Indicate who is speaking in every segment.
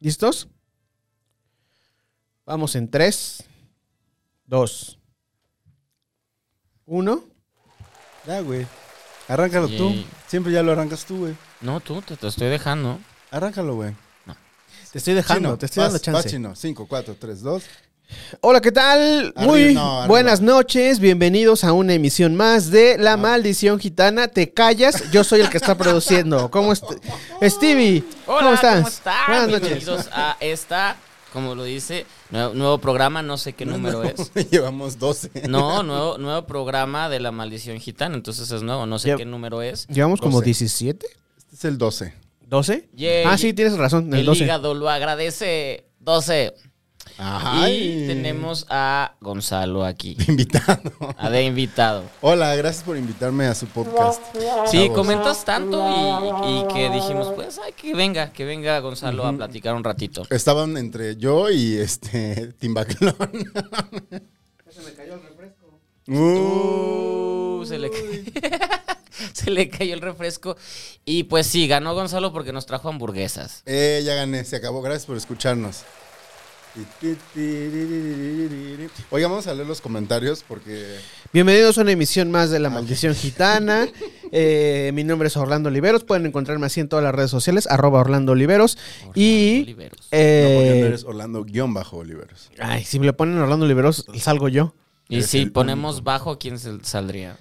Speaker 1: ¿Listos? Vamos en 3, 2, 1.
Speaker 2: Ya, güey. Arráncalo tú.
Speaker 3: Yay.
Speaker 2: Siempre ya lo arrancas tú, güey.
Speaker 3: No, tú, te, te estoy dejando.
Speaker 2: Arráncalo, güey.
Speaker 1: Te estoy dejando,
Speaker 2: Chino,
Speaker 1: te estoy
Speaker 2: vas-
Speaker 1: dando
Speaker 2: vas,
Speaker 1: chance.
Speaker 2: chino. 5, 4, 3, 2.
Speaker 1: Hola, ¿qué tal?
Speaker 2: Arriba,
Speaker 1: Muy
Speaker 2: no, arriba.
Speaker 1: buenas noches, bienvenidos a una emisión más de
Speaker 2: Ah.
Speaker 1: La Maldición Gitana. Te callas, yo soy el que está produciendo. ¿Cómo est- Stevie,
Speaker 3: Hola,
Speaker 1: ¿cómo estás? Buenas noches.
Speaker 3: Bienvenidos a esta, como lo dice, nuevo, nuevo programa, no sé qué número es.
Speaker 2: Llevamos 12.
Speaker 3: No, nuevo, nuevo programa de la maldición gitana, entonces es nuevo, no sé
Speaker 1: Ya-
Speaker 3: qué número es.
Speaker 1: Llevamos como
Speaker 2: 12.
Speaker 1: 17,
Speaker 2: Este es el 12.
Speaker 1: 12.
Speaker 3: Yay.
Speaker 1: Ah, sí, tienes razón, el
Speaker 3: El
Speaker 1: 12.
Speaker 3: hígado lo agradece. 12. Y tenemos a Gonzalo aquí,
Speaker 2: Invitado.
Speaker 3: a de invitado.
Speaker 2: Hola, gracias por invitarme a su podcast.
Speaker 3: Sí,
Speaker 2: Chavos.
Speaker 3: comentas tanto y, y que dijimos, pues, ay, que venga, que venga Gonzalo a platicar un ratito.
Speaker 2: Estaban entre yo y este Timbaclón. Se me cayó el refresco.
Speaker 3: Uh, se le, se le cayó el refresco. Y pues sí, ganó Gonzalo porque nos trajo hamburguesas.
Speaker 2: Eh, ya gané, se acabó. Gracias por escucharnos. Oigan, vamos a leer los comentarios porque
Speaker 1: Bienvenidos a una emisión más de La Maldición Gitana. Eh, mi nombre es Orlando Oliveros. Pueden encontrarme así en todas las redes sociales, arroba Orlando Oliveros. y...
Speaker 3: Orlando Oliveros.
Speaker 2: No,
Speaker 1: eh,
Speaker 2: porque no eres Orlando guión bajo Oliveros.
Speaker 1: Ay, si me le ponen Orlando Oliveros, salgo yo.
Speaker 3: Y
Speaker 2: eres
Speaker 3: si
Speaker 2: el
Speaker 3: ponemos bajo, ¿quién se- saldría?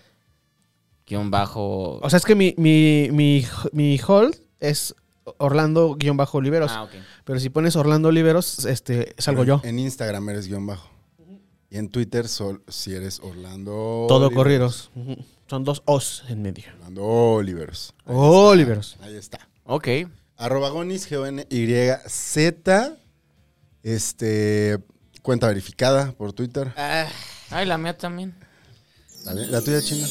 Speaker 3: Guión bajo.
Speaker 1: O sea, es que mi, mi, mi, mi hold es Orlando-Oliveros.
Speaker 3: ah, ok.
Speaker 1: Pero si pones Orlando Oliveros, este, salgo yo.
Speaker 2: En Instagram eres guión bajo. Y en Twitter sol- si eres Orlando.
Speaker 1: Todo
Speaker 2: Oliveros.
Speaker 1: corridos. Ujú. Son dos O's en medio. Oh,
Speaker 2: Orlando Oliveros.
Speaker 1: Oliveros.
Speaker 2: Ahí está.
Speaker 3: Ok.
Speaker 2: Arroba Gonis, G-O-N-Y-Z. Este. Cuenta verificada por Twitter.
Speaker 3: Ah. Ay, la mía también.
Speaker 2: ¿Está bien? La tuya china.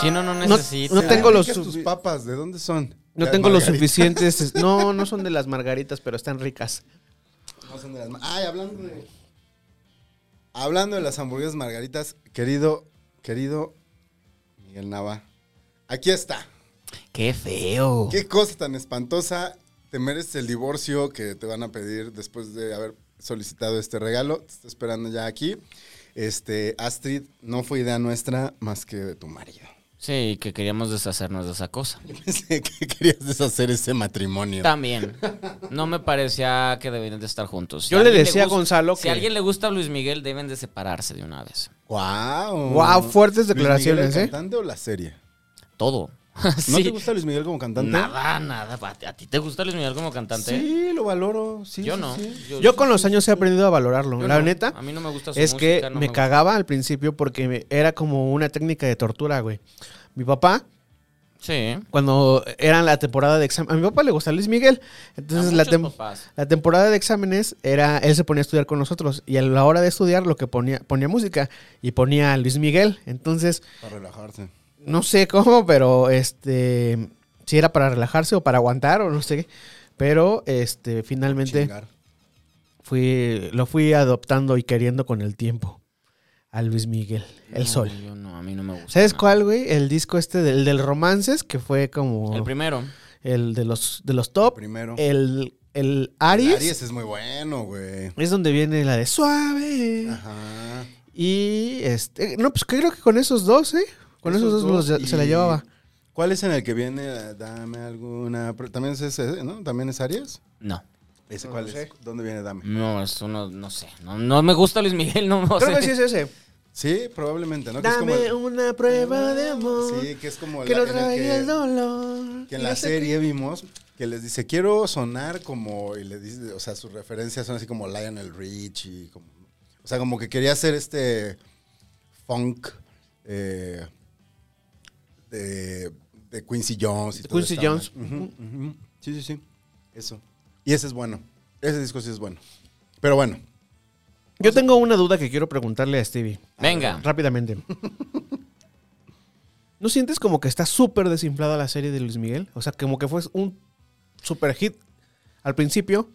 Speaker 3: Chino no
Speaker 1: no
Speaker 3: necesita.
Speaker 1: tengo los
Speaker 2: Ubicas tus
Speaker 1: sufi-
Speaker 2: papas, ¿de dónde son?
Speaker 1: No
Speaker 2: Las
Speaker 1: tengo los
Speaker 2: margaritas.
Speaker 1: suficientes. es- No, no son de las margaritas, pero están ricas.
Speaker 2: No son de las ma- Ay, hablando de. Hablando de las hamburguesas margaritas, querido, querido Miguel Nava, aquí está.
Speaker 3: Qué feo.
Speaker 2: Qué cosa tan espantosa. Te mereces el divorcio que te van a pedir después de haber solicitado este regalo. Te estoy esperando ya aquí. Este, Astrid, no fue idea nuestra más que de tu marido.
Speaker 3: Sí, que queríamos deshacernos de esa cosa.
Speaker 2: Yo pensé que querías deshacer ese matrimonio.
Speaker 3: También. No me parecía que deberían de estar juntos. Si
Speaker 1: Yo le
Speaker 3: alguien
Speaker 1: decía a
Speaker 3: gusta-
Speaker 1: Gonzalo
Speaker 3: Si
Speaker 1: que-
Speaker 3: a alguien le gusta Luis Miguel, deben de separarse de una vez.
Speaker 2: Wow.
Speaker 1: Guau, fuertes declaraciones, ¿eh?
Speaker 2: ¿El cantante o la serie?
Speaker 3: Todo.
Speaker 2: ¿No
Speaker 3: Sí.
Speaker 2: te gusta Luis Miguel como cantante?
Speaker 3: Nada, nada. ¿A ti, a ti te gusta Luis Miguel como cantante?
Speaker 2: Sí, lo valoro. Sí,
Speaker 3: Yo
Speaker 2: sí,
Speaker 3: no.
Speaker 2: sí.
Speaker 1: Yo con los años he aprendido a valorarlo.
Speaker 3: yo
Speaker 1: La
Speaker 3: no.
Speaker 1: neta.
Speaker 3: A mí no me gusta su
Speaker 1: es que
Speaker 3: música, no
Speaker 1: me,
Speaker 3: gusta.
Speaker 1: cagaba al principio porque me- era como una técnica de tortura, güey. Mi papá,
Speaker 3: Sí.
Speaker 1: cuando era la temporada de examen, a mi papá le gusta Luis Miguel. Entonces
Speaker 3: A
Speaker 1: la,
Speaker 3: muchos
Speaker 1: tem-
Speaker 3: papás.
Speaker 1: la temporada de exámenes era, él se ponía a estudiar con nosotros y a la hora de estudiar lo que ponía, ponía música y ponía a Luis Miguel. Entonces,
Speaker 2: Para relajarse.
Speaker 1: no sé cómo, pero este, si era para relajarse o para aguantar o no sé. Pero este, finalmente
Speaker 2: Chingar.
Speaker 1: fui, lo fui adoptando y queriendo con el tiempo. A Luis Miguel, el
Speaker 2: Ah.
Speaker 3: No,
Speaker 1: sol.
Speaker 3: Yo no, a mí no me gusta.
Speaker 1: ¿Sabes
Speaker 3: no.
Speaker 1: cuál, güey? El disco este del, del Romances, que fue como
Speaker 3: El
Speaker 1: el,
Speaker 3: primero.
Speaker 1: de los de los top.
Speaker 2: Primero.
Speaker 1: El, el Eh, Aries.
Speaker 2: Aries es muy bueno, güey.
Speaker 1: Es donde viene la de Suave.
Speaker 2: Ah. Ajá.
Speaker 1: Y este. No, pues creo que con esos dos, ¿eh? Con esos, dos, los-
Speaker 2: y-
Speaker 1: se la llevaba.
Speaker 2: ¿Cuál es en el que viene? eh, Dame alguna. pr- También es ese, ¿no? ¿También es Aries?
Speaker 3: No.
Speaker 2: ¿Ese cuál es? ¿Dónde viene Dame?
Speaker 3: No, eso no, no sé. No, no me gusta Luis Miguel, no, no
Speaker 1: creo
Speaker 3: sé.
Speaker 1: que sí es ese.
Speaker 2: Sí, probablemente, ¿no? Que es como
Speaker 1: Dame
Speaker 2: el-
Speaker 1: una prueba de amor.
Speaker 2: Sí, que es como
Speaker 1: que
Speaker 2: la-
Speaker 1: no
Speaker 2: en el
Speaker 1: traiga
Speaker 2: que-
Speaker 1: el dolor.
Speaker 2: Que en
Speaker 1: Y
Speaker 2: la
Speaker 1: no sé
Speaker 2: serie vimos que les dice, quiero sonar como, y le dice, o sea, sus referencias son así como Lionel Rich y como, o sea, como que quería hacer este funk eh, de, de Quincy Jones. Y todo Mm.
Speaker 1: Quincy
Speaker 2: esta
Speaker 1: Jones.
Speaker 2: onda. Ujú, ujú. Sí, sí, sí. Eso. Y ese es bueno. Ese disco sí es bueno. Pero bueno,
Speaker 1: Yo tengo una duda que quiero preguntarle a Stevie.
Speaker 3: Venga.
Speaker 1: Rápidamente. ¿No sientes como que está súper desinflada la serie de Luis Miguel? O sea, como que fue un super hit al principio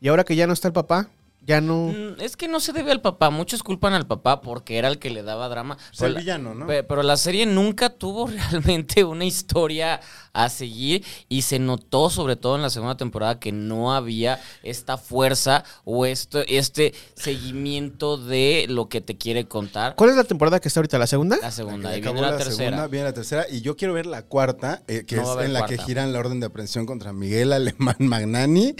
Speaker 1: y ahora que ya no está el papá, ya no...
Speaker 3: Mm, Es que no se debe al papá. Muchos culpan al papá porque era el que le daba drama.
Speaker 2: pues
Speaker 3: Pero
Speaker 2: el
Speaker 3: la-
Speaker 2: villano, ¿no?
Speaker 3: Pe- Pero la serie nunca tuvo realmente una historia a seguir y se notó sobre todo en la segunda temporada que no había esta fuerza o esto, este seguimiento de lo que te quiere contar.
Speaker 1: ¿Cuál es la temporada que está ahorita? ¿La segunda?
Speaker 3: La segunda,
Speaker 2: Que
Speaker 3: y
Speaker 2: acabó
Speaker 3: viene la, tercera.
Speaker 2: segunda, viene la tercera. Y yo quiero ver la cuarta, eh, que
Speaker 3: No va a
Speaker 2: es
Speaker 3: haber
Speaker 2: en la que
Speaker 3: cuarta.
Speaker 2: giran la orden de aprehensión contra Miguel Alemán Magnani.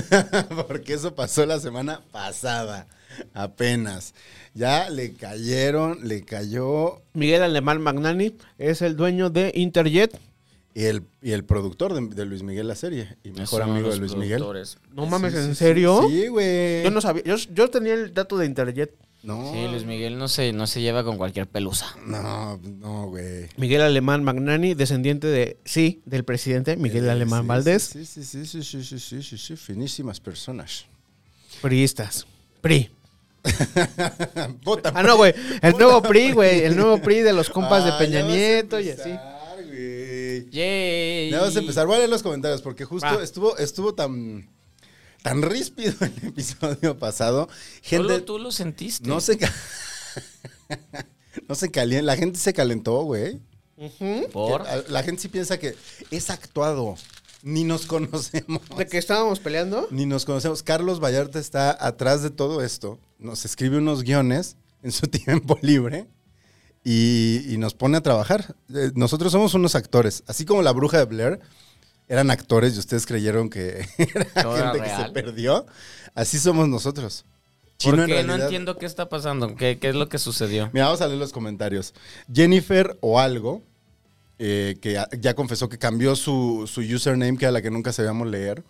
Speaker 2: Porque eso pasó la semana pasada. Apenas. Ya le cayeron, le cayó.
Speaker 1: Miguel Alemán Magnani es el dueño de Interjet.
Speaker 2: Y el, y el productor de, de Luis Miguel, la serie. Y mejor
Speaker 3: Son
Speaker 2: amigo
Speaker 3: los
Speaker 2: de Luis Miguel.
Speaker 3: productores.
Speaker 1: No mames,
Speaker 2: Sí, sí,
Speaker 1: ¿en
Speaker 2: sí.
Speaker 1: serio?
Speaker 2: Sí, güey.
Speaker 1: Yo no sabía, yo, yo tenía el dato de Interjet.
Speaker 2: No,
Speaker 3: Sí, Luis Miguel no se, no se lleva con cualquier pelusa.
Speaker 2: no, no, güey.
Speaker 1: Miguel Alemán Magnani, descendiente de, sí, del presidente Miguel
Speaker 2: Eh,
Speaker 1: Alemán
Speaker 2: sí,
Speaker 1: Valdés.
Speaker 2: Sí, sí, sí, sí, sí, sí, sí, sí, sí, finísimas personas.
Speaker 1: Priistas. PRI.
Speaker 2: Vota
Speaker 1: Ah, no, güey. El nuevo PRI, güey. El nuevo PRI de los compas de
Speaker 2: Ah,
Speaker 1: Peña
Speaker 2: ya vas a
Speaker 1: Nieto y así.
Speaker 2: empezar, güey.
Speaker 3: Yay.
Speaker 2: Ya vas a empezar. Voy a leer los comentarios porque justo
Speaker 1: Va.
Speaker 2: estuvo, estuvo tan, tan ríspido el episodio pasado.
Speaker 3: Solo
Speaker 2: Gente,
Speaker 3: tú lo sentiste.
Speaker 2: no se, ca- no se calienta. La gente se calentó, güey.
Speaker 3: Por.
Speaker 2: Que, a- La gente sí piensa que es actuado. Ni nos conocemos.
Speaker 1: ¿De que estábamos peleando?
Speaker 2: Ni nos conocemos. Carlos Vallarta está atrás de todo esto. Nos escribe unos guiones en su tiempo libre y, y nos pone a trabajar. Eh, Nosotros somos unos actores. Así como la bruja de Blair eran actores y ustedes creyeron que era
Speaker 3: Todo era
Speaker 2: gente que se
Speaker 3: real.
Speaker 2: perdió. Así somos nosotros. Chino, en
Speaker 3: Porque no
Speaker 2: realidad-
Speaker 3: entiendo qué está pasando, qué, qué es lo que sucedió.
Speaker 2: Mira, vamos a leer los comentarios. Jennifer o algo, eh, que ya- ya confesó que cambió su, su username, que era la que nunca sabíamos leer.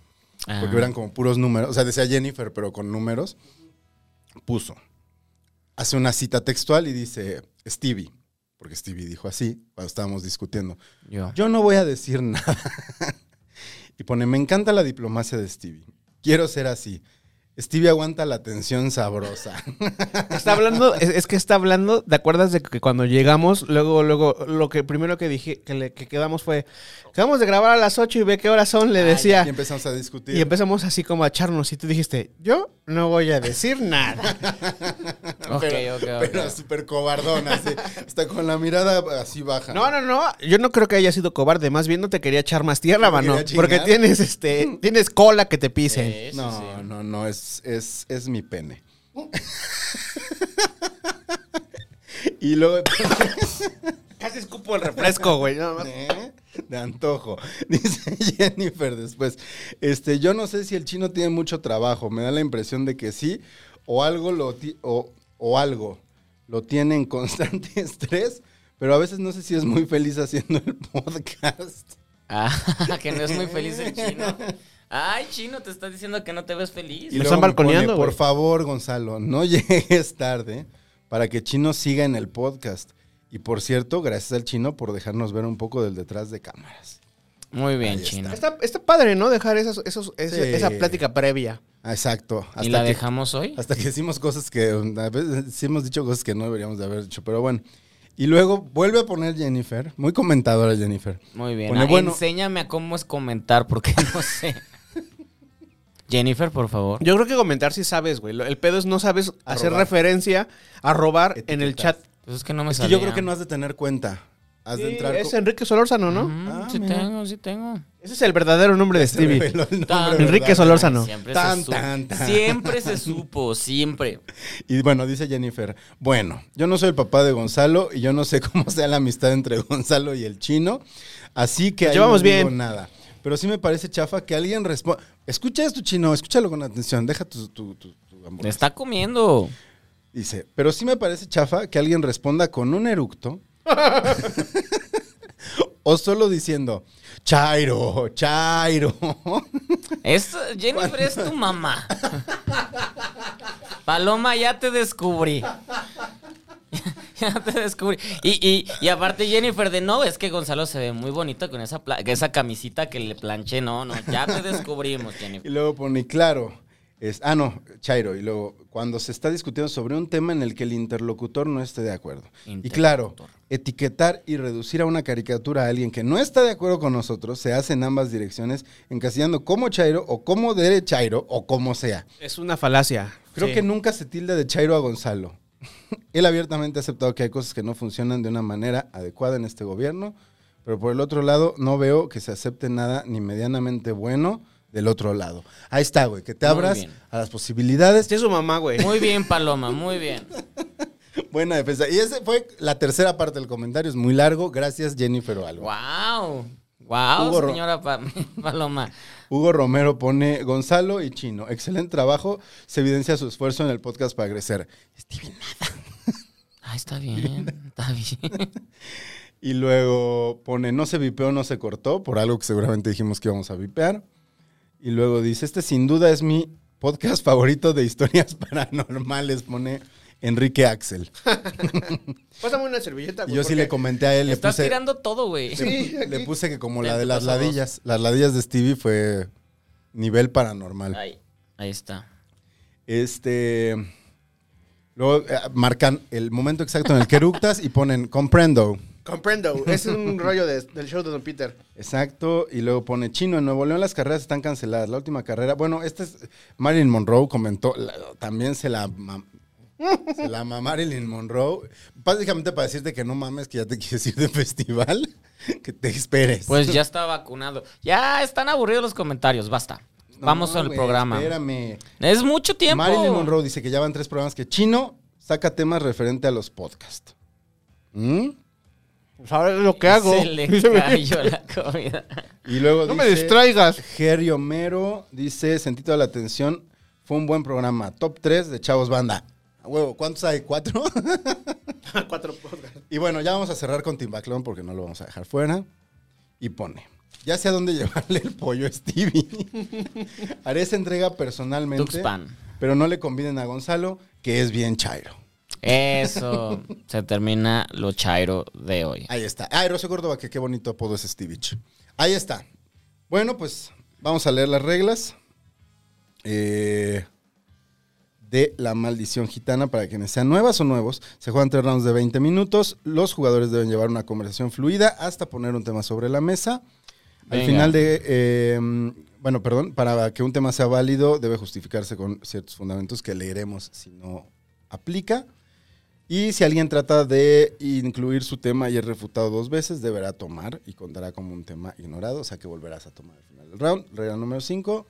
Speaker 3: Ah.
Speaker 2: Porque eran como puros números. O sea, decía Jennifer, pero con números. Puso. Hace una cita textual y dice, Stevie. Porque Stevie dijo así cuando estábamos discutiendo.
Speaker 3: Yo.
Speaker 2: Yo no voy a decir nada. y pone, me encanta la diplomacia de Stevie. Quiero ser así. Stevie aguanta la tensión sabrosa.
Speaker 1: Está hablando, es, es que está hablando, ¿te acuerdas de que cuando llegamos, luego, luego, lo que primero que dije, que, le- que quedamos fue, quedamos de grabar a las 8 y ve qué horas son, le decía.
Speaker 2: y empezamos a discutir.
Speaker 1: y empezamos así como a echarnos y tú dijiste, yo no voy a decir nada.
Speaker 3: Ok,
Speaker 2: pero,
Speaker 3: ok, ok.
Speaker 2: pero súper cobardón, así. Está con la mirada así baja.
Speaker 1: No, no, no, yo no creo que haya sido cobarde, más bien no te quería echar más tierra,
Speaker 2: No te
Speaker 1: mano,
Speaker 2: quería chingar.
Speaker 1: porque tienes, este, tienes cola que te pisen.
Speaker 3: Sí, sí,
Speaker 2: No,
Speaker 3: sí.
Speaker 2: no, no, es, es, es mi pene. y luego
Speaker 1: Casi escupo el refresco, güey. nada más.
Speaker 2: ¿Eh? de antojo. Dice Jennifer después. Este, yo no sé si el chino tiene mucho trabajo. Me da la impresión de que sí. O algo lo ti- o, o algo lo tiene en constante estrés. Pero a veces no sé si es muy feliz haciendo el podcast.
Speaker 3: Ah, que no es muy feliz el chino. Ay, chino, te estás diciendo que no te ves feliz.
Speaker 1: Me están
Speaker 2: luego
Speaker 1: balconeando,
Speaker 2: pone, Por
Speaker 1: güey.
Speaker 2: favor, Gonzalo, no llegues tarde para que Chino siga en el podcast. Y por cierto, gracias al Chino por dejarnos ver un poco del detrás de cámaras.
Speaker 3: Muy bien,
Speaker 2: Ahí
Speaker 3: chino.
Speaker 1: Está, está padre, ¿no? Dejar esas, esos, ese-
Speaker 2: Sí.
Speaker 1: esa plática previa.
Speaker 2: Ah, Exacto. Hasta
Speaker 3: ¿Y la
Speaker 2: que,
Speaker 3: dejamos hoy?
Speaker 2: Hasta que hicimos cosas que um, a veces sí hemos dicho cosas que no deberíamos de haber dicho, pero bueno. Y luego vuelve a poner Jennifer, muy comentadora Jennifer.
Speaker 3: Muy bien.
Speaker 2: Pone,
Speaker 3: Ah,
Speaker 2: bueno.
Speaker 3: Enséñame a cómo es comentar, porque no sé. Jennifer, por favor.
Speaker 1: Yo creo que comentar si sabes, güey. Lo- El pedo es no sabes hacer
Speaker 2: robar.
Speaker 1: referencia a robar en el
Speaker 2: Etiquetas.
Speaker 1: chat.
Speaker 3: Pues es que no me
Speaker 2: Es que
Speaker 3: salía.
Speaker 2: yo creo que no has de tener cuenta. Has de
Speaker 1: Sí,
Speaker 2: entrar.
Speaker 1: es
Speaker 2: co-
Speaker 1: Enrique Solórzano, ¿no?
Speaker 3: Ujú,
Speaker 2: Ah,
Speaker 3: Mm, sí
Speaker 2: mira.
Speaker 3: tengo, sí tengo.
Speaker 1: Ese es el verdadero nombre de Stevie.
Speaker 2: reveló el nombre,
Speaker 3: Tan-
Speaker 2: ¿verdad?
Speaker 1: Enrique Solórzano. Lórzano.
Speaker 3: Siempre,
Speaker 2: Tan,
Speaker 3: se supo.
Speaker 2: tan, tan.
Speaker 3: siempre se supo, siempre.
Speaker 2: Y bueno, dice Jennifer, bueno, yo no soy el papá de Gonzalo y yo no sé cómo sea la amistad entre Gonzalo y el chino, así que
Speaker 1: Nos
Speaker 2: ahí
Speaker 1: llevamos
Speaker 2: no digo
Speaker 1: bien.
Speaker 2: nada. Pero sí me parece chafa que alguien responda. Escucha esto, chino, escúchalo con atención, deja tu, tu, tu- tu hamburguesa.
Speaker 3: Está comiendo.
Speaker 2: Dice, pero sí me parece chafa que alguien responda con un eructo o solo diciendo, Chairo, Chairo.
Speaker 3: Es, Jennifer es tu mamá. Paloma, ya te descubrí. Ya te descubrí. Y, y, y aparte Jennifer de no, es que Gonzalo se ve muy bonito con esa, pla- esa camisita que le planché. No, no, ya te descubrimos,
Speaker 2: Y
Speaker 3: Jennifer.
Speaker 2: luego pone, claro, es, ah, no, Chairo. Y luego, cuando se está discutiendo sobre un tema en el que el interlocutor no esté de acuerdo. Y claro, etiquetar y reducir a una caricatura a alguien que no está de acuerdo con nosotros se hace en ambas direcciones, encasillando como Chairo o como de Chairo o como sea.
Speaker 1: Es una falacia.
Speaker 2: Creo
Speaker 1: Sí.
Speaker 2: que nunca se tilda de Chairo a Gonzalo. Él abiertamente ha aceptado que hay cosas que no funcionan de una manera adecuada en este gobierno, pero por el otro lado no veo que se acepte nada ni medianamente bueno del otro lado. Ahí está, güey, que te
Speaker 3: Muy
Speaker 2: abras
Speaker 3: bien.
Speaker 2: a las posibilidades.
Speaker 1: Sí, Este es su mamá, güey.
Speaker 3: Muy bien, Paloma, muy bien.
Speaker 2: Buena defensa. Y esa fue la tercera parte del comentario, es muy largo. Gracias, Jennifer Alba.
Speaker 3: Wow. Wow,
Speaker 2: Hugo Ro-
Speaker 3: señora Pa- Paloma.
Speaker 2: Hugo Romero pone Gonzalo y Chino. Excelente trabajo. Se evidencia su esfuerzo en el podcast para crecer.
Speaker 3: Ah, está bien, está bien.
Speaker 2: Y luego pone, no se vipeó, no se cortó, por algo que seguramente dijimos que íbamos a vipear. Y luego dice, este sin duda es mi podcast favorito de historias paranormales, pone Enrique Axel.
Speaker 1: Pásame una servilleta,
Speaker 2: Y
Speaker 1: güey.
Speaker 2: yo sí
Speaker 1: porque-
Speaker 2: le comenté a él, le
Speaker 3: Estás
Speaker 2: puse,
Speaker 3: tirando todo, güey.
Speaker 2: le puse que como la
Speaker 3: Ven,
Speaker 2: de
Speaker 3: te
Speaker 2: las
Speaker 3: paso dos.
Speaker 2: ladillas, las ladillas de Stevie fue nivel paranormal.
Speaker 3: Ahí, ahí está.
Speaker 2: Este. Luego eh, marcan el momento exacto en el que eructas y ponen comprendo.
Speaker 1: Comprendo. Es un rollo de- del show de Don Peter.
Speaker 2: Exacto. Y luego pone chino. En Nuevo León las carreras están canceladas. La última carrera. Bueno, esta es. Marilyn Monroe comentó. la- también se la. ma- se la mamá Marilyn Monroe. Básicamente para decirte que no mames, que ya te quieres ir de festival. Que te esperes.
Speaker 3: Pues ya está vacunado. Ya están aburridos los comentarios, basta.
Speaker 2: No,
Speaker 3: Vamos al
Speaker 2: güey,
Speaker 3: programa.
Speaker 2: Espérame.
Speaker 3: Es mucho tiempo.
Speaker 2: Marilyn Monroe dice que ya van tres programas que chino saca temas referente a los podcasts. ¿Mm?
Speaker 1: ¿Sabes lo que
Speaker 3: Se le cayó la comida.
Speaker 2: Y luego
Speaker 1: No me
Speaker 2: dice,
Speaker 1: distraigas.
Speaker 2: Jerry Homero dice, sentí toda la atención, fue un buen programa. Top 3 de Chavos Banda. A huevo, ¿cuántos hay? ¿Cuatro?
Speaker 1: Cuatro podcasts.
Speaker 2: y bueno, ya vamos a cerrar con Timbaclón porque no lo vamos a dejar fuera. Y pone, ya sé a dónde llevarle el pollo a Stevie. Haré esa entrega personalmente,
Speaker 3: Tuxpan.
Speaker 2: pero no le conviden a Gonzalo, que es bien chairo.
Speaker 3: Eso. Se termina lo chairo de hoy.
Speaker 2: Ahí está. Ay, Rocío Córdoba, que qué bonito apodo es Stevich. Ahí está. Bueno, pues vamos a leer las reglas eh, de la maldición gitana para quienes sean nuevas o nuevos. Se juegan tres rounds de 20 minutos. Los jugadores deben llevar una conversación fluida hasta poner un tema sobre la mesa. Al
Speaker 3: Venga.
Speaker 2: final de... eh, bueno, perdón, para que un tema sea válido debe justificarse con ciertos fundamentos que leeremos si no aplica. Y si alguien trata de incluir su tema y es refutado dos veces, deberá tomar y contará como un tema ignorado, o sea que volverás a tomar al final del round. Regla número 5,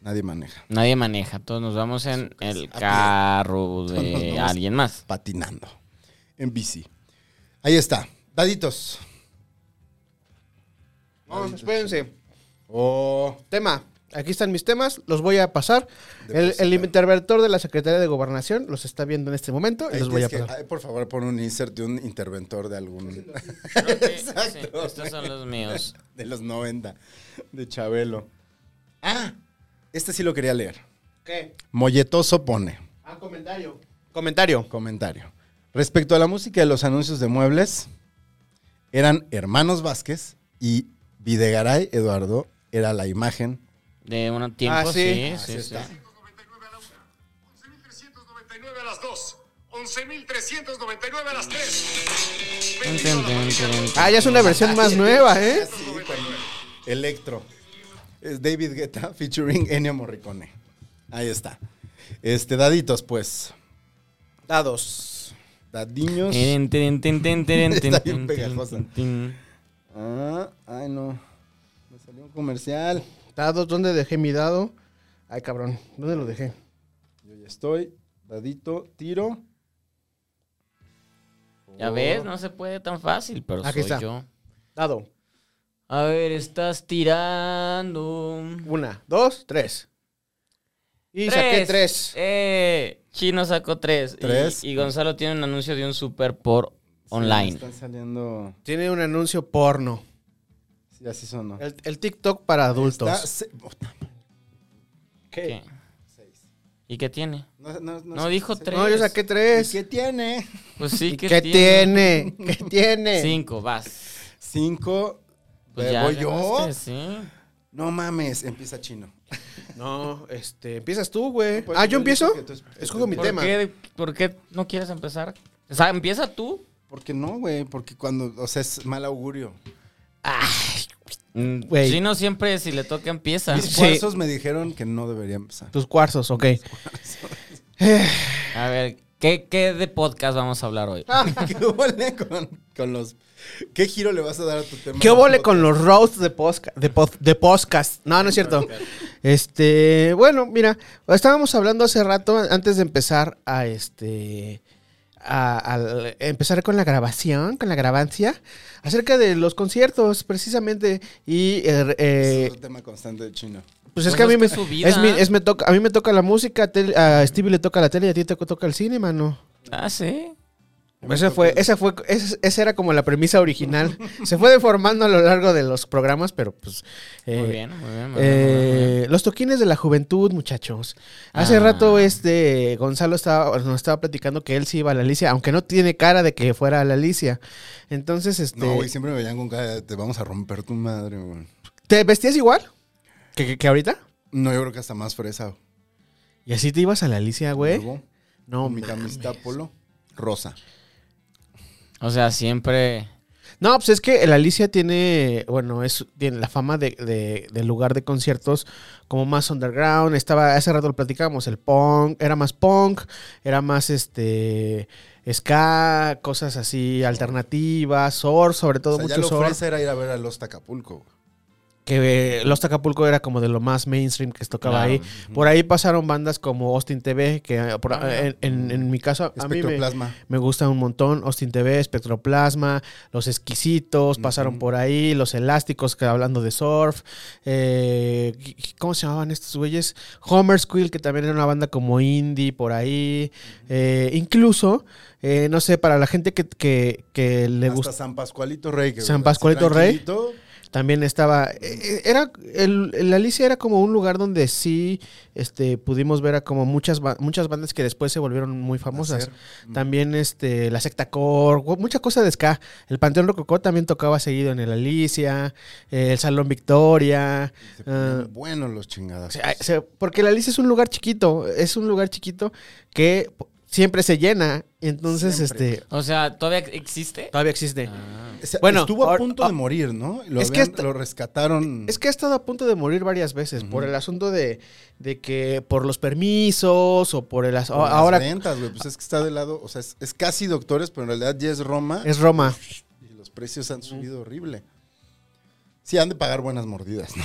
Speaker 2: nadie maneja,
Speaker 3: Nadie maneja. Todos nos vamos en el
Speaker 2: a pie.
Speaker 3: carro
Speaker 2: Todos nos
Speaker 3: de
Speaker 2: vamos.
Speaker 3: alguien más.
Speaker 2: patinando, en bici. Ahí está, daditos.
Speaker 1: Vamos, espérense.
Speaker 2: Oh,
Speaker 1: Tema. Aquí están mis temas, los voy a pasar. El,
Speaker 2: Deposita.
Speaker 1: el interventor de la Secretaría de Gobernación los está viendo en este momento y
Speaker 2: ahí
Speaker 1: los voy a
Speaker 2: tienes que-
Speaker 1: pasar.
Speaker 2: ay, por favor, pon un insert de un interventor de algún...
Speaker 3: Sí, estos son los míos.
Speaker 2: de los 90, de Chabelo. Ah, este sí lo quería leer.
Speaker 1: ¿Qué?
Speaker 2: Molletoso pone...
Speaker 1: Ah, comentario. Comentario.
Speaker 2: Comentario. Respecto a la música de los anuncios de muebles, eran Hermanos Vázquez y Videgaray Eduardo era la imagen.
Speaker 3: De un tiempo,
Speaker 1: Ah,
Speaker 3: sí.
Speaker 1: sí.
Speaker 3: sí, sí.
Speaker 4: 11.399 a la 1, 11.399 a las 2, 11.399 a las 3. Bendito
Speaker 3: Tum,
Speaker 4: la
Speaker 3: tum,
Speaker 4: familia
Speaker 3: tum,
Speaker 4: Cruz.
Speaker 3: tum.
Speaker 1: Ah, ya es una versión más nueva, ¿eh?
Speaker 2: Electro. Es David Guetta featuring Ennio Morricone. Ahí está. Este, daditos, pues.
Speaker 1: Dados.
Speaker 2: Dadiños.
Speaker 3: Tin, tin, tin, tin, tin,
Speaker 2: Está
Speaker 3: tin,
Speaker 2: bien
Speaker 3: tin,
Speaker 2: pegajosa.
Speaker 3: tin, tin.
Speaker 2: Ah, ay, no. Me salió un comercial.
Speaker 1: Dados, ¿dónde dejé mi dado? Ay, cabrón, ¿dónde lo dejé?
Speaker 2: Yo ya estoy. Dadito, tiro.
Speaker 3: Ya ves, no se puede tan fácil, pero
Speaker 1: Aquí
Speaker 3: soy
Speaker 1: está.
Speaker 3: yo.
Speaker 1: Dado.
Speaker 3: A ver, estás tirando.
Speaker 1: Una, dos, tres. Y saqué tres.
Speaker 3: Eh, Chino sacó tres. Y-
Speaker 2: Tres.
Speaker 3: Y, Gonzalo tiene un anuncio de un super por
Speaker 2: Sí,
Speaker 3: online.
Speaker 2: me están saliendo.
Speaker 1: Tiene un anuncio porno.
Speaker 2: Sí, así sonó.
Speaker 1: El, el TikTok para adultos.
Speaker 2: Está se- puta madre.
Speaker 3: ¿Qué? ¿Y qué tiene?
Speaker 2: No, no, no
Speaker 3: No,
Speaker 2: sé-
Speaker 3: dijo
Speaker 2: sé-
Speaker 3: tres.
Speaker 1: No, yo saqué
Speaker 2: ¿Y
Speaker 1: tres.
Speaker 2: ¿Qué tiene?
Speaker 3: Pues sí, ¿qué,
Speaker 1: ¿Qué tiene? ¿Qué tiene?
Speaker 3: Cinco, vas.
Speaker 2: Cinco.
Speaker 3: Pues
Speaker 2: Eh,
Speaker 3: ya
Speaker 2: ¿Voy yo?
Speaker 3: ganaste, sí.
Speaker 2: No mames, empieza chino.
Speaker 1: No, este, empiezas tú, güey.
Speaker 2: Pues,
Speaker 1: ah, yo
Speaker 2: yo dije
Speaker 1: empiezo.
Speaker 2: que tú es- que
Speaker 1: Escojo
Speaker 2: tú-
Speaker 1: mi
Speaker 3: ¿Por
Speaker 1: tema.
Speaker 3: qué, por qué no quieres empezar? O sea, empieza tú.
Speaker 2: Porque no, güey, porque cuando, o sea, es mal augurio.
Speaker 3: Mm,
Speaker 1: Güey.
Speaker 3: Chino siempre, si le toca, empieza.
Speaker 2: Mis
Speaker 1: Ah, Sí.
Speaker 2: cuarzos me dijeron que no debería empezar.
Speaker 1: Tus cuarzos, ok.
Speaker 3: A ver, ¿qué, ¿qué de podcast vamos a hablar hoy?
Speaker 2: ¿Qué huele con, con los... ¿Qué giro le vas a dar a tu tema?
Speaker 1: ¿Qué obole con los roasts de podcast? De, pod- de podcast. No, no es cierto. Este, bueno, mira, estábamos hablando hace rato, antes de empezar a este. A, al- empezar con la grabación, con la grabancia, acerca de los conciertos, precisamente. Y eh, eh,
Speaker 2: Es un tema constante de chino.
Speaker 1: pues es
Speaker 3: Pues
Speaker 1: que a
Speaker 3: es
Speaker 1: mí
Speaker 3: que
Speaker 1: me,
Speaker 3: es su vida.
Speaker 1: es mi- es me toca, a mí me toca la música, a Tel- a Stevie le toca la tele y a ti te toca el cine, mano.
Speaker 3: Ah, sí.
Speaker 1: Esa fue, esa fue, esa, esa era como la premisa original. Se fue deformando a lo largo de los programas, pero pues. eh,
Speaker 3: Muy bien, muy bien. muy bien, muy bien, muy bien.
Speaker 1: eh, los toquines de la juventud, muchachos. Hace
Speaker 3: Ah.
Speaker 1: rato este Gonzalo estaba, nos estaba platicando que él sí iba a la Alicia, aunque no tiene cara de que fuera a la Alicia. Entonces, este,
Speaker 2: No, güey, siempre me veían con cara de, te vamos a romper tu madre, güey.
Speaker 1: ¿te vestías igual que, que- que ahorita?
Speaker 2: No, yo creo que hasta más fresa.
Speaker 1: Y así te ibas a la Alicia, güey.
Speaker 2: Luego,
Speaker 1: No,
Speaker 2: mi
Speaker 1: mames.
Speaker 2: camiseta polo rosa.
Speaker 3: O sea, siempre.
Speaker 1: No, pues es que la Alicia tiene, bueno, es tiene la fama de, de- de lugar de conciertos como más underground. Estaba, hace rato lo platicábamos, el punk, era más punk, era más este ska, cosas así alternativas, sor, sobre todo
Speaker 2: o sea, ya
Speaker 1: mucho
Speaker 2: lo
Speaker 1: sor.
Speaker 2: fresa era ir a ver a los Tacapulco, güey.
Speaker 1: Que eh, Los Acapulco era como de lo más mainstream que se tocaba
Speaker 3: Claro,
Speaker 1: ahí. Por ahí pasaron bandas como Austin TV, que eh,
Speaker 2: Ah,
Speaker 1: por- en, en- en mi caso a mí me,
Speaker 2: Espectroplasma.
Speaker 1: me gusta un montón. Austin TV, Espectroplasma, Los Exquisitos, pasaron por ahí, Los Elásticos, que hablando de surf. eh, ¿Cómo se llamaban estos güeyes? Homer Squill, que también era una banda como indie por ahí. eh, incluso, eh, no sé, para la gente que, que- que le
Speaker 2: Hasta
Speaker 1: gusta,
Speaker 2: San Pascualito Rey. que
Speaker 1: San
Speaker 2: así
Speaker 1: Pascualito Rey.
Speaker 2: tranquilito,
Speaker 1: también estaba... eh, eh, Era, el, el Alicia era como un lugar donde sí este, pudimos ver a como muchas, ba- muchas bandas que después se volvieron muy famosas.
Speaker 2: hacer.
Speaker 1: También este, la secta core, gu- mucha cosa de ska. El Panteón Rococó también tocaba seguido en el Alicia, eh, el Salón Victoria.
Speaker 2: Se
Speaker 1: ah,
Speaker 2: ponían buenos los chingados.
Speaker 1: o sea, o sea, porque la Alicia es un lugar chiquito, es un lugar chiquito que po- siempre se llena. Entonces,
Speaker 2: Siempre.
Speaker 1: este,
Speaker 3: O sea, ¿todavía existe?
Speaker 1: todavía existe.
Speaker 2: O sea,
Speaker 1: Bueno,
Speaker 2: estuvo a
Speaker 1: ahora-
Speaker 2: punto
Speaker 1: ah,
Speaker 2: de morir, ¿no? Lo,
Speaker 1: es que
Speaker 2: habían-
Speaker 1: esta-
Speaker 2: lo rescataron.
Speaker 1: Es que ha estado a punto de morir varias veces por el asunto de, de que por los permisos o por el as-
Speaker 2: por las
Speaker 1: ahora
Speaker 2: rentas, güey. Pues es que está de lado. O sea, es, es casi doctores, pero en realidad ya es Roma.
Speaker 1: es Roma.
Speaker 2: Y los precios han subido horrible. Sí, han de pagar buenas mordidas, ¿no?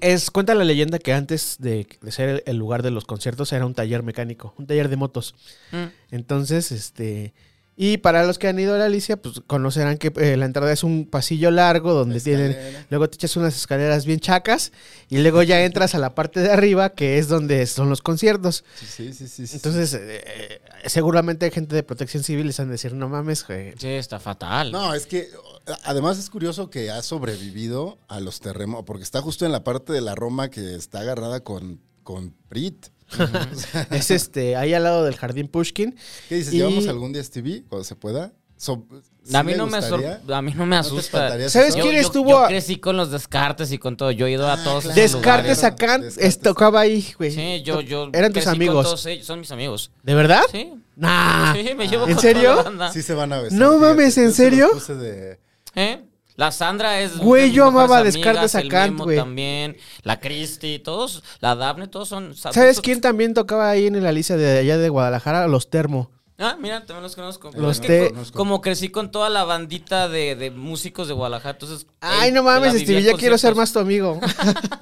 Speaker 1: Es, cuenta la leyenda que antes de, de ser el, el lugar de los conciertos era un taller mecánico, un taller de motos.
Speaker 3: Mm.
Speaker 1: Entonces, este. Y para los que han ido a la Alicia, pues conocerán que eh, la entrada es un pasillo largo donde tienen.
Speaker 2: Escalera.
Speaker 1: Luego te echas unas escaleras bien chacas y luego ya entras a la parte de arriba que es donde son los conciertos.
Speaker 2: Sí, sí, sí. sí, sí.
Speaker 1: Entonces, eh, eh, seguramente hay gente de protección civil les han de decir, no mames, güey".
Speaker 3: Sí, está fatal.
Speaker 2: No, es que a- además es curioso que ha sobrevivido a los terremotos, porque está justo en la parte de la Roma que está agarrada con, con Prit. O sea,
Speaker 1: es este, ahí al lado del jardín Pushkin.
Speaker 2: ¿Qué dices?
Speaker 1: Y-
Speaker 2: ¿Llevamos algún día a Stevie cuando se pueda? So- sí
Speaker 3: a, mí no me sor-
Speaker 2: gustaría.
Speaker 1: Ah,
Speaker 3: a mí no me
Speaker 2: te
Speaker 3: asusta.
Speaker 2: espantaría si
Speaker 1: ¿Sabes
Speaker 2: son-
Speaker 1: quién estuvo
Speaker 3: Yo
Speaker 1: a-
Speaker 3: crecí con los descartes y con todo. Yo he ido a
Speaker 2: Ah,
Speaker 3: todos.
Speaker 2: claro.
Speaker 3: esos
Speaker 1: Descartes
Speaker 3: lugares.
Speaker 1: a Kant,
Speaker 2: Descartes.
Speaker 1: es- tocaba ahí, güey.
Speaker 3: Sí, yo, yo.
Speaker 1: Eran tus
Speaker 3: crecí con
Speaker 1: amigos.
Speaker 3: todos ellos, Son mis amigos.
Speaker 1: ¿De verdad?
Speaker 3: Sí.
Speaker 1: Nah.
Speaker 3: Sí, me llevo
Speaker 1: ¿En
Speaker 3: con
Speaker 1: serio?
Speaker 3: toda la banda.
Speaker 2: Sí se van a besar.
Speaker 1: No mames, ¿en
Speaker 2: yo se los
Speaker 1: serio?
Speaker 2: puse de-
Speaker 3: ¿Eh? La Sandra es.
Speaker 1: Güey,
Speaker 3: de mis
Speaker 1: yo
Speaker 3: mejores
Speaker 1: amaba Descartes a
Speaker 3: el
Speaker 1: Kant,
Speaker 3: Memo
Speaker 1: güey.
Speaker 3: También. La Christy, todos. La Daphne, todos son.
Speaker 1: ¿Sabes
Speaker 3: todos-
Speaker 1: quién también tocaba ahí en el Alicia de allá de Guadalajara? Los Termo.
Speaker 3: Ah, mira, también los conozco.
Speaker 1: Los
Speaker 3: Es
Speaker 1: te-
Speaker 3: que co- como crecí con toda la bandita de, de músicos de Guadalajara, entonces.
Speaker 1: Ay,
Speaker 3: él-
Speaker 1: no
Speaker 3: me la
Speaker 1: mames,
Speaker 3: vivía
Speaker 1: Stevie,
Speaker 3: en
Speaker 1: ya quiero ser
Speaker 3: conciertos.
Speaker 1: más tu amigo.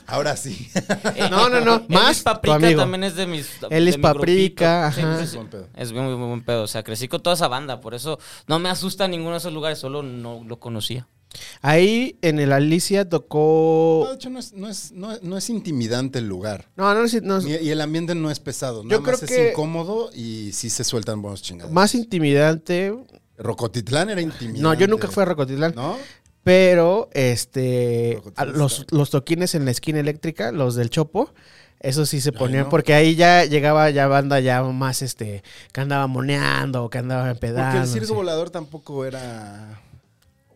Speaker 2: Ahora sí.
Speaker 1: No, no, no,
Speaker 3: Él es
Speaker 1: más tu
Speaker 3: Paprika
Speaker 1: amigo.
Speaker 3: también es de mis.
Speaker 1: Él
Speaker 3: de
Speaker 1: es
Speaker 3: mi
Speaker 1: Paprika,
Speaker 3: grupito.
Speaker 1: ajá.
Speaker 3: Sí, sí, sí.
Speaker 2: Buen pedo.
Speaker 3: Es muy, muy buen pedo. O sea, crecí con toda esa banda. Por eso no me asusta ninguno de esos lugares. Solo no lo conocía.
Speaker 1: Ahí en el Alicia
Speaker 2: No, de
Speaker 1: tocó.
Speaker 2: hecho, no es, no es- no es- no es intimidante el lugar.
Speaker 1: No, no, no, no,
Speaker 2: Ni- y el ambiente no es pesado.
Speaker 1: Yo
Speaker 2: Nada más
Speaker 1: creo
Speaker 2: es
Speaker 1: que-
Speaker 2: incómodo y sí se sueltan buenos chingados.
Speaker 1: más intimidante.
Speaker 2: Rocotitlán era intimidante.
Speaker 1: No, yo nunca fui a Rocotitlán.
Speaker 2: ¿No?
Speaker 1: Pero, este,
Speaker 2: Rocotitlán
Speaker 1: a los,
Speaker 2: está-
Speaker 1: los toquines en la esquina eléctrica, los del Chopo, Eso sí se ponían, porque ahí ya llegaba ya banda ya más este, que andaba moneando, que andaba
Speaker 2: Porque
Speaker 1: empedando.
Speaker 2: el circo
Speaker 1: Ah, sí.
Speaker 2: volador tampoco era.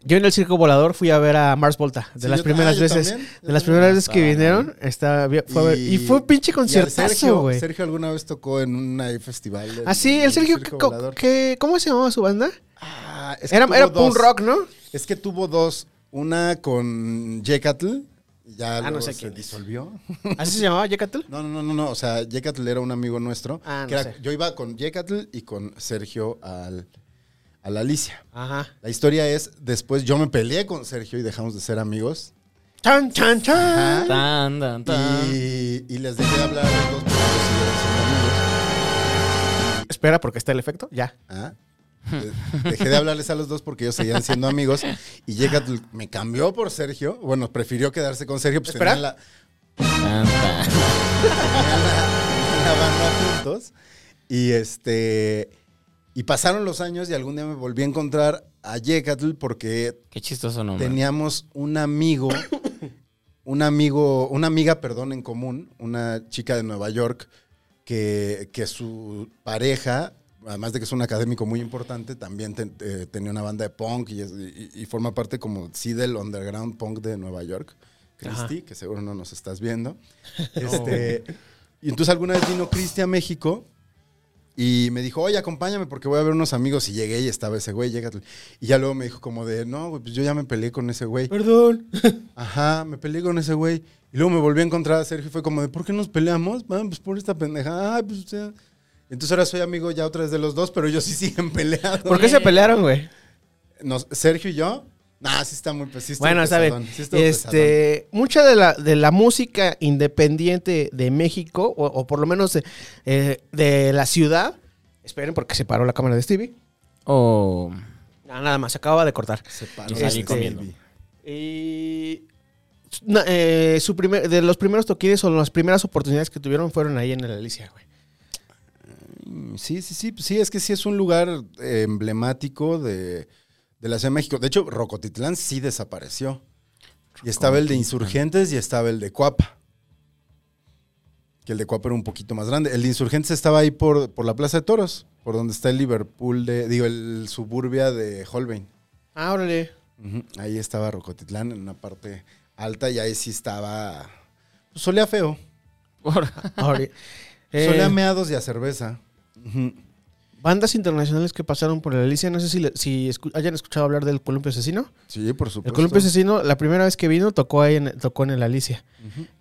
Speaker 1: Yo en el circo volador fui a ver a Mars Volta, de
Speaker 2: Sí,
Speaker 1: las
Speaker 2: yo-
Speaker 1: primeras
Speaker 2: ah, yo
Speaker 1: veces,
Speaker 2: también, yo
Speaker 1: de las
Speaker 2: también.
Speaker 1: primeras veces que
Speaker 3: Ah,
Speaker 1: vinieron, estaba, había- fue a ver- y, fue un pinche
Speaker 2: y al Sergio-
Speaker 1: conciertazo, güey.
Speaker 2: Sergio alguna vez tocó en un ahí festival. del-
Speaker 1: Ah, sí, el
Speaker 2: del
Speaker 1: Sergio, ¿qué-
Speaker 2: circo
Speaker 1: co-
Speaker 2: volador.
Speaker 1: qué- ¿cómo se llamaba su banda?
Speaker 2: Ah, es que
Speaker 1: Era,
Speaker 2: tuvo
Speaker 1: era
Speaker 2: dos.
Speaker 1: punk rock, ¿no?
Speaker 2: Es que tuvo dos. Una con Jecatl. Ya
Speaker 1: Ah, no
Speaker 2: luego
Speaker 1: sé
Speaker 2: se
Speaker 1: quién es.
Speaker 2: disolvió.
Speaker 1: ¿Así se llamaba Yecatel?
Speaker 2: No, no, no, no, no. O sea, Jecatl era un amigo nuestro.
Speaker 1: Ah, no
Speaker 2: que era-
Speaker 1: sé.
Speaker 2: Yo iba con Jecatl y con Sergio al, a la Alicia.
Speaker 1: Ajá.
Speaker 2: La historia es, después yo me peleé con Sergio y dejamos de ser amigos.
Speaker 1: Chan, chan, chan.
Speaker 3: Tan,
Speaker 1: Ah.
Speaker 3: tan, tan.
Speaker 2: Y, y les dejé de hablar a los dos porque ellos
Speaker 1: Espera, porque está el efecto. Ya.
Speaker 2: eran amigos. Ah. De- Dejé de hablarles a los dos porque ellos seguían siendo amigos. Y Jecatl me cambió por Sergio. Bueno, prefirió quedarse con Sergio. Pues
Speaker 1: Espera.
Speaker 2: tenían la,
Speaker 3: Tan, tan.
Speaker 2: la banda juntos. Y este. Y pasaron los años y algún día me volví a encontrar a Yecatl porque
Speaker 3: Qué chistoso nombre.
Speaker 2: teníamos un amigo, un amigo, una amiga, perdón, en común, una chica de Nueva York, que, que su pareja, además de que es un académico muy importante, también ten- eh, tenía una banda de punk y, es- y- y forma parte como sí del underground punk de Nueva York. Cristi, que seguro no nos estás viendo. Este, Y entonces alguna vez vino Cristi a México y me dijo, oye, acompáñame porque voy a ver unos amigos. Y llegué y estaba ese güey, llega. Y ya luego me dijo como de, no, güey, pues yo ya me peleé con ese güey.
Speaker 1: Perdón.
Speaker 2: Ajá, me peleé con ese güey. Y luego me volví a encontrar a Sergio y fue como de, ¿por qué nos peleamos? Ah, pues por esta pendeja. Ah, pues usted. Entonces ahora soy amigo ya otra vez de los dos, pero ellos sí siguen peleados.
Speaker 1: ¿Por qué se pelearon, güey?
Speaker 2: Nos- Sergio y yo. Nah, sí está muy pesado.
Speaker 1: Bueno, está bien. Este, mucha de la, de la música independiente de México, o, o por lo menos de, eh, de la ciudad, esperen porque se paró la cámara de Stevie.
Speaker 3: O.
Speaker 1: Ah, nada más, se acaba de cortar.
Speaker 2: Se paró. este,
Speaker 3: Yo salí comiendo.
Speaker 1: Y na- eh, su primer, de los primeros toquines o las primeras oportunidades que tuvieron fueron ahí en el Alicia, güey.
Speaker 2: Sí, sí, sí, sí, es que sí es un lugar eh, emblemático de, de la Ciudad de México. De hecho, Rocotitlán sí desapareció. Y estaba el de Insurgentes y estaba el de Cuapa. Que el de Cuapa era un poquito más grande. El de Insurgentes estaba ahí por, por la Plaza de Toros, por donde está el Liverpool de, digo, el suburbia de Holbein.
Speaker 1: Ah, órale.
Speaker 2: Ujú, Ahí estaba Rocotitlán en una parte alta y ahí sí estaba. pues, solía feo.
Speaker 1: Órale. Eh,
Speaker 2: Solía a meados y a cerveza. Ujú.
Speaker 1: Bandas internacionales que pasaron por la Alicia, no sé si, le- si escu- hayan escuchado hablar del Columpio Asesino.
Speaker 2: Sí, por supuesto.
Speaker 1: El Columpio Asesino, la primera vez que vino, tocó ahí en, tocó en el Alicia.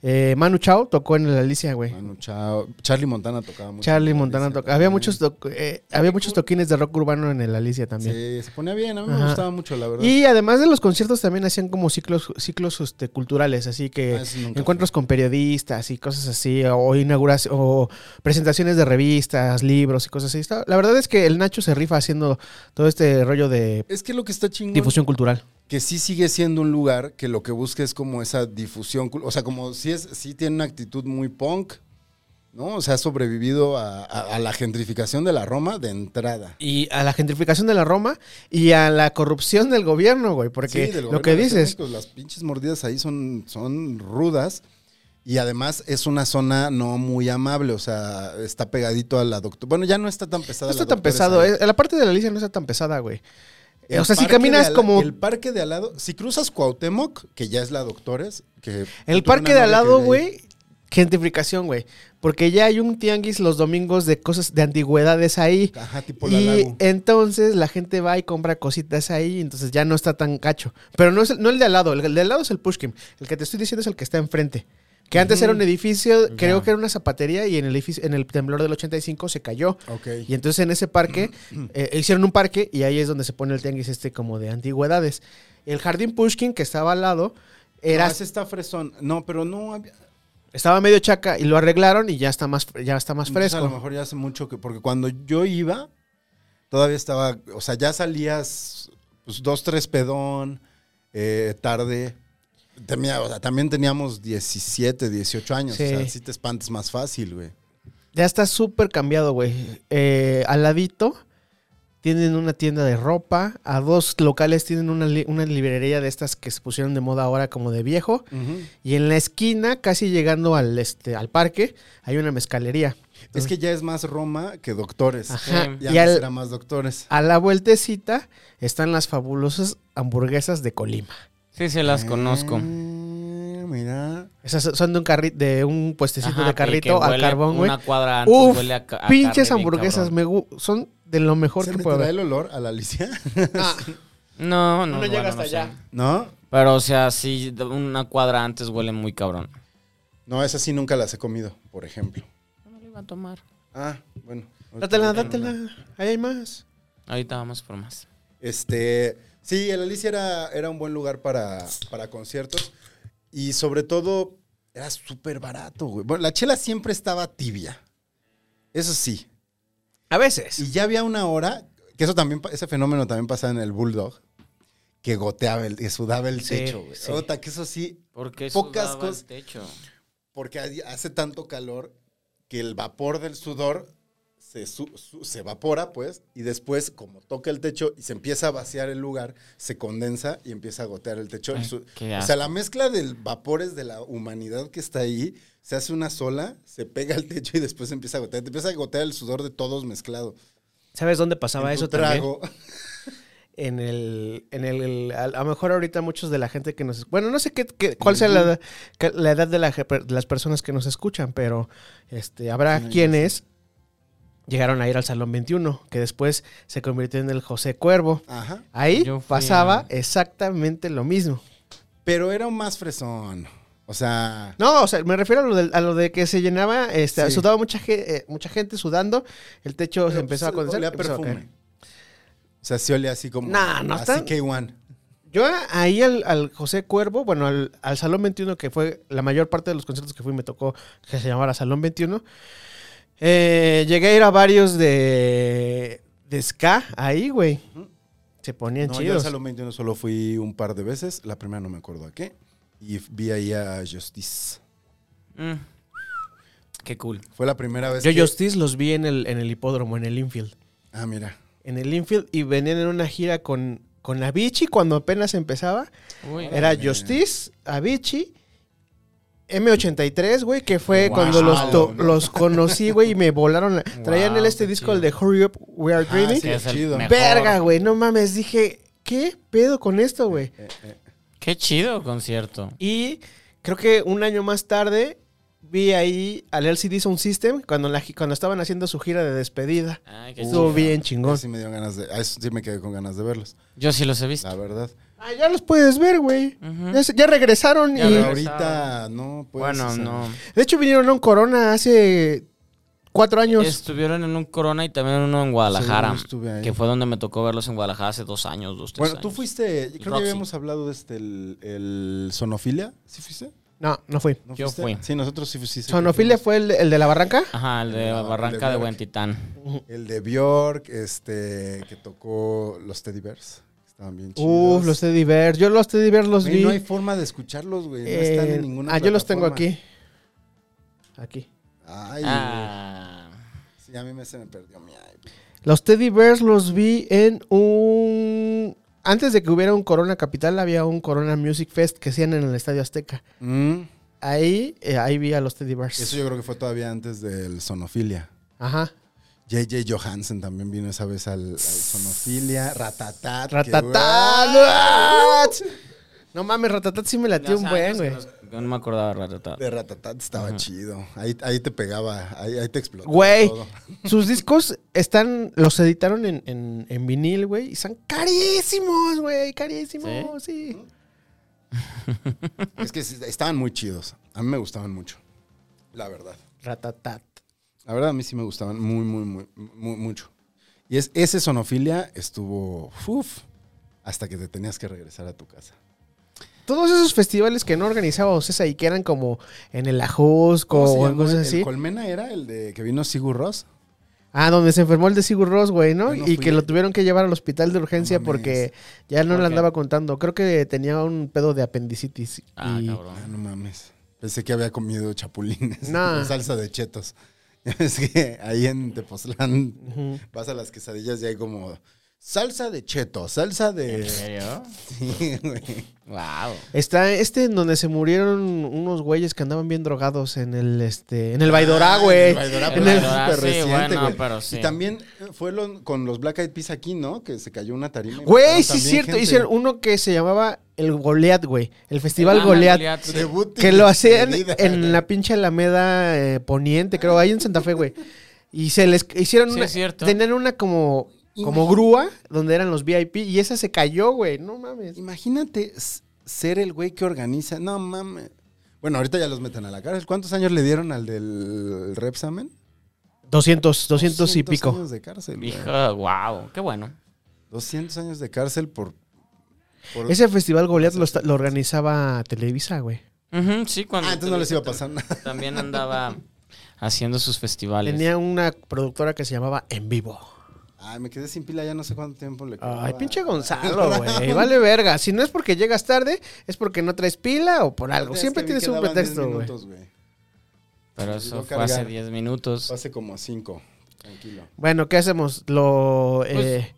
Speaker 1: Eh, Manu Chao tocó en el Alicia, güey.
Speaker 2: Manu Chao. Charlie Montana tocaba mucho.
Speaker 1: Charlie
Speaker 2: en la
Speaker 1: Montana
Speaker 2: Alicia
Speaker 1: tocó. Había
Speaker 2: también.
Speaker 1: muchos, toc- eh, había muchos toquines de rock urbano en el Alicia también.
Speaker 2: Sí, se ponía bien, a mí me
Speaker 1: Ajá.
Speaker 2: gustaba mucho, la verdad.
Speaker 1: Y además de los conciertos también hacían como ciclos, ciclos este, culturales, así que
Speaker 2: Ah, eso nunca
Speaker 1: encuentros con periodistas y cosas así, o inauguras, o presentaciones de revistas, libros y cosas así. Está- La verdad es que el Nacho se rifa haciendo todo este rollo de
Speaker 2: Es que lo que está chingón,
Speaker 1: difusión cultural.
Speaker 2: que sí sigue siendo un lugar que lo que busca es como esa difusión, cul- o sea, como sí, es, sí tiene una actitud muy punk, ¿no? O sea, ha sobrevivido a, a- a la gentrificación de la Roma de entrada.
Speaker 1: Y a la gentrificación de la Roma y a la corrupción del gobierno, güey, porque
Speaker 2: Sí, del
Speaker 1: lo
Speaker 2: gobierno
Speaker 1: que
Speaker 2: de la Ciudad de
Speaker 1: dices,
Speaker 2: México, las pinches mordidas ahí son, son rudas. Y además es una zona no muy amable, o sea, está pegadito a la doctora. Bueno, ya no está tan pesada.
Speaker 1: no está
Speaker 2: la
Speaker 1: tan
Speaker 2: Doctores
Speaker 1: pesado,
Speaker 2: ahí.
Speaker 1: eh, la parte de la Alicia no está tan pesada, güey. Eh,
Speaker 2: El
Speaker 1: O sea, si
Speaker 2: parque de
Speaker 1: caminas
Speaker 2: al-
Speaker 1: como...
Speaker 2: El parque de al lado, si cruzas Cuauhtémoc, que ya es la Doctores, que...
Speaker 1: El
Speaker 2: tuve
Speaker 1: parque
Speaker 2: una
Speaker 1: de al
Speaker 2: novia que
Speaker 1: lado,
Speaker 2: vive ahí.
Speaker 1: güey, gentrificación, güey. Porque ya hay un tianguis los domingos de cosas de antigüedades ahí.
Speaker 2: Ajá, tipo la
Speaker 1: Y
Speaker 2: lago.
Speaker 1: entonces la gente va y compra cositas ahí, entonces ya no está tan cacho. Pero no es el, no el de al lado, el, el de al lado es el Pushkin. El que te estoy diciendo es el que está enfrente. Que antes era un edificio, creo que era una zapatería, y en el, edificio, en el temblor del 85 se cayó.
Speaker 2: Ok.
Speaker 1: Y entonces en ese parque eh, hicieron un parque y ahí es donde se pone el tianguis este como de antigüedades. El jardín Pushkin que estaba al lado era
Speaker 2: No, ese está fresón. No, pero no había...
Speaker 1: estaba medio chaca y lo arreglaron y ya está más, ya está más
Speaker 2: Entonces, A lo
Speaker 1: fresco.
Speaker 2: mejor ya hace mucho que... Porque cuando yo iba, todavía estaba... O sea, ya salías pues, dos, tres pedón, eh, tarde. Tenía- o sea, también teníamos 17, 18 años.
Speaker 1: Sí.
Speaker 2: O sea, sí te espantas más fácil, güey.
Speaker 1: Ya está súper cambiado, güey. Eh, al ladito tienen una tienda de ropa, a dos locales tienen una, li- una librería de estas que se pusieron de moda ahora como de viejo, y en la esquina, casi llegando al, este, al parque, hay una mezcalería.
Speaker 2: Es que ya es más Roma que doctores.
Speaker 1: Ajá.
Speaker 2: Ya
Speaker 1: Y
Speaker 2: no
Speaker 1: al-
Speaker 2: será más doctores.
Speaker 1: A la vueltecita están las fabulosas hamburguesas de Colima.
Speaker 3: Sí, se
Speaker 1: Eh,
Speaker 3: las conozco.
Speaker 2: Ah, Eh, mira.
Speaker 1: Esas son de un carrito, de un puestecito
Speaker 3: Ajá,
Speaker 1: de
Speaker 3: que- que
Speaker 1: carrito al
Speaker 3: huele
Speaker 1: carbón, güey.
Speaker 3: Una cuadra antes
Speaker 1: Uf,
Speaker 3: huele a ca- a
Speaker 1: pinches
Speaker 3: carne bien
Speaker 1: hamburguesas,
Speaker 3: cabrón.
Speaker 1: me gu- son de lo mejor
Speaker 2: ¿Se
Speaker 1: que
Speaker 2: me
Speaker 1: puedo Ah,
Speaker 2: trae
Speaker 1: ver.
Speaker 2: el olor a la Alicia?
Speaker 3: No, no,
Speaker 1: Uno
Speaker 3: bueno,
Speaker 1: llega hasta
Speaker 3: no sé.
Speaker 1: allá.
Speaker 2: ¿No?
Speaker 3: Pero, o sea, sí, de- una cuadra antes huele muy cabrón.
Speaker 2: No, esas sí nunca las he comido, por ejemplo.
Speaker 3: No lo iba a tomar.
Speaker 2: Ah, bueno.
Speaker 1: Dátela, dátela, ahí hay más.
Speaker 3: Ahorita vamos por más.
Speaker 2: Este, sí, el Alicia era, era un buen lugar para, para conciertos. Y sobre todo, era súper barato, güey. Bueno, la chela siempre estaba tibia. Eso sí.
Speaker 1: A veces.
Speaker 2: Y ya había una hora, que eso también, pa- ese fenómeno también pasaba en el Bulldog, que goteaba, el, que sudaba el
Speaker 1: Sí,
Speaker 2: techo, güey.
Speaker 1: sí.
Speaker 2: Ota, que eso sí,
Speaker 3: Porque
Speaker 2: Pocas
Speaker 3: sudaba el
Speaker 2: cosas-
Speaker 3: techo.
Speaker 2: porque hay- hace tanto calor que el vapor del sudor se, su- su- se evapora, pues, y después, como toca el techo y se empieza a vaciar el lugar, se condensa y empieza a gotear el techo.
Speaker 3: Ay,
Speaker 2: El su-
Speaker 3: qué
Speaker 2: o
Speaker 3: asco.
Speaker 2: sea, la mezcla de vapores de la humanidad que está ahí se hace una sola, se pega al techo y después empieza a gotear. Te empieza a gotear el sudor de todos mezclado.
Speaker 1: ¿Sabes dónde pasaba
Speaker 2: En tu
Speaker 1: eso también?
Speaker 2: trago.
Speaker 1: En el, en el, a lo mejor ahorita muchos de la gente que nos, bueno, no sé qué, qué- cuál sea la, que- la edad de, la je- de las personas que nos escuchan, pero este, habrá quienes llegaron a ir al Salón 21, que después se convirtió en el José Cuervo.
Speaker 2: Ajá.
Speaker 1: Ahí
Speaker 3: Yo fui
Speaker 1: pasaba
Speaker 3: a-
Speaker 1: exactamente lo mismo.
Speaker 2: Pero era un más fresón. O sea,
Speaker 1: No, o sea, me refiero a lo de, a lo de que se llenaba, este,
Speaker 2: Sí.
Speaker 1: sudaba mucha, ge- eh, mucha gente sudando, el techo se empezó a condensar.
Speaker 2: pues, Olía
Speaker 1: empezó a
Speaker 2: perfume.
Speaker 1: caer.
Speaker 2: O sea, sí olía así como.
Speaker 1: Nah, no
Speaker 2: así
Speaker 1: tan-
Speaker 2: K1.
Speaker 1: Yo a- ahí al, al José Cuervo, bueno, al, al Salón 21, que fue la mayor parte de los conciertos que fui, me tocó que se llamara Salón 21. eh, llegué a ir a varios de, de Ska ahí, güey. Se ponían
Speaker 2: No, yo al
Speaker 1: chidos.
Speaker 2: Salón 21 solo fui un par de veces. La primera no me acuerdo a qué. Y vi ahí a Justice.
Speaker 3: Mm. Qué cool.
Speaker 2: Fue la primera vez
Speaker 1: Yo
Speaker 2: que...
Speaker 1: Justice los vi en el, en el hipódromo, en el infield.
Speaker 2: Ah, mira.
Speaker 1: En el infield y venían en una gira con, con Avicii cuando apenas empezaba.
Speaker 3: Uy.
Speaker 1: Era Justice, Avicii, M83, güey, que fue
Speaker 2: Wow,
Speaker 1: cuando los, to-
Speaker 2: ¿no?
Speaker 1: los conocí, güey, y me volaron. la- Traían el
Speaker 3: Wow,
Speaker 1: este
Speaker 3: qué
Speaker 1: disco, el de
Speaker 3: chido.
Speaker 1: Hurry Up, We Are
Speaker 2: Ah,
Speaker 1: Dreaming.
Speaker 2: sí,
Speaker 3: es el
Speaker 2: chido.
Speaker 3: mejor.
Speaker 1: Verga, güey, no mames, dije, ¿qué pedo con esto,
Speaker 3: Eh,
Speaker 1: güey?
Speaker 3: Qué chido concierto.
Speaker 1: Y creo que un año más tarde vi ahí al LCD Sound System cuando, la, gi- cuando estaban haciendo su gira de despedida.
Speaker 3: Ay, Ah, qué
Speaker 1: Estuvo
Speaker 3: chido.
Speaker 1: bien chingón.
Speaker 2: Sí me dio ganas de... a Eso sí me quedé con ganas de verlos.
Speaker 3: Yo sí los he visto.
Speaker 2: La verdad.
Speaker 1: Ah, ya los puedes ver, güey.
Speaker 3: Ujú.
Speaker 1: ya, se- ya regresaron
Speaker 3: Ya
Speaker 1: y...
Speaker 2: Pero
Speaker 3: regresaron.
Speaker 2: ahorita no puedes...
Speaker 3: bueno,
Speaker 2: o sea,
Speaker 3: no.
Speaker 1: De hecho, vinieron a un Corona hace cuatro años.
Speaker 3: Estuvieron en un Corona y también en uno en
Speaker 2: Sí,
Speaker 3: Guadalajara.
Speaker 2: yo estuve ahí.
Speaker 3: que fue donde me tocó verlos en Guadalajara hace dos años, dos, tres
Speaker 2: Bueno, tú
Speaker 3: años.
Speaker 2: fuiste... Creo que
Speaker 3: Roxy.
Speaker 2: habíamos hablado de este, el, el Sonofilia. ¿Sí fuiste?
Speaker 1: No, no fui.
Speaker 2: ¿No
Speaker 3: Yo
Speaker 2: fuiste?
Speaker 3: fui.
Speaker 2: Sí, nosotros sí fuiste.
Speaker 1: ¿Sonofilia fue el, el de la barranca?
Speaker 3: Ajá, el de
Speaker 2: Ah,
Speaker 3: Barranca
Speaker 2: el de
Speaker 3: de
Speaker 2: Bjork.
Speaker 3: Buen Titán.
Speaker 2: El de Bjork, este, que tocó los Teddy Bears. Estaban bien chidos.
Speaker 1: Uf, los Teddy Bears. Yo los Teddy Bears los
Speaker 2: Güey,
Speaker 1: vi.
Speaker 2: No hay forma de escucharlos, güey. No están
Speaker 1: eh,
Speaker 2: en ninguna
Speaker 1: Ah, yo los tengo
Speaker 2: plataforma.
Speaker 1: aquí. Aquí.
Speaker 2: Ay,
Speaker 3: Ah,
Speaker 2: güey. sí, a mí me se me perdió mi iPod.
Speaker 1: Los Teddy Bears los vi en un... Antes de que hubiera un Corona Capital, había un Corona Music Fest que hacían en el Estadio Azteca. Ahí, eh, ahí vi a los Teddy Bears.
Speaker 2: Eso yo creo que fue todavía antes del Sonofilia.
Speaker 1: Ajá.
Speaker 2: JJ Johansen también vino esa vez al, al Sonofilia. Ratatat. que,
Speaker 1: Ratatat. No mames, Ratatat sí me latió
Speaker 3: hace
Speaker 1: un buen,
Speaker 3: años que
Speaker 1: güey.
Speaker 3: nos- que No me acordaba de Ratatá.
Speaker 2: güey, de Ratatat estaba chido. Ahí, ahí te pegaba, ahí, ahí te explotaba.
Speaker 1: Güey,
Speaker 2: todo.
Speaker 1: sus discos están, los editaron en, en- en vinil, güey, y están carísimos, güey, carísimos, ¿Sí?
Speaker 2: Es que sí, estaban muy chidos. A mí me gustaban mucho. La verdad.
Speaker 1: Ratatat.
Speaker 2: La verdad, a mí sí me gustaban muy, muy, muy, muy mucho. Y es, ese sonofilia estuvo, uf, hasta que te tenías que regresar a tu casa.
Speaker 1: Todos esos festivales que no organizaba Ocesa y que eran como en el Ajusco
Speaker 2: ¿Cómo se
Speaker 1: o
Speaker 2: llamó?
Speaker 1: cosas
Speaker 2: ¿El
Speaker 1: así.
Speaker 2: Colmena era el de que vino Sigur Ross?
Speaker 1: Ah, donde se enfermó el de Sigur Ross, güey, ¿no?
Speaker 2: Yo no
Speaker 1: y
Speaker 2: fui.
Speaker 1: que lo tuvieron que llevar al hospital de urgencia
Speaker 2: mames.
Speaker 1: porque ya no
Speaker 3: ¿Por
Speaker 1: le
Speaker 3: qué?
Speaker 1: andaba contando. Creo que tenía un pedo de apendicitis.
Speaker 3: Ah,
Speaker 1: y-
Speaker 3: cabrón.
Speaker 2: Ah, no mames. Pensé que había comido chapulines.
Speaker 1: Nah.
Speaker 2: con Salsa de chetos. Ya ves que ahí en Tepoztlán vas a las quesadillas y hay como salsa de cheto, salsa
Speaker 3: ¿En
Speaker 2: de...
Speaker 3: serio?
Speaker 2: Sí, güey.
Speaker 3: Wow.
Speaker 1: Está este en donde se murieron unos güeyes que andaban bien drogados en el este en el Baidorá, güey.
Speaker 2: Ah, En el Baidorá,
Speaker 3: En
Speaker 2: pero
Speaker 3: el
Speaker 2: es
Speaker 3: Baidorá,
Speaker 2: súper
Speaker 3: sí,
Speaker 2: reciente,
Speaker 3: bueno,
Speaker 2: güey.
Speaker 3: pero sí.
Speaker 2: Y también fue lo- con los Black Eyed Peas aquí, ¿no? Que se cayó una tarima. y mataron
Speaker 1: Güey, sí es
Speaker 2: también
Speaker 1: cierto.
Speaker 2: gente.
Speaker 1: Hicieron uno que se llamaba el Goliat, güey. El Festival
Speaker 3: Ah,
Speaker 1: Goliat.
Speaker 3: Goliat, sí.
Speaker 2: Debut
Speaker 1: Que lo hacían
Speaker 2: de vida.
Speaker 1: en la pinche Alameda eh, Poniente, creo, ahí en Santa Fe, güey. Y se les hicieron
Speaker 3: Sí,
Speaker 1: una.
Speaker 3: es cierto.
Speaker 1: Tenían una como, como grúa donde eran los VIP y esa se cayó, güey. No mames.
Speaker 2: Imagínate s- ser el güey que organiza. No mames. Bueno, ahorita ya los meten a la cárcel. ¿Cuántos años le dieron al del Repsamen?
Speaker 1: 200, 200 y
Speaker 2: 200
Speaker 1: pico.
Speaker 2: años de cárcel. güey.
Speaker 3: Hija, wow. Qué bueno.
Speaker 2: 200 años de cárcel por. por-
Speaker 1: Ese festival Goliat lo, esta- lo organizaba Televisa, güey.
Speaker 3: Ujú, sí, cuando.
Speaker 2: Ah, entonces no les iba a pasar nada.
Speaker 3: También andaba haciendo sus festivales.
Speaker 1: Tenía una productora que se llamaba En Vivo.
Speaker 2: Ay, me quedé sin pila ya no sé cuánto tiempo le quedaba.
Speaker 1: Ay, pinche Gonzalo, güey. Vale verga. Si no es porque llegas tarde, es porque no traes pila o por algo.
Speaker 2: Es
Speaker 1: Siempre
Speaker 2: que vi
Speaker 1: tienes
Speaker 2: que
Speaker 1: un
Speaker 2: daban 10
Speaker 1: pretexto, güey.
Speaker 2: minutos, güey.
Speaker 3: Pero
Speaker 2: Sí,
Speaker 3: eso
Speaker 2: lo
Speaker 3: fue hace
Speaker 2: cargaron.
Speaker 3: 10 minutos.
Speaker 2: Hace como 5. Tranquilo.
Speaker 1: Bueno, ¿qué hacemos? Lo. eh,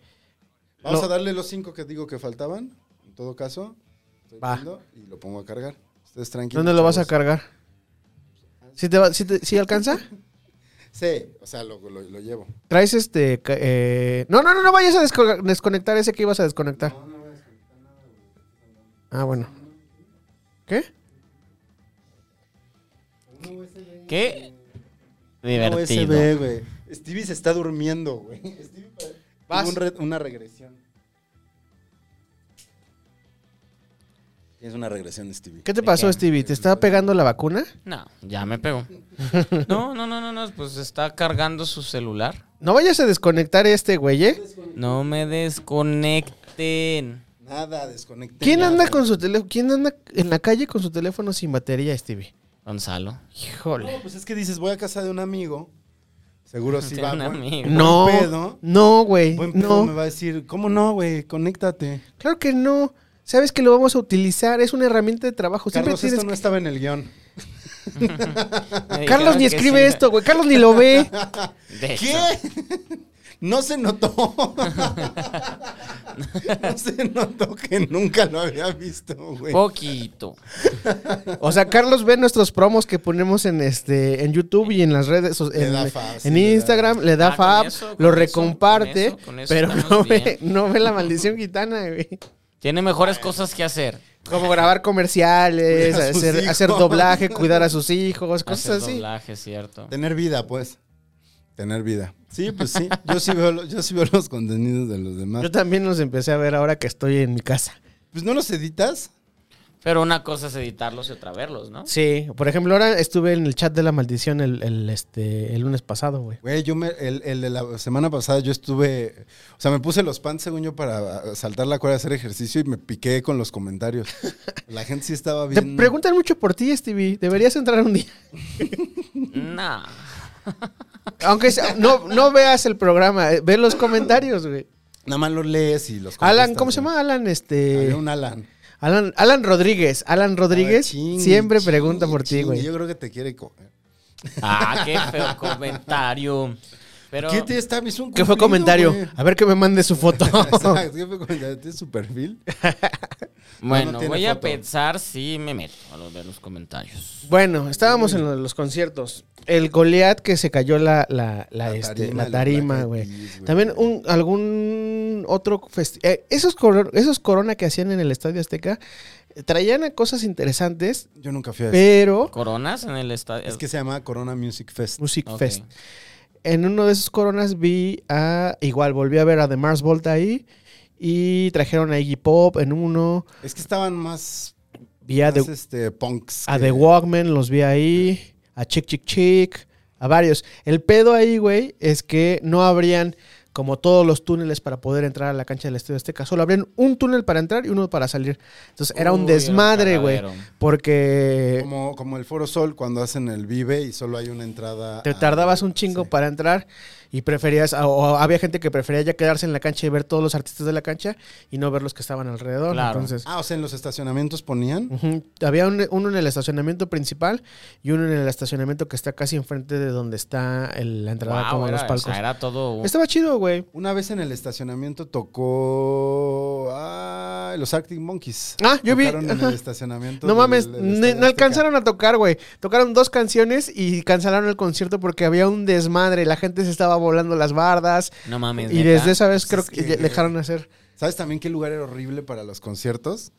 Speaker 2: Vamos
Speaker 1: Lo-
Speaker 2: a darle los 5 que digo que faltaban. En todo caso, estoy
Speaker 1: Va.
Speaker 2: viendo y lo pongo a cargar. Ustedes tranquilos.
Speaker 1: ¿Dónde lo vas a
Speaker 2: chavos.
Speaker 1: cargar? ¿Sí, te va- sí te- sí alcanza?
Speaker 2: Sí, o sea, lo, lo- lo llevo.
Speaker 1: ¿Traes este.? ca- eh, No, no, no, no vayas a desco- desconectar ese que ibas a desconectar. Ah, bueno. ¿Qué?
Speaker 3: Qué
Speaker 2: No,
Speaker 3: divertido.
Speaker 2: USB, güey. Stevie se está durmiendo, güey. Stevie pa-
Speaker 1: Vas.
Speaker 2: tuvo un re- una regresión. Es una regresión, Stevie.
Speaker 1: ¿Qué te pasó,
Speaker 3: qué?
Speaker 1: Stevie? ¿Te estaba pegando la vacuna?
Speaker 3: No, ya me pegó. No, no, no, no, no, pues está cargando su celular.
Speaker 1: No vayas a desconectar este, güey, ¿eh?
Speaker 3: No me desconecten.
Speaker 2: Nada, desconecté.
Speaker 1: ¿Quién
Speaker 2: nada.
Speaker 1: anda con su teléfono? ¿Quién anda en la calle con su teléfono sin batería, Stevie?
Speaker 3: Gonzalo.
Speaker 1: Híjole.
Speaker 2: No, pues es que dices, voy a casa de un amigo. Seguro sí
Speaker 3: Tengo
Speaker 2: va.
Speaker 3: un
Speaker 2: buen-
Speaker 3: amigo.
Speaker 1: No,
Speaker 2: Oh, Buen pedo.
Speaker 1: no, güey.
Speaker 2: Buen pedo me
Speaker 1: No,
Speaker 2: va a decir, ¿cómo no, güey? Conéctate.
Speaker 1: claro que no. Sabes que lo vamos a utilizar, es una herramienta de trabajo. Siempre
Speaker 2: Carlos,
Speaker 1: tienes
Speaker 2: esto no estaba en el guión.
Speaker 3: Me
Speaker 1: Carlos
Speaker 3: dijeron
Speaker 1: ni
Speaker 3: que
Speaker 1: escribe
Speaker 3: sí.
Speaker 1: esto, güey. Carlos ni lo ve.
Speaker 3: De hecho.
Speaker 2: no se notó. no se notó que nunca lo había visto, güey.
Speaker 1: Oh.
Speaker 3: Poquito.
Speaker 1: O sea, Carlos ve nuestros promos que ponemos en este en YouTube y en las redes so-
Speaker 2: Le
Speaker 1: en,
Speaker 2: da fa, sí,
Speaker 1: en
Speaker 2: le da.
Speaker 1: Instagram, le da
Speaker 3: Ah, con
Speaker 1: fab,
Speaker 3: eso, con
Speaker 1: lo
Speaker 3: eso,
Speaker 1: recomparte,
Speaker 3: con eso, con eso
Speaker 1: pero no
Speaker 3: estamos
Speaker 1: ve,
Speaker 3: bien.
Speaker 1: no ve la maldición gitana, güey.
Speaker 3: Tiene mejores cosas que hacer.
Speaker 1: Como grabar comerciales,
Speaker 2: Cuidar a sus
Speaker 1: hacer,
Speaker 2: hijos.
Speaker 1: hacer doblaje, cuidar a sus hijos,
Speaker 3: Hacer
Speaker 1: cosas así.
Speaker 3: doblaje, cierto.
Speaker 2: Tener vida, pues. Tener vida. Sí, pues sí. Yo sí veo, lo- yo sí veo los contenidos de los demás.
Speaker 1: Yo también los empecé a ver ahora que estoy en mi casa.
Speaker 2: Pues no los editas.
Speaker 3: Pero una cosa es editarlos y otra verlos, ¿no?
Speaker 1: Sí, por ejemplo, ahora estuve en el chat de la maldición el, el, este, el lunes pasado, güey.
Speaker 2: Güey, yo me, el, el de la semana pasada yo estuve, o sea, me puse los pants según yo para saltar la cuerda, hacer ejercicio y me piqué con los comentarios. La gente sí estaba
Speaker 1: Te
Speaker 2: bien.
Speaker 1: preguntan mucho por ti, Stevie. Deberías entrar un día.
Speaker 3: No.
Speaker 1: Aunque sea- no, no veas el programa, eh, ve los comentarios, güey.
Speaker 2: Nada más los lees y los
Speaker 1: Alan,
Speaker 2: contestas,
Speaker 1: ¿cómo se
Speaker 2: güey.
Speaker 1: llama? Alan,
Speaker 2: Había
Speaker 1: este.
Speaker 2: un Alan.
Speaker 1: Alan, Alan Rodríguez. Alan Rodríguez
Speaker 2: Ah, chingue,
Speaker 1: siempre
Speaker 2: chingue,
Speaker 1: pregunta por ti,
Speaker 2: chingue.
Speaker 1: güey.
Speaker 2: Yo creo que te quiere coger.
Speaker 3: Ah, qué feo comentario. Pero
Speaker 2: ¿Qué te está? Es un
Speaker 1: ¿Qué fue
Speaker 2: cumplido,
Speaker 1: comentario?
Speaker 2: güey.
Speaker 1: A ver que me mande su foto.
Speaker 2: Exacto, ¿Qué fue comentario? ¿Tienes su perfil?
Speaker 3: bueno,
Speaker 2: No, no tiene
Speaker 3: voy a
Speaker 2: foto.
Speaker 3: pensar si me meto a lo de los comentarios.
Speaker 1: bueno, estábamos en lo de los conciertos. El Goliat que se cayó la, la, la,
Speaker 2: La
Speaker 1: este,
Speaker 2: tarima,
Speaker 1: la
Speaker 2: el
Speaker 1: tarima,
Speaker 2: Black Eyed
Speaker 1: güey.
Speaker 2: Peas, güey.
Speaker 1: También un, algún otro festival. esos, coro- esos corona que hacían en el Estadio Azteca eh, traían a cosas interesantes,
Speaker 2: Yo nunca fui a eso.
Speaker 1: pero.
Speaker 3: ¿Coronas en el estadio?
Speaker 2: Es que se llama Corona Music Fest.
Speaker 1: Music
Speaker 3: Ok.
Speaker 1: Fest. En uno de esos coronas vi a. Igual, volví a ver a The Mars Volta ahí. Y trajeron a Iggy Pop en uno.
Speaker 2: Es que estaban más,
Speaker 1: Vi a,
Speaker 2: más,
Speaker 1: The,
Speaker 2: este, punks.
Speaker 1: a
Speaker 2: que-
Speaker 1: The Walkman, los vi ahí. A Chick Chick Chick. A varios. El pedo ahí, güey, es que no abrían como todos los túneles para poder entrar a la cancha del Estadio Azteca. Solo abrían un túnel para entrar y uno para salir. Entonces era un
Speaker 3: Uy, era un
Speaker 1: desmadre, güey.
Speaker 3: cagadero.
Speaker 1: Porque.
Speaker 2: Como, como el Foro Sol cuando hacen el Vive y solo hay una entrada.
Speaker 1: Te
Speaker 2: a-
Speaker 1: tardabas un chingo
Speaker 2: sí.
Speaker 1: para entrar y preferías, o- o había gente que prefería ya quedarse en la cancha y ver todos los artistas de la cancha y no ver los que estaban alrededor.
Speaker 3: Claro.
Speaker 1: Entonces,
Speaker 2: Ah, o sea, en los estacionamientos ponían.
Speaker 1: ujú, había un- uno en el estacionamiento principal y uno en el estacionamiento que está casi enfrente de donde está el- la entrada
Speaker 3: Wow,
Speaker 1: como a
Speaker 3: era,
Speaker 1: los
Speaker 3: o
Speaker 1: palcos.
Speaker 3: sea, era todo un-
Speaker 1: Estaba chido, güey.
Speaker 2: Una vez en el estacionamiento tocó ah, los Arctic Monkeys.
Speaker 1: Ah, yo vi-
Speaker 2: Tocaron en
Speaker 1: ajá.
Speaker 2: el estacionamiento.
Speaker 1: No
Speaker 2: del-
Speaker 1: mames,
Speaker 2: del
Speaker 1: ne-
Speaker 2: Estadio
Speaker 1: no
Speaker 2: Azteca.
Speaker 1: alcanzaron a tocar, güey. Tocaron dos canciones y cancelaron el concierto porque había un desmadre. La gente se estaba volando las bardas.
Speaker 3: No mames,
Speaker 1: y
Speaker 3: ¿neta?
Speaker 1: desde esa vez creo
Speaker 2: es
Speaker 1: que,
Speaker 2: que-
Speaker 1: ya dejaron de hacer.
Speaker 2: ¿Sabes también qué lugar era horrible para los conciertos?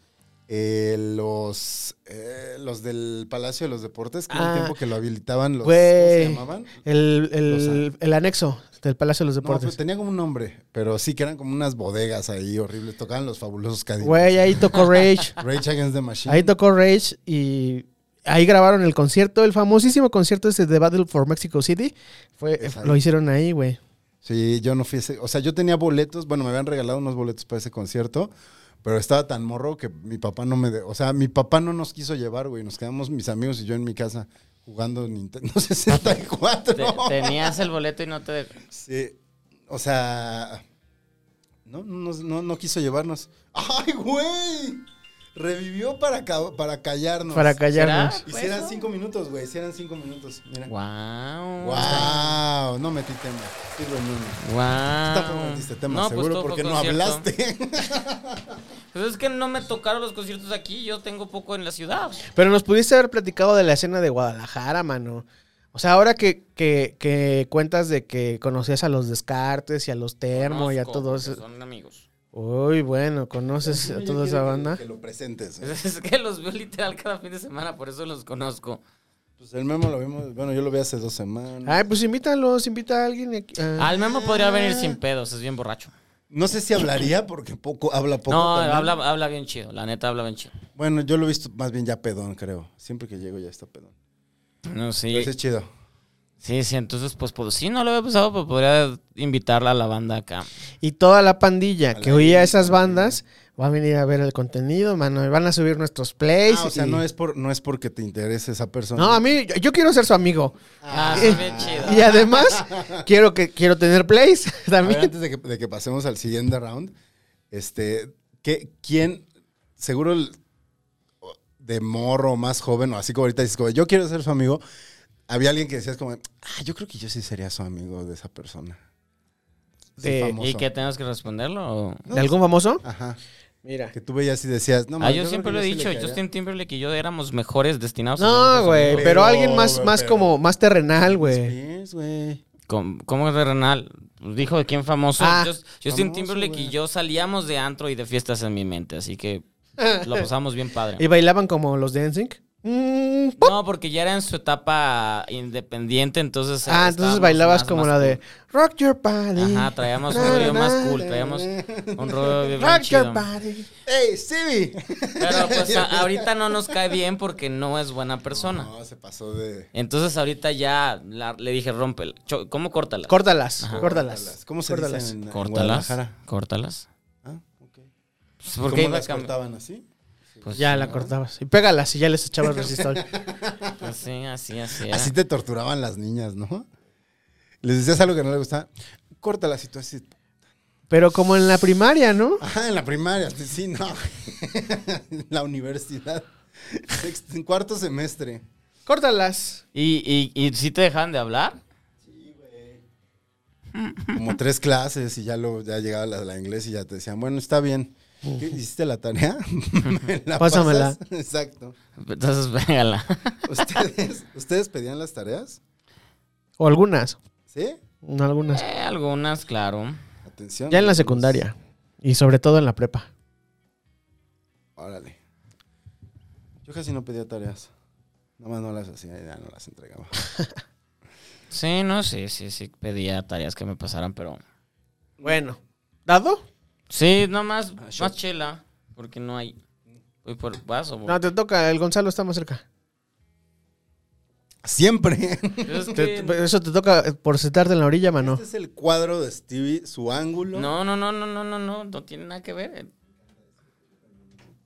Speaker 2: Eh, los, eh, los del Palacio de los Deportes, que era
Speaker 1: Ah,
Speaker 2: el tiempo que lo habilitaban los... ¿Cómo se
Speaker 1: Güey.
Speaker 2: llamaban?
Speaker 1: El, el,
Speaker 2: Los-
Speaker 1: el anexo del Palacio de los
Speaker 2: No, pues
Speaker 1: Deportes.
Speaker 2: tenía como un nombre, pero sí que eran como unas bodegas ahí horribles. Tocaban los fabulosos Cadillacs.
Speaker 1: Güey, ahí tocó Rage.
Speaker 2: Rage Against the Machine.
Speaker 1: ahí tocó Rage y ahí grabaron el concierto, el famosísimo concierto ese de Battle for Mexico City. Fue,
Speaker 2: Es ahí.
Speaker 1: lo hicieron ahí, güey.
Speaker 2: Sí, yo no fui a ese. O sea, yo tenía boletos. Bueno, me habían regalado unos boletos para ese concierto. Pero estaba tan morro que mi papá no me. de- o sea, mi papá no nos quiso llevar, güey. Nos quedamos mis amigos y yo en mi casa jugando Nintendo 64.
Speaker 3: Te- tenías el boleto y no te...
Speaker 2: Sí. O sea. No, no, no, no quiso llevarnos. ¡Ay, güey! Revivió para, ca- para callarnos.
Speaker 1: Para callarnos.
Speaker 3: ¿Será?
Speaker 2: Hicieran cinco minutos, güey. Hicieran cinco minutos. Mira.
Speaker 3: Wow.
Speaker 2: Wow, no metí tema. Sí, güey, no, no. Tú tampoco metiste tema, seguro,
Speaker 3: Ah. pues, todo fue
Speaker 2: porque no
Speaker 3: concierto.
Speaker 2: hablaste.
Speaker 3: Pues es que no me tocaron los conciertos aquí, yo tengo poco en la ciudad.
Speaker 1: Pero nos pudiste haber platicado de la escena de Guadalajara, mano. O sea, ahora que, que, que cuentas de que conocías a los Descartes y a los Termo y a
Speaker 3: Conozco,
Speaker 1: todos.
Speaker 3: porque Son amigos.
Speaker 1: Uy, bueno, conoces a
Speaker 2: Yo
Speaker 1: toda esa
Speaker 2: quiero que-
Speaker 1: banda.
Speaker 2: Que lo presentes. ¿eh?
Speaker 3: Es, es que los veo literal cada fin de semana, por eso los conozco.
Speaker 2: Pues el memo lo vimos, bueno, yo lo vi hace dos semanas.
Speaker 1: Ay, pues invítalos, invita a alguien. aquí. Ah,
Speaker 3: Al Memo podría venir sin pedos, es bien borracho.
Speaker 2: No sé si hablaría porque poco, habla poco.
Speaker 3: No,
Speaker 2: también.
Speaker 3: habla, habla bien chido, la neta habla bien chido.
Speaker 2: Bueno, yo lo he visto más bien ya pedón, creo. Siempre que llego ya está pedón.
Speaker 3: No, sí.
Speaker 2: Entonces es chido.
Speaker 3: Sí, sí, entonces, pues, pues sí, no lo había pensado, pero podría invitarla a la banda acá.
Speaker 1: Y toda la pandilla que
Speaker 2: la
Speaker 1: oía
Speaker 2: gente,
Speaker 1: esas
Speaker 2: sí.
Speaker 1: bandas va a venir a ver el contenido, mano. y Van a subir nuestros plays.
Speaker 2: Ah, o sea,
Speaker 1: y-
Speaker 2: no es, por, no es porque te interese esa persona.
Speaker 1: No, a mí, yo- yo quiero ser su amigo.
Speaker 3: Ah,
Speaker 1: Eh,
Speaker 3: sí, bien chido.
Speaker 1: Y además, quiero que quiero tener plays
Speaker 2: A ver,
Speaker 1: también.
Speaker 2: antes de que, de que pasemos al siguiente round, este, ¿qué, ¿quién, seguro el- de morro más joven, o así como ahorita dices, como, yo quiero ser su amigo, había alguien que decías como, ah, yo creo que yo sí sería su amigo de esa persona. Sí,
Speaker 1: De-
Speaker 2: famoso.
Speaker 3: ¿Y qué tenemos que responderlo? o?
Speaker 1: ¿De algún famoso?
Speaker 2: Ajá.
Speaker 1: Mira.
Speaker 2: Que tú veías y decías, no,
Speaker 3: ah,
Speaker 2: man,
Speaker 3: yo,
Speaker 2: creo
Speaker 3: siempre
Speaker 2: que
Speaker 3: lo he
Speaker 2: sí le
Speaker 3: dicho,
Speaker 2: caería".
Speaker 3: Justin Timberlake y yo éramos mejores destinados. a ser
Speaker 1: No, güey,
Speaker 3: amigos.
Speaker 1: pero,
Speaker 2: pero-
Speaker 1: alguien más, más
Speaker 2: pero-
Speaker 1: como, más terrenal, güey.
Speaker 2: Spears, güey.
Speaker 3: ¿Cómo, cómo es de Renal? Dijo de quién famoso.
Speaker 1: Ah,
Speaker 3: Just- Justin
Speaker 2: famoso,
Speaker 3: Timberlake y
Speaker 2: güey.
Speaker 3: yo salíamos de antro y de fiestas en mi mente, así que lo pasamos bien
Speaker 1: Y
Speaker 3: padre.
Speaker 1: bailaban como los de NSYNC. Mm, pop.
Speaker 3: No, porque ya era en su etapa independiente, entonces. eh,
Speaker 1: ah, entonces
Speaker 3: estábamos
Speaker 1: bailabas
Speaker 3: más-
Speaker 1: como
Speaker 3: más
Speaker 1: la de
Speaker 3: cool.
Speaker 1: Rock Your Body.
Speaker 3: Ajá, traíamos un rollo más cool, traíamos un rollo bien
Speaker 1: Rock Your
Speaker 3: chido.
Speaker 1: Body.
Speaker 2: ¡Ey, Stevie!
Speaker 3: Pero pues a- ahorita no nos cae bien porque no es buena persona.
Speaker 2: No, se pasó de...
Speaker 3: Entonces ahorita ya la- le dije, rómpela. Cho- ¿Cómo córtala?
Speaker 1: Córtalas, córtalas.
Speaker 2: Córtalas. ¿Cómo se
Speaker 1: Córtalas.
Speaker 2: dice en, en
Speaker 3: Córtalas.
Speaker 2: Guadalajara?
Speaker 3: Córtalas.
Speaker 2: Ah, ok.
Speaker 3: Pues, ¿por qué
Speaker 2: ¿Cómo
Speaker 3: iba a
Speaker 2: las
Speaker 3: cambiar?
Speaker 2: cortaban así?
Speaker 3: Pues,
Speaker 1: Ya
Speaker 3: sí,
Speaker 1: la
Speaker 3: ¿no?
Speaker 1: cortabas. Y pégalas y ya les echabas resistol.
Speaker 3: Pues, sí, así, así. era.
Speaker 2: Así te torturaban las niñas, ¿no? Les decías algo que no les gustaba. Córtala si tú así.
Speaker 1: Pero como en la primaria, ¿no?
Speaker 2: Ajá, en la primaria. pues Sí, no. En la universidad. Sexto- en cuarto semestre.
Speaker 1: Córtalas.
Speaker 3: ¿Y, y, ¿Y si te dejaban de hablar?
Speaker 2: Como tres clases y ya, lo, ya llegaba la, la inglés y ya te decían, bueno, está bien. ¿Qué, ¿Hiciste la tarea? ¿Me la
Speaker 1: Pásamela.
Speaker 2: pasas? Exacto.
Speaker 3: Entonces, pégala.
Speaker 2: ¿Ustedes, ¿Ustedes pedían las tareas?
Speaker 1: O algunas.
Speaker 2: ¿Sí?
Speaker 1: Algunas.
Speaker 3: Eh, algunas, claro.
Speaker 2: Atención.
Speaker 1: Ya en la
Speaker 2: amigos.
Speaker 1: secundaria. Y sobre todo en la prepa.
Speaker 2: Órale. Yo casi no pedía tareas. Nada más no las hacía y ya no las entregaba.
Speaker 3: Sí, no, sí, sí, sí. Pedía tareas que me pasaran, pero...
Speaker 1: Bueno. ¿Dado?
Speaker 3: Sí, nomás
Speaker 2: Ah,
Speaker 3: más, más chela, porque no hay... Voy por vaso.
Speaker 1: No, te toca. El Gonzalo está más cerca.
Speaker 2: Siempre.
Speaker 3: Es
Speaker 1: Te-
Speaker 3: que-
Speaker 1: te- eso te toca eh, por sentarte en la orilla, mano.
Speaker 2: Este es el cuadro de Stevie, su ángulo.
Speaker 3: No, no, no, no, no, no, no, no tiene nada que ver.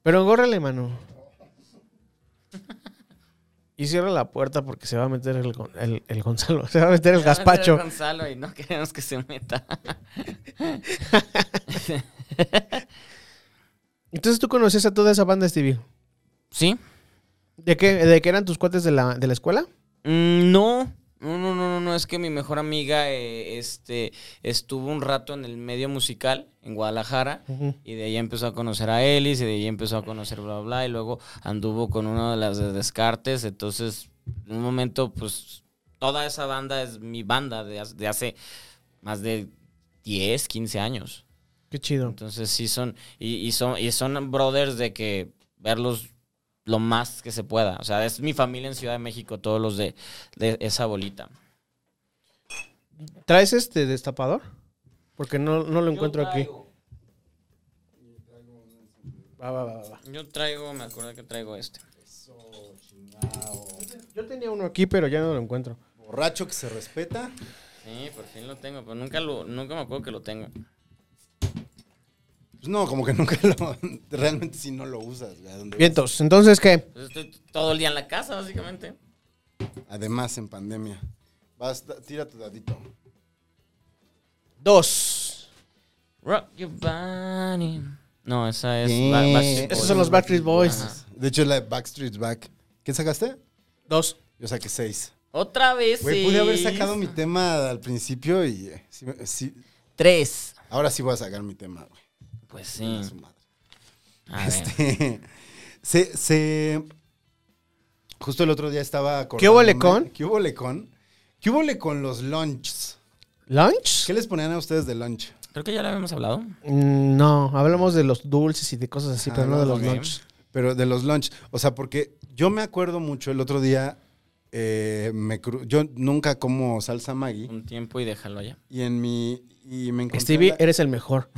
Speaker 1: Pero engórrale, mano. Y cierra la puerta porque se va a meter el, Gon- el- el Gonzalo, se va a meter el
Speaker 3: Se va a meter
Speaker 1: gazpacho.
Speaker 3: Gonzalo y no queremos que se meta.
Speaker 1: Entonces tú conocías a toda esa banda, Stevie.
Speaker 3: ¿Sí?
Speaker 1: ¿De qué, de qué eran tus cuates de la, de la escuela?
Speaker 3: Mm, No, no, no, no, no, no, es que mi mejor amiga eh, este, estuvo un rato en el medio musical en Guadalajara y de ahí empezó a conocer a Ellis y de ahí empezó a conocer bla, bla, bla y luego anduvo con una de las de Descartes, entonces en un momento pues toda esa banda es mi banda de, hace- de hace más de 10, 15 años.
Speaker 1: Qué chido.
Speaker 3: Entonces sí son, y, y son, y son brothers de que verlos lo más que se pueda. O sea, es mi familia en Ciudad de México, todos los de, de esa bolita.
Speaker 1: ¿Traes este destapador? Porque no, no lo encuentro aquí. Va, va, va, va.
Speaker 3: Yo traigo, me acuerdo que traigo este.
Speaker 1: Yo tenía uno aquí, pero ya no lo encuentro.
Speaker 2: Borracho que se respeta.
Speaker 3: Sí, por fin lo tengo, pero nunca, lo, nunca me acuerdo que lo tengo.
Speaker 2: Pues no, como que nunca lo. Realmente si no lo usas. güey, a donde vas.
Speaker 1: Vientos, entonces, ¿qué?
Speaker 3: Entonces, Pues estoy todo el día en la casa, básicamente.
Speaker 2: Además, en pandemia. Basta, tira tu dadito.
Speaker 1: Dos.
Speaker 3: Rock your body. No, esa es...
Speaker 2: Bien.
Speaker 3: Ba- Backstreet
Speaker 2: Esos
Speaker 3: Boys.
Speaker 1: son los Backstreet Boys.
Speaker 3: Ajá.
Speaker 2: De hecho, es la de Backstreet's Back. ¿Qué sacaste?
Speaker 1: Dos.
Speaker 2: Yo saqué seis.
Speaker 3: Otra vez.
Speaker 2: Güey, pude haber
Speaker 3: seis.
Speaker 2: sacado mi tema al principio y. eh, sí me- sí-
Speaker 3: Tres.
Speaker 2: ahora sí voy a sacar mi tema, güey.
Speaker 3: Pues sí.
Speaker 2: A su madre.
Speaker 1: Ah,
Speaker 3: A ver.
Speaker 2: Este, se, se- Justo el otro día estaba.
Speaker 1: ¿Qué hubo le
Speaker 2: acordándome-
Speaker 1: con?
Speaker 2: ¿Qué hubo le con? ¿Qué hubo le con los lunches?
Speaker 1: ¿Lunch?
Speaker 2: ¿Qué les ponían a ustedes de lunch?
Speaker 3: Creo que ya lo habíamos hablado.
Speaker 1: Mm, No, hablamos de los dulces y de cosas así,
Speaker 2: Ah,
Speaker 1: pero no de los
Speaker 2: ok.
Speaker 1: lunch.
Speaker 2: Pero de los lunch. O sea, porque yo me acuerdo mucho el otro día. eh, me cru- yo nunca como salsa Maggi.
Speaker 3: un tiempo y déjalo allá.
Speaker 2: Y en mi. Y me encontré.
Speaker 1: Stevie,
Speaker 2: la-
Speaker 1: eres el mejor.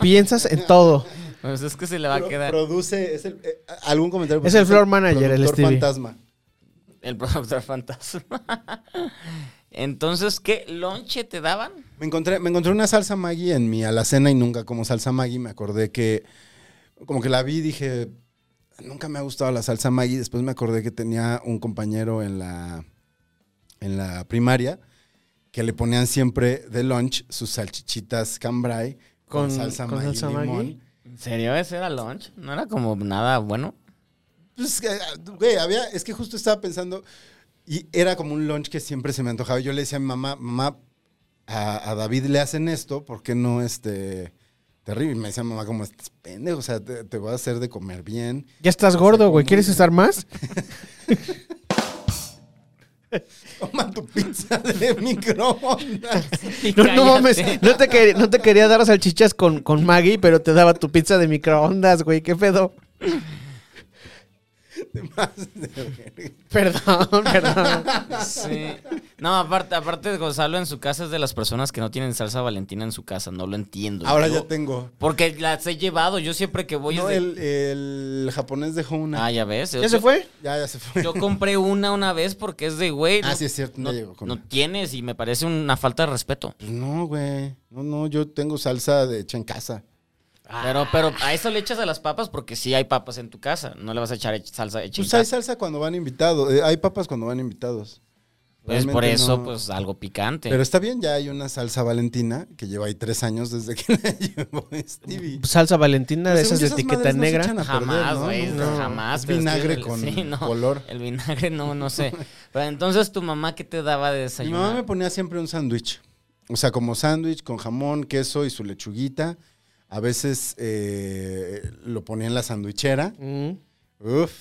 Speaker 1: Piensas en todo.
Speaker 3: Pues es que se
Speaker 1: Ah,
Speaker 3: le va a
Speaker 2: pro-
Speaker 3: quedar
Speaker 2: Produce. Es el, eh, algún comentario.
Speaker 1: Es el
Speaker 2: Produce
Speaker 1: floor manager, el
Speaker 2: productor
Speaker 1: Stevie.
Speaker 2: fantasma.
Speaker 3: el productor fantasma. Entonces, ¿qué lonche te daban?
Speaker 2: Me encontré, me encontré una salsa Maggi en mi alacena y nunca como salsa Maggi. Me acordé que, como que la vi y dije, nunca me ha gustado la salsa Maggi. Después me acordé que tenía un compañero en la, en la primaria que le ponían siempre de lunch sus salchichitas cambrai con,
Speaker 1: Con-
Speaker 2: salsa
Speaker 1: con
Speaker 2: Maggi
Speaker 1: salsa
Speaker 2: limón.
Speaker 1: Maggi.
Speaker 3: ¿En serio ese era lunch? No era como nada bueno.
Speaker 2: Pues, eh, güey, había, es que justo estaba pensando y era como un lunch que siempre se me antojaba. Yo le decía a mi mamá, mamá, a, a David le hacen esto, ¿por qué no este terrible? Y me decía mamá, como estás pendejo, o sea, te, te voy a hacer de comer bien.
Speaker 1: Ya estás gordo, güey. ¿Quieres estar más?
Speaker 2: Toma tu pizza de microondas.
Speaker 1: No, no mames.
Speaker 3: Cállate.
Speaker 1: No te, quer- no te quería dar salchichas con, con Maggie, pero te daba tu pizza de microondas, güey. ¿Qué pedo?
Speaker 2: Te pasas de verga.
Speaker 1: Perdón, perdón.
Speaker 3: Sí. No, aparte, aparte Gonzalo en su casa es de las personas que no tienen salsa valentina en su casa. No lo entiendo.
Speaker 2: Ahora
Speaker 3: Yo-
Speaker 2: ya tengo.
Speaker 3: Porque las he llevado. Yo siempre que voy...
Speaker 2: No,
Speaker 3: es de-
Speaker 2: el, el japonés dejó una.
Speaker 3: Ah, ya ves.
Speaker 1: ¿Ya se fue?
Speaker 2: Ya, ya se fue.
Speaker 3: Yo compré una una vez porque es de güey.
Speaker 2: Ah,
Speaker 3: no-
Speaker 2: sí, es cierto, no
Speaker 3: No,
Speaker 2: llegó con
Speaker 3: no
Speaker 2: una.
Speaker 3: tienes y me parece una falta de respeto.
Speaker 2: Pues no, güey. No, no, yo tengo salsa de hecha en casa.
Speaker 3: Pero, pero a eso le echas a las papas porque sí hay papas en tu casa. No le vas a echar hech- salsa hecha en
Speaker 2: Pues hay
Speaker 3: casa.
Speaker 2: salsa cuando van invitados, eh, hay papas cuando van invitados.
Speaker 3: Pues por
Speaker 2: Realmente
Speaker 3: eso,
Speaker 2: no.
Speaker 3: pues algo picante.
Speaker 2: Pero está bien, ya hay una salsa valentina que lleva ahí tres años desde que la llevó Stevie.
Speaker 1: Salsa Valentina Pues, de esas de etiqueta negra.
Speaker 3: jamás, güey. Jamás.
Speaker 2: Es
Speaker 3: pero es que
Speaker 2: vinagre
Speaker 3: el-
Speaker 2: con
Speaker 3: sí, no,
Speaker 2: color.
Speaker 3: El vinagre, no, no sé. Pero entonces, ¿tu mamá qué te daba de
Speaker 2: Mi mamá me
Speaker 3: desayuno?
Speaker 2: ponía siempre un sándwich. O sea, como sándwich con jamón, queso y su lechuguita. A veces eh, lo ponía en la sandwichera.
Speaker 1: Mm.
Speaker 2: Uf.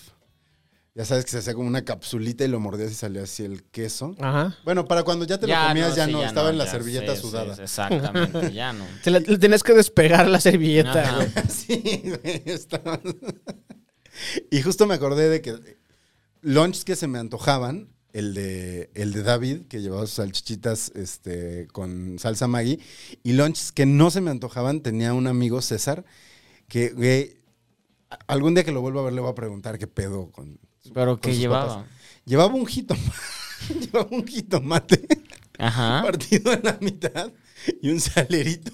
Speaker 2: Ya sabes que se hacía como una capsulita y lo mordías y salía así el queso.
Speaker 1: Ajá.
Speaker 2: Bueno, para cuando ya te lo comías ya
Speaker 3: sí,
Speaker 2: no, estaba en la
Speaker 3: ya,
Speaker 2: servilleta
Speaker 3: sí, sí,
Speaker 2: sudada.
Speaker 3: sí, exactamente, ya no.
Speaker 1: Te la- le tenías que despegar la servilleta.
Speaker 3: Ajá.
Speaker 1: güey.
Speaker 2: Sí, güey, estaba- Y justo me acordé de que lunch que se me antojaban, el de, el de David, que llevaba sus salchichitas este, con salsa Maggi, y lunches que no se me antojaban, tenía un amigo, César, que, güey, a- algún día que lo vuelva a ver le voy a preguntar qué pedo con...
Speaker 3: Pero
Speaker 2: con
Speaker 3: ¿qué
Speaker 2: sus
Speaker 3: llevaba?
Speaker 2: papas. Llevaba un jitomate, llevaba un jitomate
Speaker 3: Ajá.
Speaker 2: partido en la mitad y un salerito.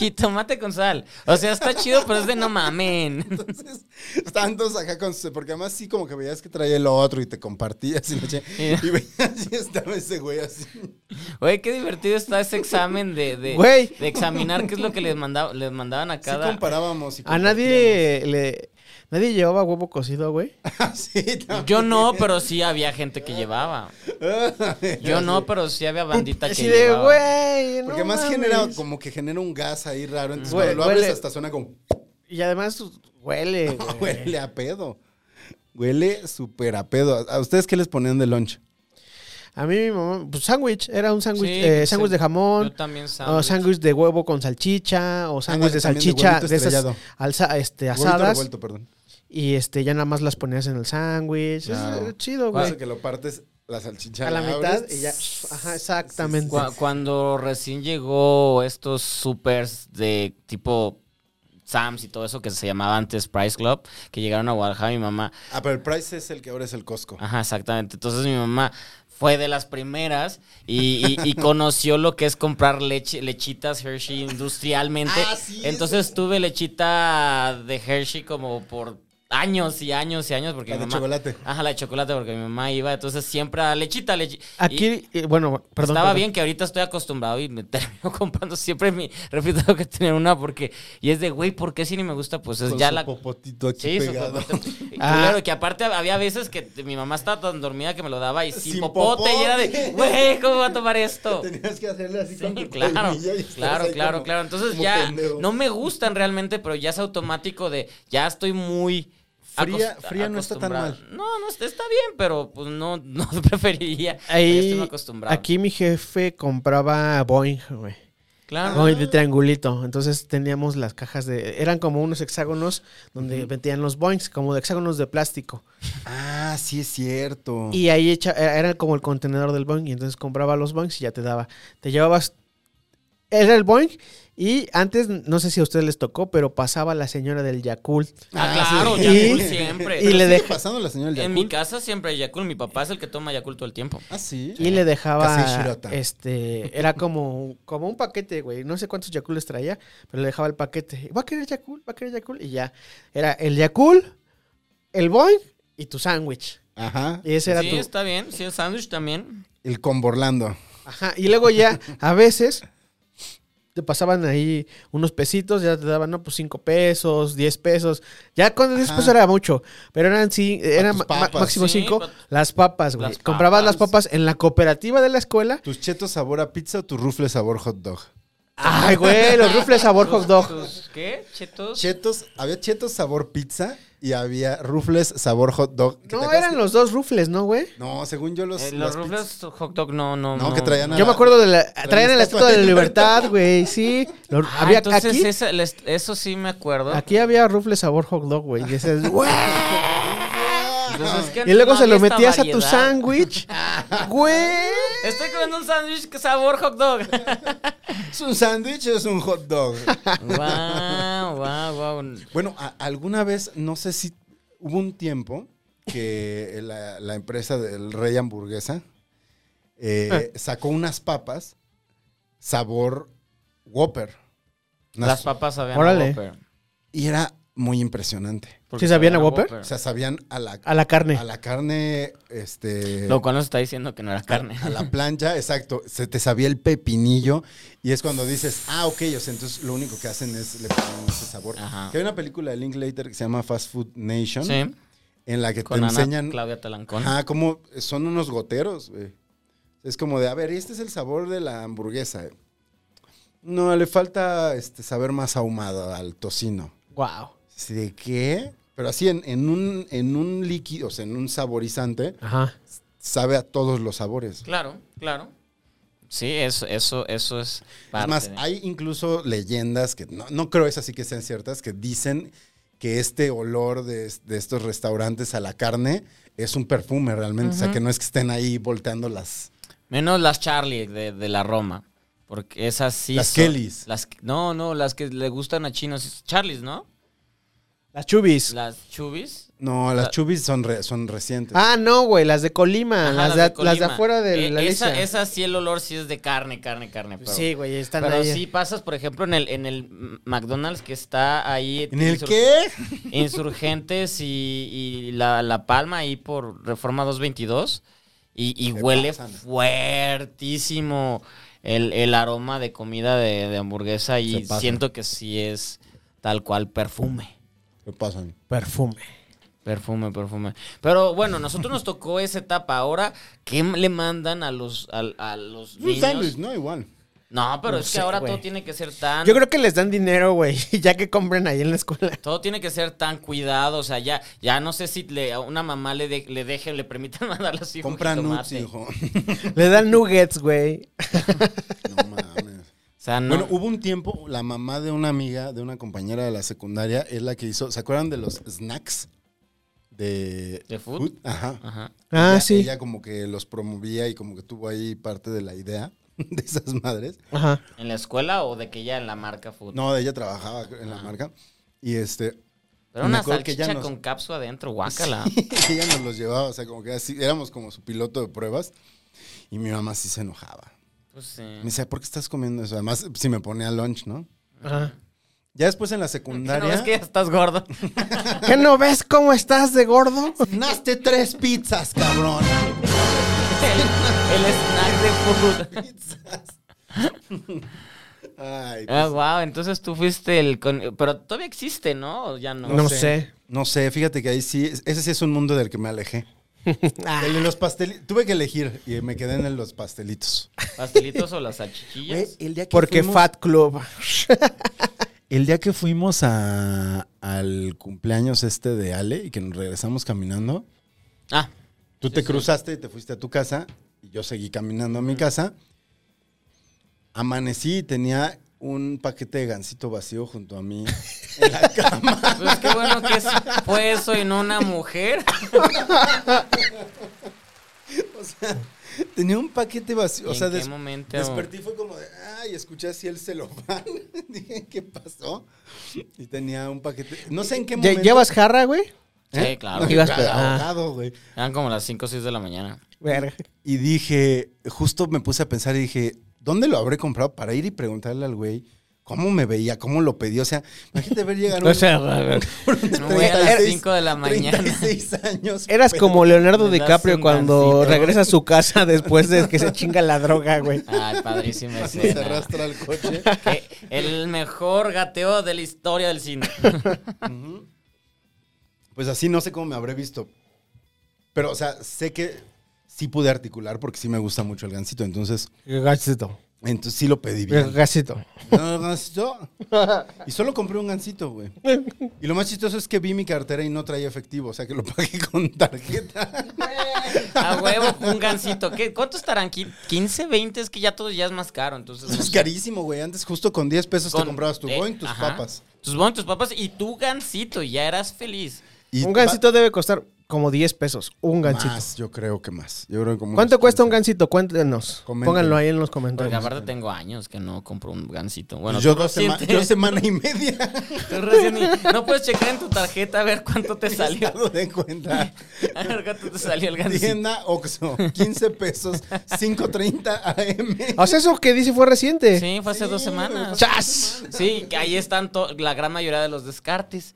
Speaker 3: Y tomate con sal. O sea, está chido, pero es de no mamen.
Speaker 2: Entonces, estaban todos acá con su- Porque además sí como que veías que traía el otro y te compartías y, la che- y veías y estaba ese güey así.
Speaker 3: Güey, qué divertido está ese examen de, de,
Speaker 1: Güey.
Speaker 3: de examinar qué es lo que les, mandaba, les mandaban a
Speaker 2: Sí
Speaker 3: cada.
Speaker 2: comparábamos. y
Speaker 1: A nadie le. Nadie llevaba huevo cocido, güey.
Speaker 2: compartíamos. sí, también.
Speaker 3: Yo no, pero sí había gente que llevaba. Yo no, pero sí había bandita que
Speaker 1: Así de,
Speaker 3: llevaba.
Speaker 1: güey. no
Speaker 2: Porque más
Speaker 1: mames.
Speaker 2: genera como que genera un gas ahí raro. Entonces
Speaker 1: Güey,
Speaker 2: cuando lo abres
Speaker 1: huele-
Speaker 2: hasta suena como
Speaker 1: Y además pues, huele, güey.
Speaker 2: huele a pedo. Huele súper a pedo. ¿A ustedes qué les ponían de lunch?
Speaker 1: A mí mi mamá, pues sándwich, era un sándwich,
Speaker 3: Sí,
Speaker 1: eh,
Speaker 2: pues,
Speaker 3: sí.
Speaker 1: sándwich de jamón,
Speaker 3: Yo también
Speaker 1: o
Speaker 3: sándwich.
Speaker 1: sándwich de huevo con salchicha, o sándwich
Speaker 2: Ándale,
Speaker 1: de
Speaker 2: también de
Speaker 1: salchicha de,
Speaker 2: huevito
Speaker 1: esas
Speaker 2: estrellado.
Speaker 1: alza- este,
Speaker 2: Huevito
Speaker 1: asadas,
Speaker 2: revuelto, perdón.
Speaker 1: y este ya nada más las ponías en el sándwich, Es-
Speaker 2: Claro.
Speaker 1: es chido,
Speaker 2: Pasa
Speaker 1: güey.
Speaker 2: que lo partes la salchicha.
Speaker 1: A la mitad
Speaker 2: abres,
Speaker 1: y ya, ajá, exactamente.
Speaker 3: Cu- cuando recién llegó estos supers de tipo Sam's y todo eso que se llamaba antes Price Club, que llegaron a Guadalajara, mi mamá.
Speaker 2: Ah, pero el Price es el que ahora es el Costco.
Speaker 3: Ajá, exactamente. Entonces mi mamá fue de las primeras y, y- y conoció lo que es comprar leche, lechitas Hershey industrialmente.
Speaker 2: Ah, sí,
Speaker 3: Entonces tuve lechita de Hershey como por años y años y Pues años porque
Speaker 2: La
Speaker 3: mi
Speaker 2: de
Speaker 3: mamá-
Speaker 2: chocolate.
Speaker 3: Ajá, la de chocolate porque mi mamá iba, entonces siempre a lechita, lechi- y-
Speaker 1: Aquí, eh, bueno, perdón.
Speaker 3: Estaba
Speaker 1: perdón.
Speaker 3: bien que ahorita estoy acostumbrado y me termino comprando siempre mi refri tengo que tener una porque y es de güey, ¿por qué si ni me gusta? Pues es
Speaker 2: Con
Speaker 3: ya
Speaker 2: su
Speaker 3: la
Speaker 2: popotito aquí
Speaker 3: Sí, su
Speaker 2: pegado.
Speaker 3: popote. Y
Speaker 1: Ah.
Speaker 3: Claro, que aparte había veces que mi mamá estaba tan dormida que me lo daba y sin,
Speaker 2: Sin
Speaker 3: popote, y era de,
Speaker 2: popote.
Speaker 3: güey, ¿cómo va a tomar esto?
Speaker 2: Tenías que hacerle así
Speaker 3: Sí,
Speaker 2: con tu
Speaker 3: claro,
Speaker 2: colmillo y estabas
Speaker 3: claro,
Speaker 2: ahí
Speaker 3: claro,
Speaker 2: como-
Speaker 3: claro. Entonces
Speaker 2: como
Speaker 3: ya
Speaker 2: pendejo.
Speaker 3: no me gustan realmente, pero ya es automático de, ya estoy muy...
Speaker 2: Fría-
Speaker 3: acost-
Speaker 2: fría no está tan
Speaker 3: acostumbrado. No, no está, está bien, pero pues no, no preferiría. pero ya estoy
Speaker 1: Ahí,
Speaker 3: muy acostumbrado.
Speaker 1: aquí mi jefe compraba Boeing, güey.
Speaker 3: Claro.
Speaker 1: Boeing de triangulito. Entonces teníamos las cajas de. Eran como unos hexágonos donde metían los Boeings, como de hexágonos de plástico.
Speaker 2: Ah, sí es
Speaker 3: Oh.
Speaker 2: cierto.
Speaker 1: Y ahí echa, e, era era como el contenedor del Boeing. Y entonces compraba los Boeings y ya te daba. Te llevabas. Era el Boeing. Y antes, no sé si a ustedes les tocó, pero pasaba la señora del Yakult.
Speaker 3: Ah,
Speaker 2: Ah,
Speaker 3: claro,
Speaker 1: sí.
Speaker 3: Yakult
Speaker 1: Y-
Speaker 3: siempre.
Speaker 1: y le
Speaker 2: ¿Sigue
Speaker 1: deja-
Speaker 2: pasando la señora del
Speaker 3: en
Speaker 2: Yakult?
Speaker 3: mi casa siempre hay Yakult. Mi papá es el que toma Yakult todo el tiempo.
Speaker 2: Ah, sí.
Speaker 1: Y le
Speaker 2: Casey
Speaker 1: dejaba.
Speaker 2: Shirota.
Speaker 1: Este. Era como, como un paquete, güey. No sé cuántos Yakult les traía, pero le dejaba el paquete. Va a querer Yakult, va a querer Yakult. Y ya. Era el Yakult, el Boeing y tu sándwich.
Speaker 2: Ajá.
Speaker 1: Y ese era
Speaker 3: sí,
Speaker 1: tu.
Speaker 3: está bien. Sí, el sándwich también.
Speaker 2: El comborlando.
Speaker 1: Ajá, y luego ya, a veces, te pasaban ahí unos pesitos, ya te daban, no, pues 5 pesos, 10 pesos. Ya cuando 10
Speaker 2: Ajá.
Speaker 1: pesos era mucho, pero eran sí, eran
Speaker 2: tus
Speaker 1: ma-
Speaker 2: papas.
Speaker 1: ma- máximo
Speaker 3: Sí,
Speaker 1: 5.
Speaker 3: pa-
Speaker 1: las papas, güey.
Speaker 3: Las
Speaker 1: Comprabas las
Speaker 3: papas.
Speaker 1: papas en la cooperativa de la escuela.
Speaker 2: ¿Tus chetos sabor a pizza o tu rufle sabor hot dog?
Speaker 1: Ay, güey, los rufles sabor hot dog.
Speaker 3: Tus- ¿Qué? ¿Chetos?
Speaker 2: Chetos, había chetos sabor pizza y había rufles sabor hot dog. ¿Te
Speaker 1: No,
Speaker 2: acuerdas
Speaker 1: eran
Speaker 2: que-
Speaker 1: los dos rufles, ¿no, güey?
Speaker 2: No, según yo los...
Speaker 3: Eh,
Speaker 2: las
Speaker 3: los rufles mm, hot dog no, no.
Speaker 2: No, que traían a-
Speaker 1: Yo me acuerdo de la. Traían el
Speaker 2: la
Speaker 1: estatuto de la
Speaker 2: Estatua de la
Speaker 1: libertad, güey, sí. Lo-
Speaker 3: Ah,
Speaker 1: había,
Speaker 3: entonces
Speaker 1: aquí,
Speaker 3: esa- les- eso sí me acuerdo.
Speaker 1: aquí había rufles sabor hot dog, güey. Y ese es, güey.
Speaker 3: Entonces, Pues es que
Speaker 1: Y luego
Speaker 3: no
Speaker 1: se lo
Speaker 3: había esta
Speaker 1: metías a tu
Speaker 3: variedad.
Speaker 1: sándwich. Güey.
Speaker 3: Estoy comiendo un sándwich que sabor hot dog.
Speaker 2: ¿Es un sándwich o es un hot dog?
Speaker 3: wow, wow, wow.
Speaker 2: Bueno, a- alguna vez, no sé si hubo un tiempo que la, la empresa del Rey Hamburguesa eh,
Speaker 3: Ah.
Speaker 2: sacó unas papas sabor Whopper. Unas-
Speaker 3: Las papas sabían
Speaker 1: Órale.
Speaker 3: a Whopper.
Speaker 2: y era muy impresionante.
Speaker 3: Porque
Speaker 1: sabían a Whopper?
Speaker 2: O sea, sabían a la,
Speaker 1: A la carne.
Speaker 2: a la carne, este...
Speaker 3: Lo cual nos está diciendo que Ah, no era carne.
Speaker 2: A la plancha, exacto. Se te sabía el pepinillo. Y es cuando dices, ah, ok, o sea, entonces lo único que hacen es le ponen ese sabor.
Speaker 3: Ajá.
Speaker 2: Que hay una película de Linklater que se llama Fast Food Nation.
Speaker 3: Sí.
Speaker 2: En la que
Speaker 3: Con
Speaker 2: te
Speaker 3: Ana
Speaker 2: enseñan.
Speaker 3: Claudia Talancón.
Speaker 2: Ajá, como son unos goteros, güey. Es como de, a ver, este es el sabor de la hamburguesa. eh. No, le falta este saber más ahumado al tocino.
Speaker 1: Wow.
Speaker 2: Así ¿De qué? Pero así en, en un, en un líquido, o sea, en un saborizante,
Speaker 1: Ajá.
Speaker 2: sabe a todos los sabores.
Speaker 3: Claro, claro. Sí, eso, eso, eso es parte.
Speaker 2: Es más,
Speaker 3: de-
Speaker 2: hay incluso leyendas que no, no creo es así que sean ciertas, que dicen que este olor de, es- de estos restaurantes a la carne es un perfume realmente. O sea, que no es que estén ahí volteando las.
Speaker 3: Menos las Charlie de, de la Roma. Porque esas sí.
Speaker 2: Las
Speaker 3: son-
Speaker 2: Kellys.
Speaker 3: Las, que- no, no, las que le gustan a chinos. Charlies, ¿no?
Speaker 1: Las chubis.
Speaker 3: Las chubis.
Speaker 2: No, las
Speaker 3: La-
Speaker 2: chubis son, re- son recientes.
Speaker 1: Ah, no, güey, las de Colima,
Speaker 3: Ajá,
Speaker 1: Ah, las, de, las de
Speaker 3: Colima.
Speaker 1: afuera de
Speaker 3: Eh,
Speaker 1: la
Speaker 3: esa,
Speaker 1: lista.
Speaker 3: esa sí, el olor sí es de carne, carne, carne. Pero,
Speaker 1: Sí, güey, están
Speaker 3: pero
Speaker 1: ahí.
Speaker 3: sí pasas, por ejemplo, en el, en el McDonald's que está ahí.
Speaker 2: ¿En el
Speaker 3: insur-
Speaker 2: qué?
Speaker 3: Insurgentes y, y la, La Palma ahí por Reforma 222. Y, y huele
Speaker 2: pasan.
Speaker 3: fuertísimo el, el aroma de comida de, de hamburguesa.
Speaker 2: Se
Speaker 3: Y
Speaker 2: pasan.
Speaker 3: siento que sí es tal cual perfume.
Speaker 2: ¿Qué pasan?
Speaker 1: Perfume.
Speaker 3: Perfume, perfume. Pero bueno, nosotros nos tocó esa etapa. Ahora, ¿qué le mandan a los, a, a los
Speaker 2: Un
Speaker 3: niños?
Speaker 2: sándwich, no, igual.
Speaker 3: No, pero
Speaker 1: No
Speaker 3: es que
Speaker 1: sé,
Speaker 3: ahora
Speaker 1: güey.
Speaker 3: todo tiene que ser tan...
Speaker 1: Yo creo que les dan dinero, güey, ya que compren ahí en la escuela.
Speaker 3: Todo tiene que ser tan cuidado, o sea, ya, ya no sé si le, a una mamá le, de- le deje, le permitan mandarle así un
Speaker 2: Compra nuts,
Speaker 3: jitomate.
Speaker 2: hijo.
Speaker 1: Le dan nuggets, güey.
Speaker 2: No mames.
Speaker 3: O sea, no.
Speaker 2: Bueno, hubo un tiempo, la mamá de una amiga, de una compañera de la secundaria, es la que hizo, ¿se acuerdan de los snacks? De,
Speaker 3: ¿De food?
Speaker 2: Ajá.
Speaker 3: Ajá.
Speaker 1: Ah,
Speaker 2: Ella-
Speaker 1: sí.
Speaker 2: Ella como que los promovía y como que tuvo ahí parte de la idea de esas madres.
Speaker 1: Ajá.
Speaker 3: ¿En la escuela o de que ya en la marca food?
Speaker 2: No, ella trabajaba en
Speaker 3: Ah.
Speaker 2: la marca. Y este,
Speaker 3: Pero
Speaker 2: me
Speaker 3: una
Speaker 2: acuerdo que ya Pues
Speaker 3: salchicha
Speaker 2: nos-
Speaker 3: con cápsula adentro, guácala.
Speaker 2: ella nos los llevaba, o sea, como que así, éramos como su piloto de pruebas. Y mi mamá sí se enojaba.
Speaker 3: Pues, sí.
Speaker 2: Me decía, ¿por qué estás comiendo eso? Además, si me ponía lunch, ¿no?
Speaker 1: Ajá.
Speaker 2: Ya después en la
Speaker 3: ¿No
Speaker 2: secundaria.
Speaker 3: ves que ya estás gordo?
Speaker 1: ¿Qué no ves cómo estás de gordo?
Speaker 2: ¡Naste tres pizzas, cabrón!
Speaker 3: el, el snack de food.
Speaker 2: Ay, pues,
Speaker 3: Ah, wow, entonces tú fuiste el... con- Pero todavía existe, ¿no? ¿O Ya no.
Speaker 1: No sé.
Speaker 2: No sé, fíjate que ahí sí, ese sí es un mundo del que me alejé.
Speaker 3: Ah.
Speaker 2: El de los pastelitos, tuve que elegir y me quedé en el de los pastelitos.
Speaker 3: ¿Pastelitos o las salchichillas?
Speaker 2: el día que
Speaker 1: Porque
Speaker 2: fuimos,
Speaker 1: Fat Club.
Speaker 2: el día que fuimos a- al cumpleaños este de Ale y que nos regresamos caminando,
Speaker 3: Ah,
Speaker 2: tú te cruzaste y te fuiste a tu casa y yo seguí caminando a mi casa. Amanecí y tenía un paquete de gansito vacío junto a mí en la cama.
Speaker 3: pues qué bueno que es- fue eso y no una mujer.
Speaker 2: O sea, tenía un paquete vacío.
Speaker 3: ¿Y
Speaker 2: O
Speaker 3: en
Speaker 2: sea,
Speaker 3: qué
Speaker 2: des-
Speaker 3: momento?
Speaker 2: desperté y fue como de, ay, escuché así el celofán. Dije, ¿qué pasó? Y tenía un paquete. No sé en qué
Speaker 1: ¿Lle-
Speaker 2: momento.
Speaker 1: ¿Llevas jarra, güey?
Speaker 3: Sí, claro.
Speaker 2: ¿Eh? No,
Speaker 1: Ibas
Speaker 2: claro,
Speaker 1: pe- ah.
Speaker 2: ahogado, güey.
Speaker 3: Eran como las 5 o 6 de la mañana.
Speaker 1: Verga.
Speaker 2: Y dije, justo me puse a pensar y dije, ¿dónde lo habré comprado? Para ir y preguntarle al güey. ¿Cómo me veía? ¿Cómo lo pedí? O sea, imagínate ver llegar un...
Speaker 1: O sea, güey,
Speaker 2: un de
Speaker 3: No, güey, a las
Speaker 2: 36,
Speaker 3: 5 de la mañana.
Speaker 2: 36 años.
Speaker 1: Eras como Leonardo
Speaker 3: Me das
Speaker 1: DiCaprio
Speaker 3: un
Speaker 1: cuando
Speaker 3: gancito.
Speaker 1: regresa a su casa después de que se chinga la droga, güey.
Speaker 3: Ay, padrísima
Speaker 2: Cuando se
Speaker 3: escena.
Speaker 2: arrastra al coche.
Speaker 3: Que El mejor gateo de la historia del cine.
Speaker 2: Pues así no sé cómo me habré visto. Pero, o sea, sé que sí pude articular porque sí me gusta mucho el gansito. Entonces,
Speaker 1: Gasito.
Speaker 2: entonces sí lo pedí bien.
Speaker 1: Gasito.
Speaker 2: No, gansito. Y solo compré un gansito, güey. Y lo más chistoso es que vi mi cartera y no traía efectivo. O sea, que lo pagué con tarjeta. Pues
Speaker 3: A huevo, un gancito. ¿Qué, ¿Cuánto estarán? ¿Qui- ¿15, 20? Es que ya todo ya es más caro. Entonces, no
Speaker 2: Es
Speaker 3: sé.
Speaker 2: carísimo, güey. Antes justo con 10 pesos
Speaker 3: Con-
Speaker 2: te comprabas tu
Speaker 3: eh,
Speaker 2: boing, tus
Speaker 3: ajá.
Speaker 2: papas.
Speaker 3: Tus boing, tus papas y tu gancito. Y ya eras feliz.
Speaker 2: Y
Speaker 1: Un gancito debe costar como 10 pesos. Un
Speaker 2: pa-
Speaker 1: gancito.
Speaker 2: Más, yo creo que más. Yo creo que como
Speaker 1: ¿Cuánto
Speaker 2: unos
Speaker 1: cuesta un
Speaker 2: 15.
Speaker 1: gancito? Cuéntenos.
Speaker 2: Comenten.
Speaker 1: Pónganlo ahí en los
Speaker 3: Porque
Speaker 1: comentarios.
Speaker 3: aparte tengo años que no compro un gancito. Bueno,
Speaker 2: pues, eh. yo,
Speaker 3: tú
Speaker 2: dos sema-
Speaker 3: reciente-
Speaker 2: yo semana y media.
Speaker 3: tú recién y- no puedes checar en tu tarjeta a ver cuánto te salió.
Speaker 2: Estado de cuenta.
Speaker 3: A ver cuánto te salió el gancito.
Speaker 2: Tienda Oxxo, 15 pesos, 5.30 AM.
Speaker 1: O sea, eso que dice fue reciente.
Speaker 3: Sí, fue hace dos semanas.
Speaker 1: ¡Chas!
Speaker 3: Sí, que ahí están to- la gran mayoría de los descartes.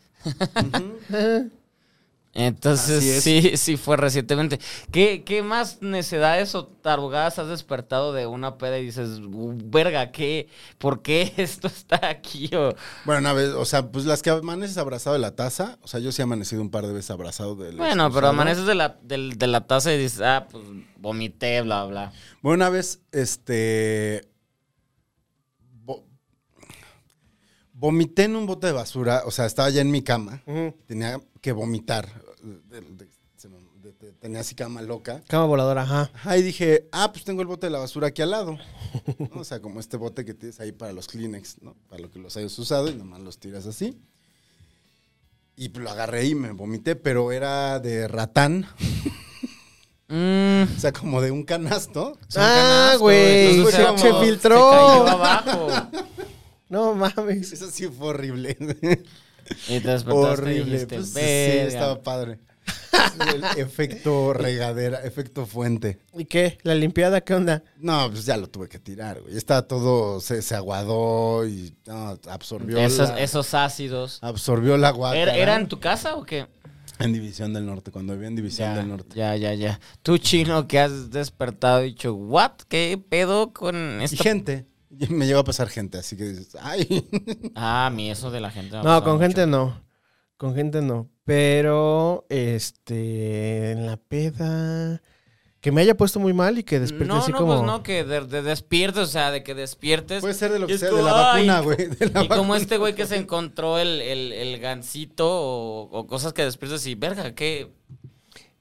Speaker 2: Así
Speaker 3: Entonces,
Speaker 2: es.
Speaker 3: sí, sí fue recientemente. ¿Qué, ¿Qué más necedades o tarugadas has despertado de una peda y dices, verga, ¿qué? ¿Por qué esto está aquí? O,
Speaker 2: Bueno, una vez, o sea, pues las que amaneces abrazado de la taza, o sea, yo sí he amanecido un par de veces abrazado de la
Speaker 3: bueno,
Speaker 2: excusado.
Speaker 3: pero amaneces de la, del- de la taza y dices, ah, pues vomité, bla, bla.
Speaker 2: Bueno, una vez, este. vo- Vomité en un bote de basura, o sea, estaba ya en mi cama, tenía que vomitar, eh, de- de- se me- de- de- tenía así cama loca.
Speaker 1: Cama voladora, ajá.
Speaker 2: Ajá, y dije, ah, pues tengo el bote de la basura aquí al lado. ¿no? O sea, como este bote que tienes ahí para los Kleenex, ¿no? Para lo que los hayas usado y nomás los tiras así. Y pues, lo agarré y me vomité, pero era de ratán,
Speaker 3: Mm,
Speaker 2: o sea, como de un canasto.
Speaker 3: son
Speaker 1: ah,
Speaker 3: canastos,
Speaker 1: güey.
Speaker 3: entonces
Speaker 1: Se,
Speaker 3: era
Speaker 1: se
Speaker 3: como-
Speaker 1: filtró.
Speaker 3: Se cayó abajo.
Speaker 1: no mames.
Speaker 2: Eso sí fue horrible.
Speaker 3: Y te despertaste y
Speaker 2: Horrible.
Speaker 3: dijiste,
Speaker 2: Pues, sí,
Speaker 3: "Verga".
Speaker 2: estaba padre. El efecto regadera, efecto fuente.
Speaker 1: ¿Y qué? ¿La limpiada qué onda?
Speaker 2: No, pues ya lo tuve que tirar, güey. Estaba todo, se, se aguadó y no, absorbió.
Speaker 3: Esos, Er,
Speaker 2: la-
Speaker 3: esos ácidos.
Speaker 2: Absorbió la agua.
Speaker 3: ¿Era, era en tu casa o qué?
Speaker 2: En División del Norte, cuando había en División
Speaker 3: Ya,
Speaker 2: del Norte.
Speaker 3: ya, ya, ya. Tú, chino, que has despertado y dicho, ¿what? ¿Qué pedo con
Speaker 2: Y
Speaker 3: esto?
Speaker 2: gente. Y Me llegó a pasar gente, así que dices, ay.
Speaker 3: Ah, a mí eso de la gente. me ha
Speaker 1: No,
Speaker 3: pasado
Speaker 1: con
Speaker 3: mucho.
Speaker 1: gente no. Con gente no. Pero, este, en la peda. Que me haya puesto muy mal y que despierte
Speaker 3: No,
Speaker 1: así
Speaker 3: no,
Speaker 1: como.
Speaker 3: pues no, que de, de despiertes, o sea, de que despiertes.
Speaker 2: Puede ser de lo
Speaker 3: y
Speaker 2: que
Speaker 3: es
Speaker 2: sea, de
Speaker 3: como,
Speaker 2: la
Speaker 3: "Ay".
Speaker 2: vacuna, güey. de la
Speaker 3: Y como
Speaker 2: vacuna.
Speaker 3: este güey que se encontró el, el, el gancito o, o cosas que despiertes y, verga, ¿qué?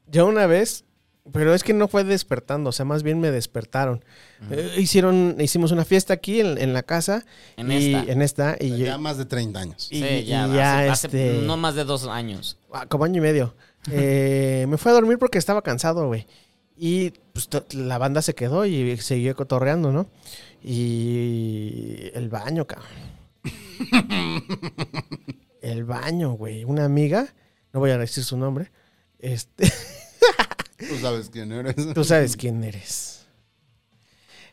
Speaker 1: Yo una vez, pero es que no fue despertando, o sea, más bien me despertaron. Eh, hicieron, hicimos una fiesta aquí en, en la casa.
Speaker 3: En
Speaker 1: y,
Speaker 3: esta.
Speaker 1: En esta. Y, yo-
Speaker 2: Ya más de 30 años.
Speaker 1: y-
Speaker 3: sí, ya,
Speaker 1: y ya,
Speaker 3: hace, hace
Speaker 1: este-
Speaker 3: no más de dos años.
Speaker 1: Ah, como año y medio. Eh, me fui a dormir porque estaba cansado, güey. Y pues, to- la banda se quedó y siguió cotorreando, ¿no? Y el baño, cabrón. el baño, güey. Una amiga, no voy a decir su nombre, este,
Speaker 2: Tú sabes quién eres.
Speaker 1: tú sabes quién eres.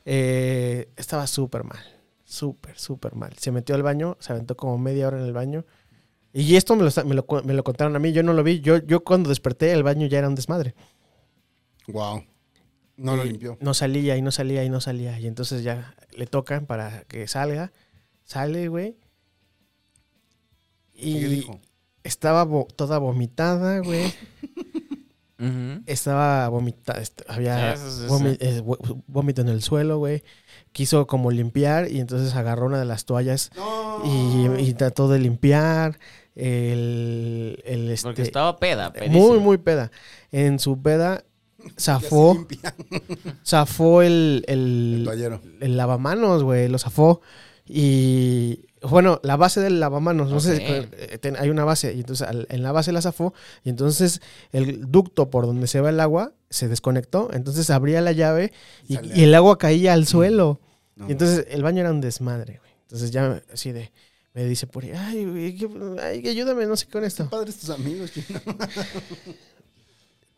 Speaker 1: Eh, estaba súper mal, súper, súper mal. Se metió al baño, se aventó como media hora en el baño. Y esto me lo, sa- me lo cu- me lo contaron a mí, yo no lo vi. Yo, yo cuando desperté, el baño ya era un desmadre.
Speaker 2: Wow. No lo limpió.
Speaker 1: No salía y no salía y no salía. Y entonces ya le tocan para que salga. Sale, güey.
Speaker 2: ¿Qué
Speaker 1: Y
Speaker 2: dijo?
Speaker 1: estaba vo- toda vomitada, güey.
Speaker 3: Ujú.
Speaker 1: Estaba vomitada. Había
Speaker 3: Sí, sí, sí,
Speaker 1: vomi- eh, vo- vómito en el suelo, güey. Quiso como limpiar y entonces agarró una de las toallas
Speaker 2: No.
Speaker 1: y, y trató de limpiar. El, el, este,
Speaker 3: Porque estaba peda, pedísima.
Speaker 1: muy, muy peda. En su peda zafó. zafó el, el,
Speaker 2: El toallero.
Speaker 1: el lavamanos, güey, lo zafó. Y bueno, la base del lavamanos, no sé,
Speaker 3: Ok.
Speaker 1: eh, ten- hay una base, y entonces al- en la base la zafó, y entonces el ducto por donde se va el agua se desconectó, entonces abría la llave y,
Speaker 2: Salía.
Speaker 1: y el agua caía al suelo.
Speaker 2: No.
Speaker 1: Y entonces el baño era un desmadre, güey. Entonces ya así de, me dice por ahí, ay, güey, qué- ay, ayúdame, no sé qué con esto.
Speaker 2: Padres tus amigos. chino.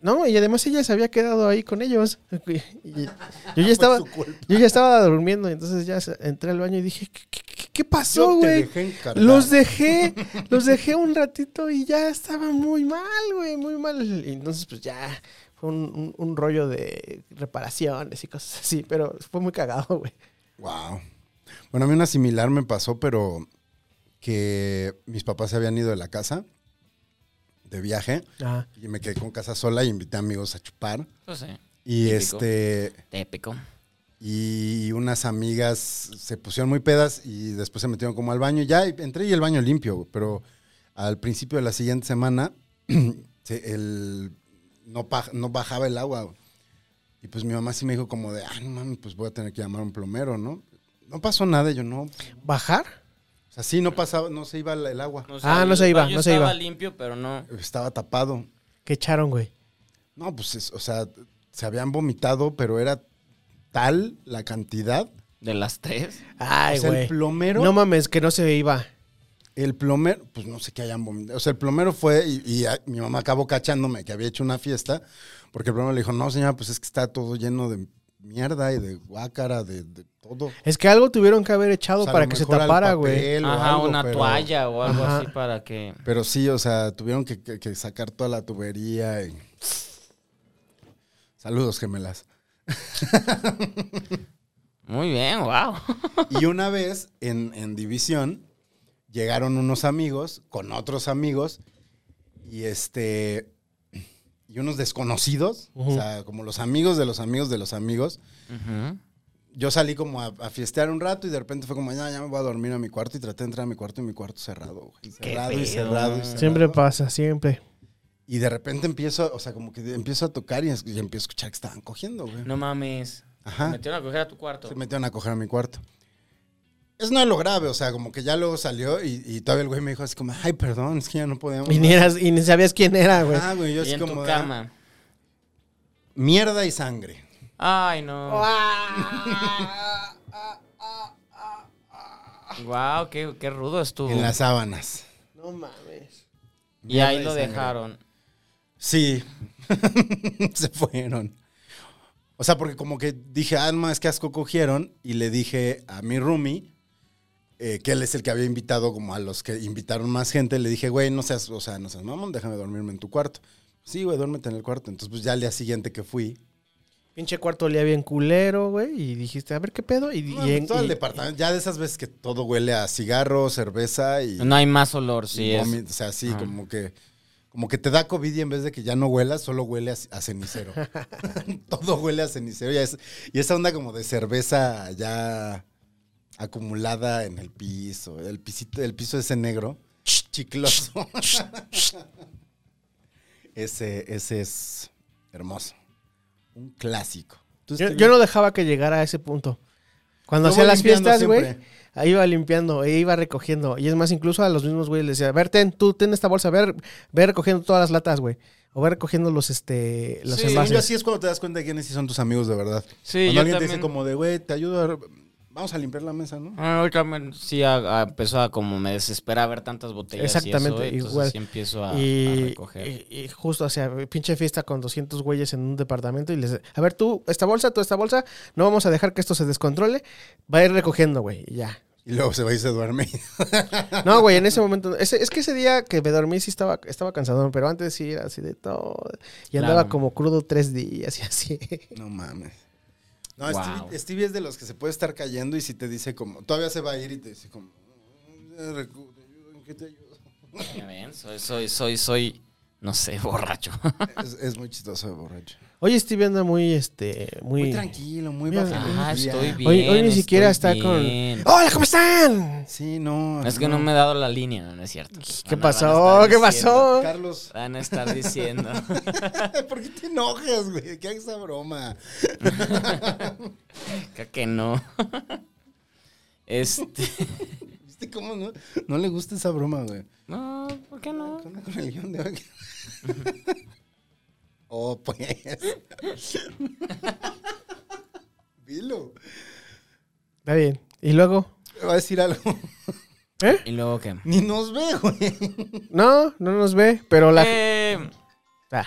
Speaker 1: No, y además ella se había quedado ahí con ellos. Y yo ya estaba,
Speaker 2: tu culpa.
Speaker 1: yo ya estaba durmiendo, entonces ya se- entré al baño y dije, ¿qué, qué- qué- qué pasó,
Speaker 2: Yo te
Speaker 1: güey?
Speaker 2: dejé encargado.
Speaker 1: Los dejé, los dejé un ratito y ya estaba muy mal, güey, muy mal. Y entonces, pues ya fue un, un- un rollo de reparaciones y cosas así, pero fue muy cagado, güey.
Speaker 2: Wow. Bueno, a mí una similar me pasó, pero que mis papás se habían ido de la casa de viaje
Speaker 1: Ah,
Speaker 2: y me quedé con casa sola y invité amigos a chupar.
Speaker 3: Pues sí,
Speaker 2: Y
Speaker 3: Típico.
Speaker 2: este
Speaker 3: típico.
Speaker 2: y unas amigas se pusieron muy pedas y después se metieron como al baño. Ya entré y el baño limpio, güey, pero al principio de la siguiente semana se- el, no, pa- no bajaba el agua. güey. Y pues mi mamá sí me dijo como de, ah, no mami, pues voy a tener que llamar a un plomero, ¿no? No pasó nada, y yo no. O
Speaker 1: ¿Bajar?
Speaker 2: sea, sí, no pasaba, no se iba el, el agua.
Speaker 3: O
Speaker 1: Ah, no se
Speaker 3: el
Speaker 1: iba,
Speaker 3: baño
Speaker 1: no se iba.
Speaker 3: estaba limpio, pero no.
Speaker 2: Estaba tapado.
Speaker 1: ¿Qué echaron, güey?
Speaker 2: No, pues, es- o sea, se habían vomitado, pero era tal la cantidad.
Speaker 3: De las tres.
Speaker 1: Ay,
Speaker 2: o sea,
Speaker 1: güey.
Speaker 2: Pues el plomero...
Speaker 1: No mames, que no se iba.
Speaker 2: El plomero, pues no sé qué hayan vomitado. O sea, el plomero fue y, y, ah, mi mamá acabó cachándome que había hecho una fiesta, porque el plomero le dijo, no, señora, pues es que está todo lleno de mierda y de guácara, de, de todo. O
Speaker 1: Es que algo tuvieron que haber echado
Speaker 2: sea, a
Speaker 1: para
Speaker 2: lo
Speaker 1: que se
Speaker 2: mejor al
Speaker 1: tapara, güey.
Speaker 2: papel o
Speaker 3: Ajá,
Speaker 2: algo,
Speaker 3: una
Speaker 2: pero-
Speaker 3: toalla o algo
Speaker 1: Ajá.
Speaker 3: así para que.
Speaker 2: Pero sí, o sea, tuvieron que, que- que sacar toda la tubería y... Saludos, gemelas.
Speaker 3: Muy bien, wow.
Speaker 2: Y una vez en, en División llegaron unos amigos con otros amigos y este y unos desconocidos, o sea, como los amigos de los amigos de los amigos. Yo salí como a, a fiestear un rato y de repente fue como, ya, ya me voy a dormir a mi cuarto y traté de entrar a mi cuarto y mi cuarto cerrado, güey. Cerrado y cerrado y cerrado.
Speaker 1: Siempre pasa, siempre.
Speaker 2: Y de repente empiezo, o sea, como que empiezo a tocar y, es- y empiezo a escuchar que estaban cogiendo, güey.
Speaker 3: No mames.
Speaker 2: Ajá.
Speaker 3: Te metieron a coger a tu cuarto.
Speaker 2: Se metieron a coger a mi cuarto. Eso no es lo grave, o sea, como que ya luego salió y, y todavía el güey me dijo así como, ay, perdón, es que ya no podíamos.
Speaker 1: Y ni, eras- y ni sabías quién era, güey.
Speaker 2: Ah, güey, yo
Speaker 3: Y
Speaker 2: así
Speaker 3: en
Speaker 2: como.
Speaker 3: tu
Speaker 2: de,
Speaker 3: cama.
Speaker 2: Mierda y sangre. ah.
Speaker 3: Ay, no.
Speaker 2: ah,
Speaker 3: Wow, qué, qué rudo estuvo.
Speaker 2: En las sábanas.
Speaker 1: No No mames.
Speaker 3: Y
Speaker 2: Mierda
Speaker 3: ahí
Speaker 2: y
Speaker 3: lo
Speaker 2: sangre.
Speaker 3: dejaron.
Speaker 2: Sí, se fueron. O sea, porque como que dije, ah, no, es que asco cogieron. Y le dije a mi roomie, eh, que él es el que había invitado como a los que invitaron más gente. Le dije, güey, no seas, o sea, no seas mamón, déjame dormirme en tu cuarto. Sí, güey, duérmete en el cuarto. Entonces, pues ya al día siguiente que fui.
Speaker 1: Pinche cuarto olía bien culero, güey. Y dijiste, a ver qué pedo. Y, y
Speaker 2: no, pues,
Speaker 1: en-
Speaker 2: todo
Speaker 1: y-
Speaker 2: el departamento. Ya de esas veces que todo huele a cigarro, cerveza y.
Speaker 3: No hay más olor, sí.
Speaker 2: y
Speaker 3: es-
Speaker 2: vómito, O sea, sí,
Speaker 3: Ajá.
Speaker 2: como que. Como que te da COVID y en vez de que ya no huelas, solo huele a, a cenicero. Todo huele a cenicero. Y, es- y esa onda como de cerveza ya acumulada en el piso. El, pisito, el piso ese negro. Chicloso. ese, ese es hermoso. Un clásico. Tú
Speaker 1: Yo,
Speaker 2: estuviste-
Speaker 1: yo no dejaba que llegara a ese punto. Cuando
Speaker 2: Yo
Speaker 1: hacía
Speaker 2: voy
Speaker 1: las
Speaker 2: limpiando
Speaker 1: fiestas, güey,
Speaker 2: siempre.
Speaker 1: ahí iba limpiando, e iba recogiendo. Y es más, incluso a los mismos güeyes les decía, a ver, ten, tú ten esta bolsa, ver, ve recogiendo todas las latas, güey. O ve recogiendo los, este, los
Speaker 2: Sí, según
Speaker 1: envases.
Speaker 2: yo así es cuando te das cuenta de quiénes sí son tus amigos de verdad.
Speaker 3: Sí,
Speaker 2: cuando
Speaker 3: yo
Speaker 2: alguien te
Speaker 3: también.
Speaker 2: dice como de, güey, te ayudo a... re- Vamos a limpiar la mesa, ¿no?
Speaker 3: Ah, ahorita me- sí, a- a- empezó a como me desespera ver tantas botellas.
Speaker 1: Exactamente,
Speaker 3: y eso, entonces
Speaker 1: igual.
Speaker 3: sí empiezo a, a
Speaker 1: y,
Speaker 3: recoger.
Speaker 1: y- y justo, o sea, pinche fiesta con 200 güeyes en un departamento y les... A ver, tú, esta bolsa, tú, esta bolsa, no vamos a dejar que esto se descontrole. Va a ir recogiendo, güey, y ya.
Speaker 2: Y luego se va y se duerme.
Speaker 1: No, güey, en ese momento. ese- es que ese día que me dormí sí estaba, estaba cansadón, pero antes sí era así de todo. Y andaba
Speaker 3: Claro.
Speaker 1: como crudo tres días y así.
Speaker 2: No mames. No,
Speaker 3: Wow.
Speaker 2: Stevie, Stevie es de los que se puede estar cayendo y si te dice como, todavía se va a ir y te dice como, "Eh, Recu, ¿te ayudo? ¿En qué te ayudo?
Speaker 3: Ya ven, soy, soy, soy, soy, no sé, borracho.
Speaker 2: es, es muy chistoso de borracho.
Speaker 1: Hoy estoy viendo muy, este, muy.
Speaker 2: Muy tranquilo, muy
Speaker 1: Mira,
Speaker 2: bajo.
Speaker 3: Ah, estoy bien.
Speaker 1: Hoy- hoy ni
Speaker 3: estoy
Speaker 1: siquiera está con- Oh.
Speaker 3: bien.
Speaker 1: ¡Hola, ¿cómo están?
Speaker 2: Sí, no.
Speaker 3: Es que no me he dado la línea, Ah, no, no es cierto.
Speaker 1: ¿Qué
Speaker 3: Van a-
Speaker 1: pasó?
Speaker 3: van a
Speaker 1: ¿Qué
Speaker 3: estar diciendo-
Speaker 1: pasó?
Speaker 2: Carlos,
Speaker 3: Van a estar diciendo.
Speaker 2: ¿por qué te enojas, güey? ¿Qué haces esa broma?
Speaker 3: Creo que no. Este.
Speaker 2: ¿Viste cómo no, no le gusta esa broma, güey?
Speaker 3: No, ¿por qué no?
Speaker 2: ¿Qué onda con el guión de hoy? oh, pues. Vilo.
Speaker 1: Está bien. Y luego.
Speaker 2: Va a decir algo.
Speaker 1: ¿Eh?
Speaker 3: ¿Y luego qué?
Speaker 2: Ni nos ve, güey.
Speaker 1: No, no nos ve, pero la.
Speaker 3: Eh,
Speaker 1: Ah,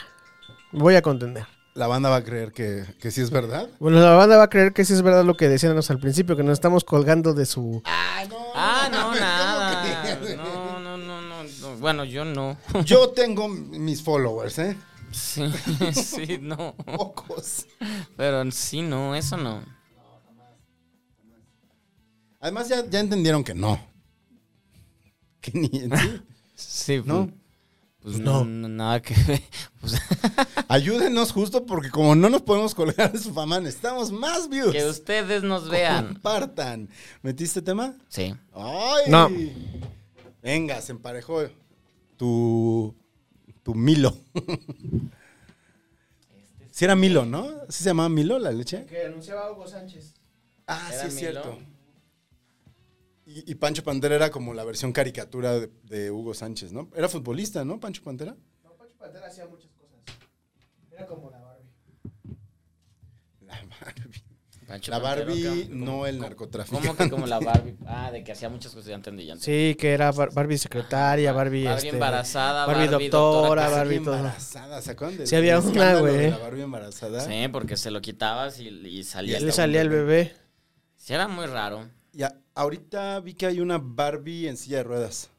Speaker 1: voy a contender.
Speaker 2: La banda va a creer que, que sí es verdad.
Speaker 1: Bueno, la banda va a creer que sí es verdad lo que decíamos al principio, que nos estamos colgando de su.
Speaker 2: Ah, no.
Speaker 3: ah, no,
Speaker 2: mames,
Speaker 3: nada.
Speaker 2: ¿cómo que?
Speaker 3: No, no, no, no, no. Bueno, yo no.
Speaker 2: Yo tengo mis followers, ¿eh?
Speaker 3: Sí, sí, no.
Speaker 1: Oh.
Speaker 2: Pocos.
Speaker 3: Pero sí, no, eso no.
Speaker 2: Además, ya, ya entendieron que no. Que ni sí.
Speaker 3: Sí,
Speaker 2: ¿No?
Speaker 3: pues, pues no. no, Nada que ver. Pues,
Speaker 2: Ayúdenos justo porque como no nos podemos colgar de su fama, necesitamos más views.
Speaker 1: Pues,
Speaker 3: que ustedes nos vean.
Speaker 2: Compartan. ¿Metiste tema?
Speaker 3: Sí.
Speaker 2: ¡Ay!
Speaker 1: No.
Speaker 2: Venga, se emparejó tu, tu Milo.
Speaker 3: Este
Speaker 2: Si era Milo, ¿no? ¿Sí se llamaba Milo la leche?
Speaker 1: Que anunciaba Hugo Sánchez.
Speaker 2: Ah,
Speaker 3: Era
Speaker 2: sí, es
Speaker 3: Milo.
Speaker 2: cierto. Y, y Pancho Pantera era como la versión caricatura de, de Hugo Sánchez, ¿no? Era futbolista, ¿no? Pancho Pantera.
Speaker 1: No, Pancho Pantera hacía muchas cosas. Era como la Barbie.
Speaker 2: La Barbie.
Speaker 3: Pancho
Speaker 2: La
Speaker 3: Pantera,
Speaker 2: Barbie,
Speaker 3: ¿cómo-
Speaker 2: no el
Speaker 3: ¿Cómo
Speaker 2: narcotraficante.
Speaker 3: que como la Barbie? Ah, de que hacía muchas cosas, ya entendí, ya entendí.
Speaker 1: Sí, que era Bar- Barbie secretaria, Barbie.
Speaker 3: Barbie
Speaker 1: este,
Speaker 3: embarazada,
Speaker 1: Barbie,
Speaker 3: Barbie
Speaker 1: doctora,
Speaker 3: doctora,
Speaker 2: Barbie
Speaker 1: Barbie todo.
Speaker 2: embarazada, ¿se acuerdan del
Speaker 1: Sí, había una,
Speaker 2: escándalo de
Speaker 1: güey.
Speaker 2: La Barbie embarazada.
Speaker 3: Sí, porque se lo quitabas y, y salía.
Speaker 1: Le
Speaker 3: hasta-
Speaker 1: salía el bebé.
Speaker 3: Sí, era muy raro.
Speaker 2: Y a- ahorita vi que hay una Barbie en silla de ruedas.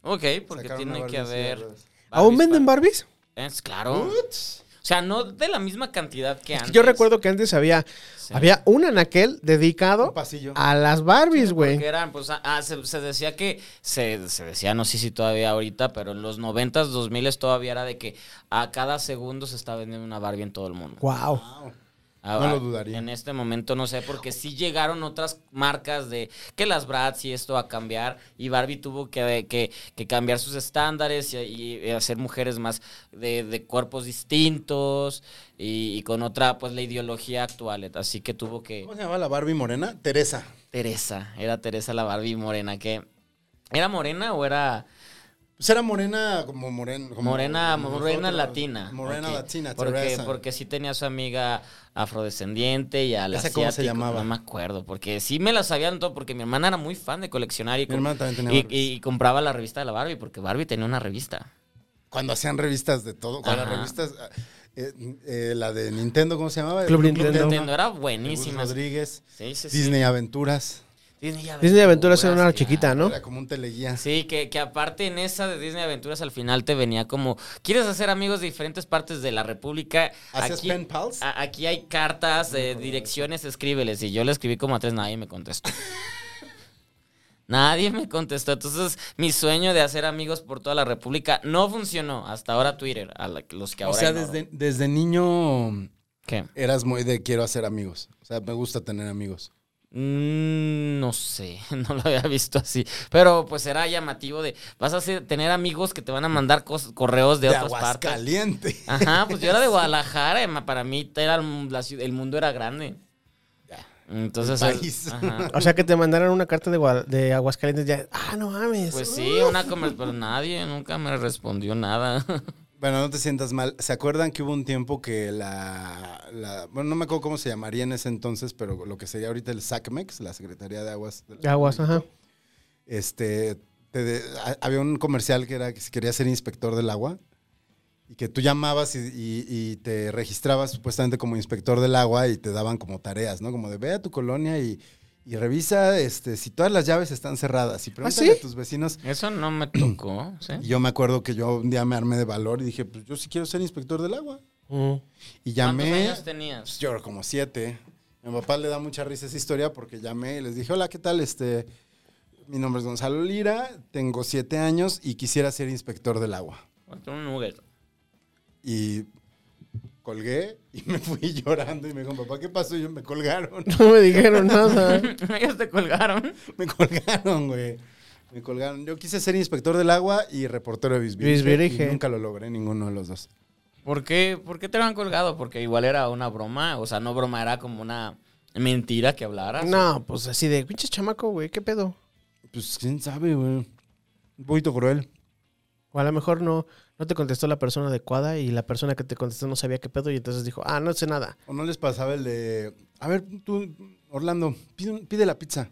Speaker 3: Ok, porque
Speaker 2: Sacaron una
Speaker 3: tiene
Speaker 2: Barbie
Speaker 3: que
Speaker 2: en silla de
Speaker 3: haber.
Speaker 2: ruedas.
Speaker 1: ¿Aún
Speaker 3: Barbies
Speaker 1: venden
Speaker 3: para-
Speaker 1: Barbies?
Speaker 3: Es claro. O sea, no de la misma cantidad que antes.
Speaker 1: Yo recuerdo que antes había,
Speaker 3: Sí.
Speaker 1: había un anaquel dedicado
Speaker 2: Un pasillo.
Speaker 1: a las Barbies, güey.
Speaker 3: Porque eran, pues, ah, se, se decía que, se, se decía, no sé si todavía ahorita, pero en los 90s, 2000 todavía era de que a cada segundo se está vendiendo una Barbie en todo el mundo.
Speaker 1: Wow.
Speaker 2: Wow.
Speaker 3: Ah,
Speaker 2: No lo
Speaker 3: ah,
Speaker 2: dudaría.
Speaker 3: En este momento no sé, porque sí llegaron otras marcas de que las Bratz y esto a cambiar. Y Barbie tuvo que, que- que cambiar sus estándares y, y hacer mujeres más de, de cuerpos distintos y, y con otra, pues, la ideología actual. Así que tuvo que.
Speaker 2: ¿Cómo se llamaba la Barbie morena? Teresa.
Speaker 3: Teresa, era Teresa la Barbie morena, que. ¿Era morena o era.?
Speaker 2: Pues Pues era morena como morena. Como
Speaker 3: Morena,
Speaker 2: como
Speaker 3: morena
Speaker 2: nosotros.
Speaker 3: latina.
Speaker 2: Morena
Speaker 3: Ok.
Speaker 2: latina,
Speaker 3: Porque,
Speaker 2: Teresa.
Speaker 3: porque sí tenía a su amiga afrodescendiente y a la
Speaker 2: ¿Esa cómo se
Speaker 3: asiático,
Speaker 2: llamaba?
Speaker 3: No me acuerdo, porque sí me la sabían todo, porque mi hermana era muy fan de coleccionar y,
Speaker 2: Mi hermana también tenía
Speaker 3: y,
Speaker 2: Barbies.
Speaker 3: y compraba la revista de la Barbie, porque Barbie tenía una revista.
Speaker 2: Cuando hacían revistas de todo. Cuando
Speaker 3: Ajá.
Speaker 2: las revistas. eh, eh, la de Nintendo, ¿cómo se llamaba?
Speaker 1: Club
Speaker 2: El
Speaker 1: Nintendo.
Speaker 3: Nintendo era
Speaker 2: de Gus
Speaker 3: buenísima.
Speaker 2: Rodríguez.
Speaker 3: Sí, sí, sí.
Speaker 2: Disney Aventuras.
Speaker 3: Disney
Speaker 1: Disney Aventuras era una
Speaker 3: claro.
Speaker 1: chiquita, ¿no?
Speaker 2: Era como un teleguía.
Speaker 3: Sí, que, que aparte en esa de Disney Aventuras al final te venía como, ¿quieres hacer amigos de diferentes partes de la República?
Speaker 2: ¿Hacías pen pals?
Speaker 3: a- aquí hay cartas, eh, direcciones, escríbeles. Y yo le escribí como a tres, nadie me contestó. Nadie me contestó. Entonces, mi sueño de hacer amigos por toda la República no funcionó. Hasta ahora Twitter, a la- los que
Speaker 2: O
Speaker 3: ahora...
Speaker 2: sea,
Speaker 3: ignoro.
Speaker 2: desde, desde niño
Speaker 3: ¿Qué?
Speaker 2: eras muy de quiero hacer amigos. O sea, me gusta tener amigos.
Speaker 3: Mm, No sé, no lo había visto así. Pero pues era llamativo de, vas a hacer- tener amigos que te van a mandar cos- correos de,
Speaker 2: De,
Speaker 3: otras partes.
Speaker 2: Aguascalientes.
Speaker 3: Ajá, pues yo era de Guadalajara, ma- para mí era el, la ciudad- el mundo era grande. Entonces,
Speaker 2: El
Speaker 3: el-
Speaker 2: país.
Speaker 3: ajá.
Speaker 1: O sea que te mandaron una carta de, Guada- de Aguascalientes ya. Ah, no mames.
Speaker 3: pues sí, una conversación, pero nadie nunca me respondió nada.
Speaker 2: Bueno, no te sientas mal. ¿Se acuerdan que hubo un tiempo que la, la- Bueno, no me acuerdo cómo se llamaría en ese entonces, pero lo que sería ahorita el SACMEX, la Secretaría de Aguas. de la
Speaker 1: Aguas,
Speaker 2: República,
Speaker 1: ajá.
Speaker 2: Este, te de- ha- había un comercial que era que si querías ser inspector del agua y que tú llamabas y, y- y te registrabas supuestamente como inspector del agua y te daban como tareas, ¿no? Como de ve a tu colonia y, y revisa este, si todas las llaves están cerradas y
Speaker 3: Ah,
Speaker 2: pregúntale
Speaker 1: sí?
Speaker 2: a tus vecinos
Speaker 3: Eso no me tocó, ¿sí?
Speaker 2: y yo me acuerdo que yo un día me armé de valor y dije, pues yo sí quiero ser inspector del agua.
Speaker 1: Mm.
Speaker 2: Y
Speaker 3: ¿Cuántos
Speaker 2: llamé.
Speaker 3: años tenías?
Speaker 2: pues, yo era como siete. A mi papá le da mucha risa esa historia porque llamé y les dije, hola, ¿qué tal? Este, mi nombre es Gonzalo Lira, tengo siete años y quisiera ser inspector del agua.
Speaker 3: Un nugget.
Speaker 2: Y colgué y me fui llorando y me dijo, papá, ¿qué pasó? Y yo, me colgaron.
Speaker 1: No me dijeron nada.
Speaker 3: Ellos te colgaron.
Speaker 2: Me colgaron, güey. Me colgaron. Yo quise ser inspector del agua y reportero de Bisbirige.
Speaker 1: Bisbirige.
Speaker 2: y Nunca lo logré, ninguno de los dos.
Speaker 3: ¿Por qué, ¿Por qué te lo han colgado? Porque igual era una broma. O sea, no broma, era como una mentira que hablaras.
Speaker 1: No, pues así de pinche chamaco, güey, ¿qué pedo?
Speaker 2: Pues quién sabe, güey. Un poquito cruel.
Speaker 1: O a lo mejor no, no te contestó la persona adecuada y la persona que te contestó no sabía qué pedo y entonces dijo, ah, no sé nada.
Speaker 2: ¿O no les pasaba el de, a ver, tú, Orlando, pide, un- pide la pizza?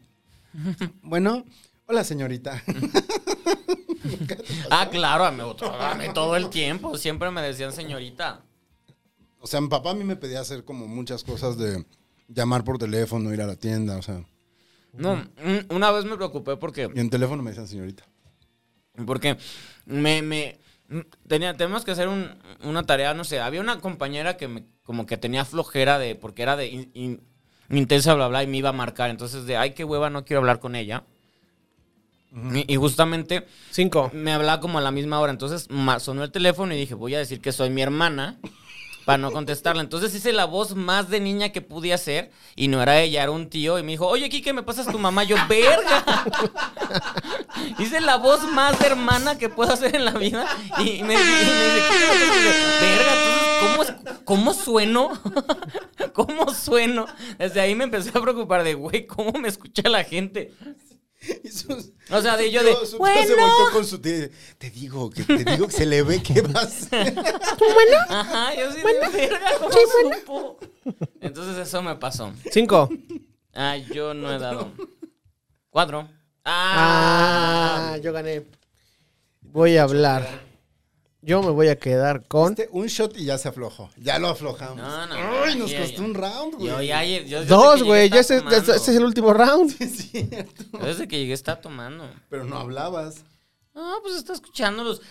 Speaker 2: bueno, hola señorita.
Speaker 3: Ah, claro, a mí, a mí todo el tiempo. Siempre me decían señorita.
Speaker 2: o sea, mi papá a mí me pedía hacer como muchas cosas de llamar por teléfono, ir a la tienda, o sea.
Speaker 3: No, un- una vez me preocupé porque
Speaker 2: Y en teléfono me decían señorita.
Speaker 3: Porque me, me tenía, tenemos que hacer un- una tarea, no sé, había una compañera que me, como que tenía flojera de, porque era de in- in- intensa, bla, bla, y me iba a marcar. Entonces, de, ay, qué hueva, no quiero hablar con ella. Y- y justamente
Speaker 1: Cinco.
Speaker 3: me hablaba como a la misma hora. Entonces ma- sonó el teléfono y dije, voy a decir que soy mi hermana para no contestarla. Entonces hice la voz más de niña que pude hacer y no era ella, era un tío. Y me dijo, oye, Kike, ¿me pasas tu mamá? Yo, verga. hice la voz más de hermana que puedo hacer en la vida. Y me, y me dice, "¿Qué te pasó?" Y yo, verga, entonces, ¿cómo, ¿cómo sueno? ¿Cómo sueno? Desde ahí me empecé a preocupar de, güey, ¿cómo me escucha la gente?
Speaker 2: Y sus-
Speaker 3: O sea, de
Speaker 2: su
Speaker 3: yo
Speaker 2: tío-
Speaker 3: de,
Speaker 2: su tío se
Speaker 3: bueno.
Speaker 2: volteó con su tío y, Te digo, que te digo que se le ve que vas.
Speaker 3: Ajá, yo sí de verga, ¿cómo supo? Entonces eso me pasó.
Speaker 1: Cinco.
Speaker 3: Ah, yo no he dado. Cuatro. Ah.
Speaker 1: Ah, yo gané. Voy a hablar. Yo me voy a quedar con
Speaker 2: Este, un shot y ya se aflojó. Ya lo aflojamos.
Speaker 3: No, no,
Speaker 2: Ay, nos
Speaker 3: Ah, ya,
Speaker 2: costó
Speaker 3: ya.
Speaker 2: un round, güey.
Speaker 3: Yo ya lle- yo desde
Speaker 1: dos,
Speaker 3: que
Speaker 1: güey.
Speaker 3: llegué
Speaker 1: Ya ese, ese-
Speaker 3: estaba
Speaker 1: ese
Speaker 3: tomando.
Speaker 1: es el último round.
Speaker 2: Es cierto.
Speaker 3: Yo Desde que llegué está tomando.
Speaker 2: Pero no hablabas.
Speaker 3: Ah, pues está escuchándolos.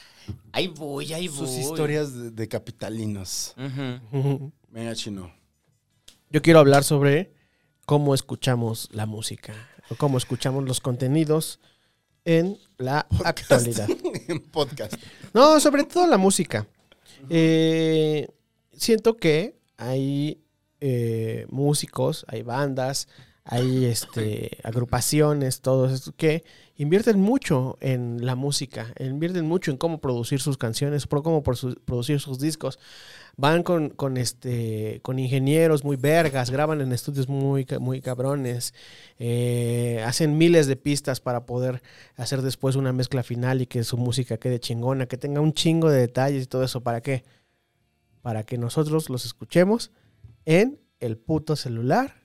Speaker 3: Ahí voy, ahí voy.
Speaker 2: Sus historias de, de capitalinos.
Speaker 3: Ujú.
Speaker 2: Venga, chino.
Speaker 1: Yo quiero hablar sobre cómo escuchamos la música o cómo escuchamos los contenidos en la actualidad.
Speaker 2: en podcast.
Speaker 1: No, sobre todo la música. Eh, siento que hay eh, músicos, hay bandas, hay este, agrupaciones, todo esto, que invierten mucho en la música, invierten mucho en cómo producir sus canciones, pro- cómo por su- producir sus discos. Van con, con, este, con ingenieros muy vergas, graban en estudios muy, ca- muy cabrones, eh, hacen miles de pistas para poder hacer después una mezcla final y que su música quede chingona, que tenga un chingo de detalles y todo eso. ¿Para qué? Para que nosotros los escuchemos en el puto celular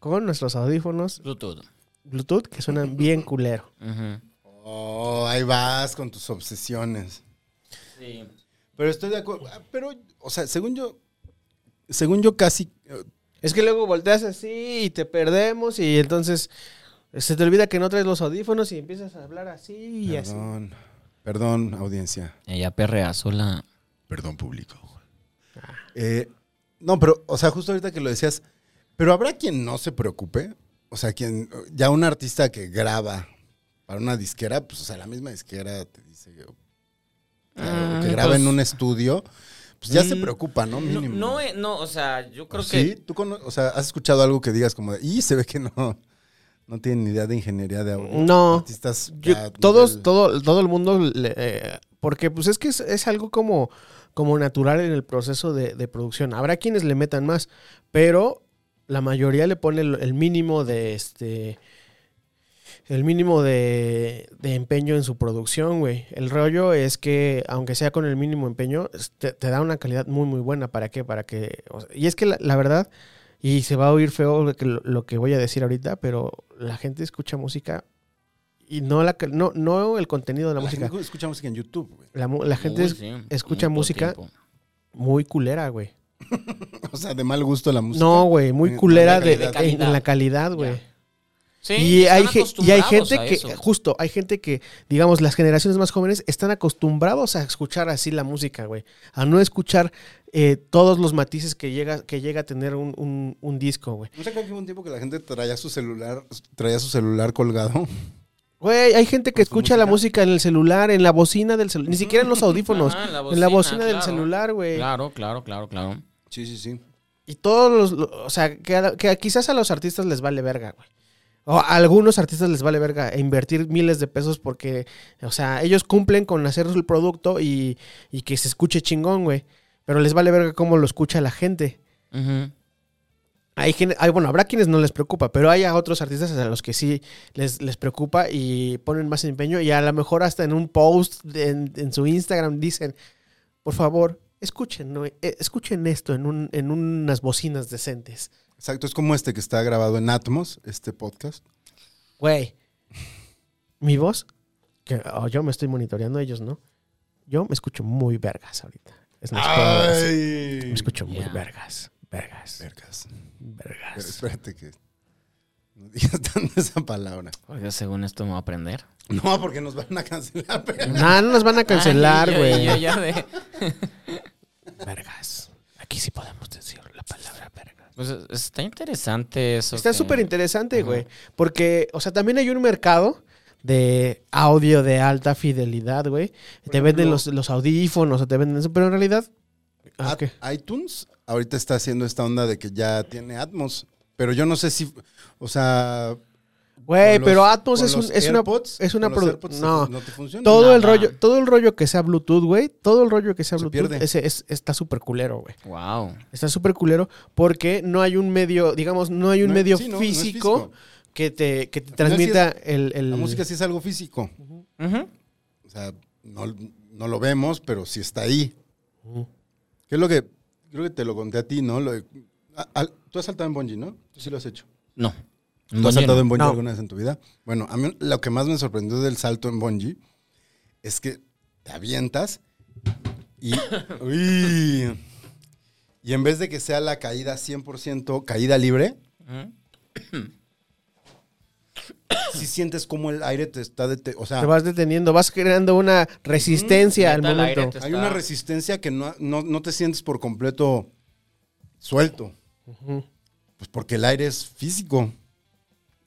Speaker 1: con nuestros audífonos
Speaker 3: Bluetooth.
Speaker 1: Bluetooth que suenan bien culero.
Speaker 3: Ujú.
Speaker 2: Oh, ahí vas con tus obsesiones.
Speaker 3: Sí.
Speaker 2: Pero estoy de acuerdo. Ah, Pero, o sea, según yo, según yo casi... eh,
Speaker 1: Es que luego volteas así y te perdemos y entonces se te olvida que no traes los audífonos y empiezas a hablar así y así.
Speaker 2: Perdón, perdón, audiencia.
Speaker 3: Ella perrea sola.
Speaker 2: Perdón, público.
Speaker 3: Ah.
Speaker 2: Eh, no, pero, o sea, justo ahorita que lo decías, pero habrá quien no se preocupe. O sea, quien, ya un artista que graba para una disquera, pues, o sea, la misma disquera te dice que,
Speaker 3: Ah,
Speaker 2: que graba en
Speaker 3: pues,
Speaker 2: un estudio, pues ya se
Speaker 3: Mm,
Speaker 2: preocupa, ¿no?
Speaker 3: No,
Speaker 2: Mínimo. ¿Ah,
Speaker 3: no, eh, no, o sea, yo creo
Speaker 2: ¿Sí?
Speaker 3: que.
Speaker 2: ¿Tú cono- o sea, has escuchado algo que digas como de, y se ve que no, no tienen ni idea de ingeniería de audio?
Speaker 1: No.
Speaker 2: Artistas
Speaker 1: Yo-
Speaker 2: ya
Speaker 1: todos,
Speaker 2: nivel-
Speaker 1: todo, todo el mundo, le- eh, porque pues es que es, es algo como, como natural en el proceso de, de producción. Habrá quienes le metan más, pero la mayoría le pone el, el mínimo de este. El mínimo de, de empeño en su producción, güey. El rollo es que, aunque sea con el mínimo empeño, es- te, te da una calidad muy, muy buena. ¿Para qué? Para que. o sea, y es que la, la verdad, y se va a oír feo lo que- lo que voy a decir ahorita, pero la gente escucha música y no, la, que- no, no el contenido de la,
Speaker 2: La
Speaker 1: música.
Speaker 2: gente escucha música en YouTube, güey.
Speaker 1: La, mu- la gente
Speaker 3: Uy,
Speaker 1: es
Speaker 3: sí,
Speaker 1: escucha
Speaker 3: un buen
Speaker 1: música.
Speaker 3: tiempo.
Speaker 1: muy culera, güey.
Speaker 2: O sea, de mal gusto la música.
Speaker 1: No, güey, muy
Speaker 2: En-
Speaker 1: culera
Speaker 2: en la
Speaker 1: de,
Speaker 3: calidad.
Speaker 1: en, en la calidad,
Speaker 3: Ya.
Speaker 1: güey.
Speaker 3: Sí,
Speaker 1: y, hay,
Speaker 3: están
Speaker 1: ge- y hay
Speaker 3: acostumbrados
Speaker 1: gente
Speaker 3: a
Speaker 1: que,
Speaker 3: eso.
Speaker 1: justo, hay gente que, digamos, las generaciones más jóvenes están acostumbrados a escuchar así la música, güey. A no escuchar eh, todos los matices que llega, que llega a tener un, un- un disco, güey.
Speaker 2: ¿No se acuerdan que hubo un tiempo que la gente traía su celular, traía su celular colgado?
Speaker 1: Güey, hay gente que
Speaker 2: Con su
Speaker 1: escucha la música en el celular, en la bocina del celular, ni siquiera en los audífonos,
Speaker 3: Ajá,
Speaker 1: en la bocina del
Speaker 3: claro.
Speaker 1: celular, güey.
Speaker 3: Claro, claro, claro, claro.
Speaker 2: Sí, sí, sí.
Speaker 1: Y todos los, lo- o sea, que, a- que a- quizás a los artistas les vale verga, güey. O a algunos artistas les vale verga e invertir miles de pesos porque, o sea, ellos cumplen con hacer el producto y, y que se escuche chingón, güey. Pero les vale verga cómo lo escucha la gente.
Speaker 3: Ujú.
Speaker 1: Hay, gen- hay- bueno, habrá quienes no les preocupa, pero hay a otros artistas a los que sí les, les preocupa y ponen más empeño y a lo mejor hasta en un post de- en, en su Instagram dicen, por favor, escuchen, ¿no? Eh, escuchen esto en, un- en unas bocinas decentes.
Speaker 2: Exacto, es como este que está grabado en Atmos, este podcast.
Speaker 1: Güey. Mi voz, que oh, yo me estoy monitoreando, ellos no. Yo me escucho muy vergas ahorita. Es más puedo decir. Me escucho muy
Speaker 3: Ya.
Speaker 1: vergas. Vergas.
Speaker 2: Vergas. Pero
Speaker 1: Vergas.
Speaker 2: espérate que no digas tanto esa palabra.
Speaker 3: Oiga, según esto me voy a aprender.
Speaker 2: No, porque nos van a cancelar. pero-
Speaker 1: No, no nos van a cancelar,
Speaker 3: Ay, yo-
Speaker 1: güey.
Speaker 3: yo ya de-
Speaker 1: Vergas. Aquí sí podemos decir la palabra vergas.
Speaker 3: Pues está interesante eso.
Speaker 1: Está
Speaker 3: que-
Speaker 1: súper interesante, güey. Porque, o sea, también hay un mercado de audio de alta fidelidad, güey. Te venden los, los audífonos, o te venden eso, pero en realidad... ah,
Speaker 2: At-
Speaker 1: ¿qué?
Speaker 2: iTunes ahorita está haciendo esta onda de que ya tiene Atmos, pero yo no sé si, o sea,
Speaker 1: Güey,
Speaker 2: con los-
Speaker 1: pero Atmos
Speaker 2: con
Speaker 1: es, un,
Speaker 2: los
Speaker 1: es una
Speaker 2: AirPods,
Speaker 1: es una
Speaker 2: con los
Speaker 1: produ-
Speaker 2: AirPods
Speaker 1: no.
Speaker 2: te funciona.
Speaker 1: Todo el
Speaker 3: Nada.
Speaker 1: rollo, todo el rollo que sea Bluetooth, güey, todo el rollo que sea
Speaker 2: Se
Speaker 1: Bluetooth
Speaker 2: pierde.
Speaker 1: ese es- está súper culero, güey.
Speaker 3: Wow.
Speaker 1: Está súper culero porque no hay un medio, digamos, no hay un
Speaker 2: No,
Speaker 1: medio
Speaker 2: sí, no, no es
Speaker 1: físico,
Speaker 2: físico. Pues
Speaker 1: que te, que te
Speaker 2: final sí
Speaker 1: transmita el, el-
Speaker 2: La música sí es algo físico.
Speaker 3: Ujú.
Speaker 2: O sea, no, no lo vemos, pero sí está ahí.
Speaker 1: Ujú.
Speaker 2: ¿Qué es lo que creo que te lo conté a ti, no? Lo de- a- al- tú has saltado en bungee, ¿no? Tú sí lo has hecho.
Speaker 3: No.
Speaker 2: ¿Tú has
Speaker 3: Bueno,
Speaker 2: saltado en bungee
Speaker 1: No.
Speaker 2: alguna vez en tu vida? Bueno, a mí lo que más me sorprendió del salto en bungee es que te avientas y, uy, y en vez de que sea la caída 100% caída libre,
Speaker 3: Ujú.
Speaker 2: sí sientes como el aire te está... dete- o sea,
Speaker 1: te vas deteniendo, vas creando una resistencia al
Speaker 3: Neta, el Mm, aire
Speaker 1: momento.
Speaker 3: te
Speaker 2: hay
Speaker 3: está-
Speaker 2: una resistencia que no, no- no te sientes por completo suelto. Pues porque el aire es físico.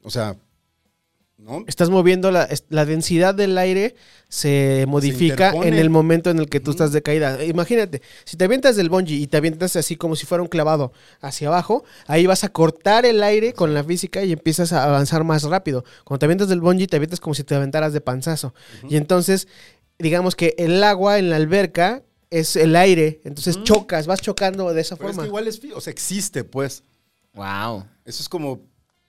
Speaker 2: O sea, ¿no?
Speaker 1: Estás moviendo la, es- la densidad del aire se modifica
Speaker 2: interpone.
Speaker 1: en el momento en el que tú estás de caída. Imagínate, si te avientas del bungee y te avientas así como si fuera un clavado hacia abajo, ahí vas a cortar el aire con la física y empiezas a avanzar más rápido. Cuando te avientas del bungee te avientas como si te aventaras de panzazo. Y entonces, digamos que el agua en la alberca es el aire, entonces chocas, vas chocando de esa
Speaker 2: Pero es
Speaker 1: forma.
Speaker 2: que igual es, fi- o sea, existe, pues.
Speaker 3: Wow.
Speaker 2: Eso es como,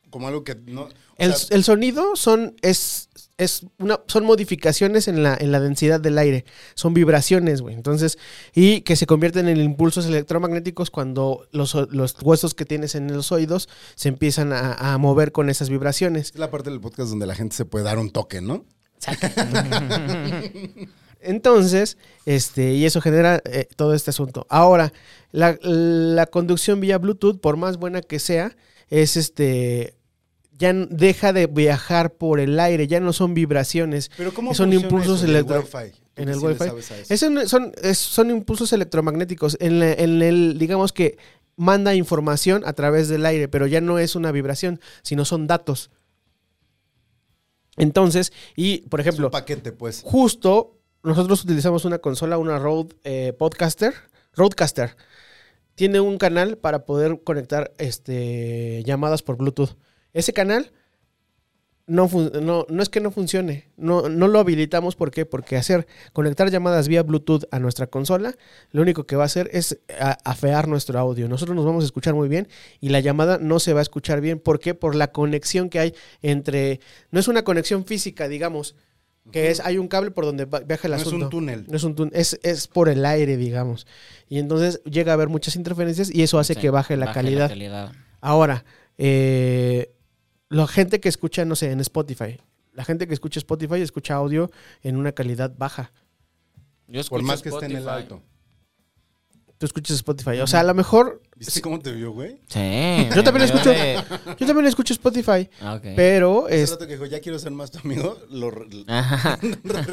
Speaker 2: como algo que no... o
Speaker 1: El,
Speaker 2: sea,
Speaker 1: el sonido son, es, es una, son modificaciones en la, en la densidad del aire. Son vibraciones, güey. Entonces, y que se convierten en impulsos electromagnéticos cuando los, o- los huesos que tienes en los oídos se empiezan a, a mover con esas vibraciones.
Speaker 2: es la parte del podcast donde la gente se puede dar un toque, ¿no?
Speaker 1: Entonces, este, y eso genera eh, todo este asunto. Ahora, la, la conducción vía Bluetooth, por más buena que sea, es este. Ya n- deja de viajar por el aire, ya no son vibraciones.
Speaker 2: Pero ¿cómo
Speaker 1: son
Speaker 2: funciona
Speaker 1: impulsos
Speaker 2: eso en el
Speaker 1: electro-
Speaker 2: Wi-Fi? Tú
Speaker 1: en
Speaker 2: que
Speaker 1: el
Speaker 2: sí le
Speaker 1: Wi-Fi.
Speaker 2: sabes a eso.
Speaker 1: Ese no- son, es- son impulsos electromagnéticos. En, la- en el, digamos que manda información a través del aire, pero ya no es una vibración, sino son datos. Entonces, y por
Speaker 2: Es un
Speaker 1: ejemplo,
Speaker 2: paquete, pues.
Speaker 1: justo nosotros utilizamos una consola, una Rode eh, Podcaster, Rodecaster. Tiene un canal para poder conectar este, llamadas por Bluetooth. Ese canal no, fun- no, no es que no funcione, no, no lo habilitamos. ¿Por qué? Porque hacer conectar llamadas vía Bluetooth a nuestra consola, lo único que va a hacer es a- afear nuestro audio. Nosotros nos vamos a escuchar muy bien y la llamada no se va a escuchar bien. ¿Por qué? Por la conexión que hay entre... No es una conexión física, digamos, que es hay un cable por donde va- viaja el
Speaker 2: No es
Speaker 1: asunto.
Speaker 2: un túnel.
Speaker 1: No es un túnel, es, es por el aire, digamos. Y entonces llega a haber muchas interferencias y eso hace
Speaker 3: Sí,
Speaker 1: que baje la calidad. Ahora, eh, la gente que escucha, no sé, en Spotify. La gente que escucha Spotify escucha audio en una calidad baja.
Speaker 3: Yo escucho
Speaker 2: Por más que esté en el
Speaker 3: Spotify.
Speaker 2: alto.
Speaker 1: Tú escuchas Spotify. O sea, a lo mejor.
Speaker 2: ¿Viste cómo te vio, güey?
Speaker 3: Sí.
Speaker 1: Yo también
Speaker 3: me
Speaker 1: escucho.
Speaker 3: veo
Speaker 1: Yo también escucho Spotify.
Speaker 3: de- Ok.
Speaker 1: Pero
Speaker 2: Hace
Speaker 1: es.
Speaker 2: rato que dijo, ya quiero ser más tu amigo, lo re-
Speaker 3: Ajá.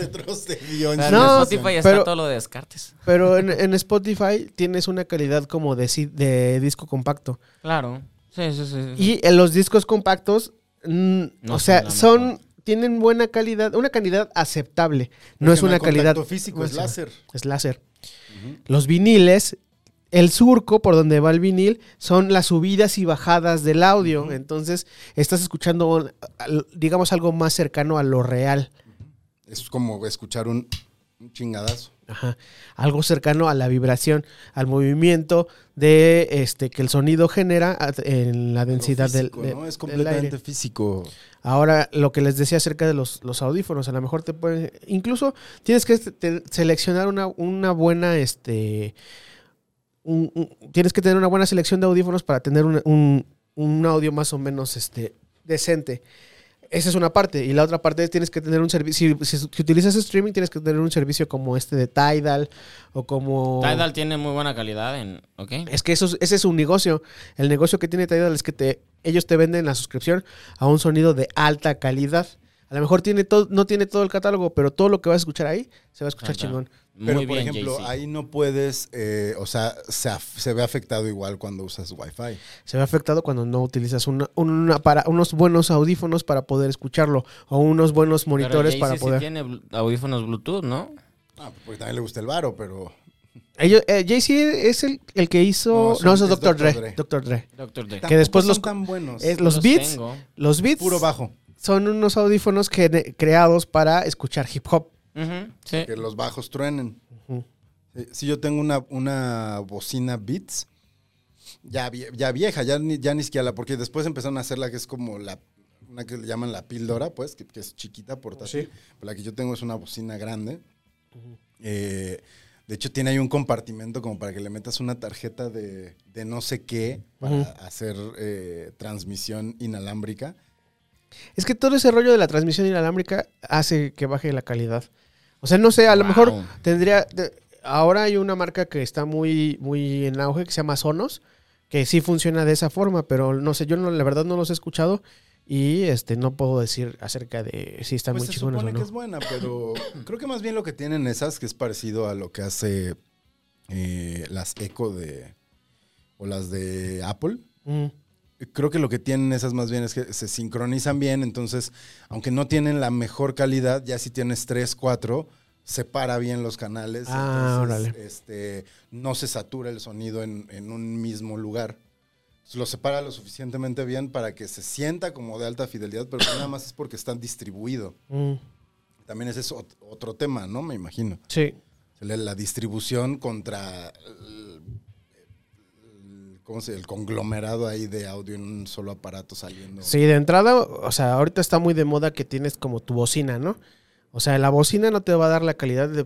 Speaker 2: retrocedió. en
Speaker 3: Pero
Speaker 2: su
Speaker 1: No,
Speaker 3: en
Speaker 2: decisión.
Speaker 3: Spotify está
Speaker 1: pero-
Speaker 3: todo lo de Descartes.
Speaker 1: Pero en, en Spotify tienes una calidad como de, si- de disco compacto.
Speaker 3: Claro. Sí, sí, sí.
Speaker 1: Y en los discos compactos, mm,
Speaker 3: No
Speaker 1: o
Speaker 3: son
Speaker 1: sea,
Speaker 3: la
Speaker 1: son,
Speaker 3: mejor.
Speaker 1: tienen buena calidad, una calidad aceptable. No
Speaker 2: Porque
Speaker 1: es una
Speaker 2: hay
Speaker 1: calidad.
Speaker 2: contacto físico, es láser.
Speaker 1: Es láser. Los viniles, el surco por donde va el vinil, son las subidas y bajadas del audio. Entonces, estás escuchando, al- digamos, algo más cercano a lo real.
Speaker 2: Es como escuchar un, un chingadazo.
Speaker 1: Ajá. Algo cercano a la vibración, al movimiento de este que el sonido genera a- en la densidad del-
Speaker 2: Físico,
Speaker 1: de-
Speaker 2: ¿no? Es
Speaker 1: del aire.
Speaker 2: completamente físico.
Speaker 1: Ahora, lo que les decía acerca de los, los audífonos, a lo mejor te pueden. Incluso tienes que este- te- seleccionar una, una buena. Este, un- un- tienes que tener una buena selección de audífonos para tener un, un- un audio más o menos este, decente. Esa es una parte. Y la otra parte es tienes que tener un servicio. Si, si utilizas streaming, tienes que tener un servicio como este de Tidal o como.
Speaker 3: Tidal tiene muy buena calidad en. ¿Ok?
Speaker 2: Eh,
Speaker 1: Es que eso, es- ese es un negocio. El negocio que tiene Tidal es que te, ellos te venden la suscripción a un sonido de alta calidad. A lo mejor tiene todo, no tiene todo el catálogo, pero todo lo que vas a escuchar ahí se va a escuchar
Speaker 3: Ahí está.
Speaker 1: chingón.
Speaker 3: Muy
Speaker 2: Pero,
Speaker 3: bien,
Speaker 2: por ejemplo,
Speaker 3: Jay-Z.
Speaker 2: ahí no puedes, eh, o sea, se, af- se ve afectado igual cuando usas Wi-Fi.
Speaker 1: Se ve afectado cuando no utilizas una, una- para, unos buenos audífonos para poder escucharlo o unos buenos
Speaker 3: Pero
Speaker 1: monitores
Speaker 3: Jay-Z
Speaker 1: para
Speaker 3: sí
Speaker 1: poder.
Speaker 3: tiene blu- audífonos Bluetooth, ¿no?
Speaker 2: Ah, porque también le gusta el varo, pero...
Speaker 1: Ellos- eh, Jay-Z es el, el que hizo.
Speaker 2: No,
Speaker 1: No, eso
Speaker 2: son-
Speaker 1: es
Speaker 2: es
Speaker 1: Dr. Dre.
Speaker 2: Dr. Dre.
Speaker 1: Dr. Dre.
Speaker 3: Doctor D.
Speaker 1: Que después
Speaker 2: Tampoco
Speaker 1: los-
Speaker 2: son tan buenos.
Speaker 1: Eh, los
Speaker 3: Los
Speaker 1: beats.
Speaker 3: tengo.
Speaker 1: Los beats
Speaker 2: Puro bajo.
Speaker 1: son unos audífonos gene- creados para escuchar hip hop.
Speaker 3: Ujú, sí.
Speaker 2: Que los bajos truenen. Eh, Si yo tengo una, una bocina Beats, ya, vie- ya vieja, ya ni, ya ni siquiera la, porque después empezaron a hacer la que es como la, una que le llaman la píldora, pues, que, que es chiquita portátil. Pero La que yo tengo es una bocina grande. Eh, de hecho, tiene ahí un compartimento como para que le metas una tarjeta de, de no sé qué para hacer eh, transmisión inalámbrica.
Speaker 1: Es que todo ese rollo de la transmisión inalámbrica hace que baje la calidad. O sea, no sé, a lo
Speaker 3: Wow.
Speaker 1: mejor tendría. te- ahora hay una marca que está muy, muy en auge que se llama Sonos, que sí funciona de esa forma, pero no sé, yo no, la verdad no los he escuchado y este no puedo decir acerca de si están
Speaker 2: Pues
Speaker 1: muy
Speaker 2: se
Speaker 1: chingones
Speaker 2: supone
Speaker 1: o no.
Speaker 2: que es buena, pero creo que más bien lo que tienen esas, que es parecido a lo que hace eh, las Echo de. o las de Apple,
Speaker 1: Mm.
Speaker 2: creo que lo que tienen esas más bien es que se sincronizan bien, entonces, aunque no tienen la mejor calidad, ya si tienes tres, cuatro, separa bien los canales.
Speaker 1: Ah,
Speaker 2: entonces,
Speaker 1: órale.
Speaker 2: Este, no se satura el sonido en, en un mismo lugar. Lo separa lo suficientemente bien para que se sienta como de alta fidelidad, pero nada más es porque está distribuido.
Speaker 1: Mm,
Speaker 2: También ese es ot- otro tema, ¿no? Me imagino.
Speaker 1: sí.
Speaker 2: La la distribución contra el, el- ¿cómo se dice? el conglomerado ahí de audio en un solo aparato saliendo.
Speaker 1: Sí, de entrada, o sea, ahorita está muy de moda que tienes como tu bocina, ¿no? O sea, la bocina no te va a dar la calidad de...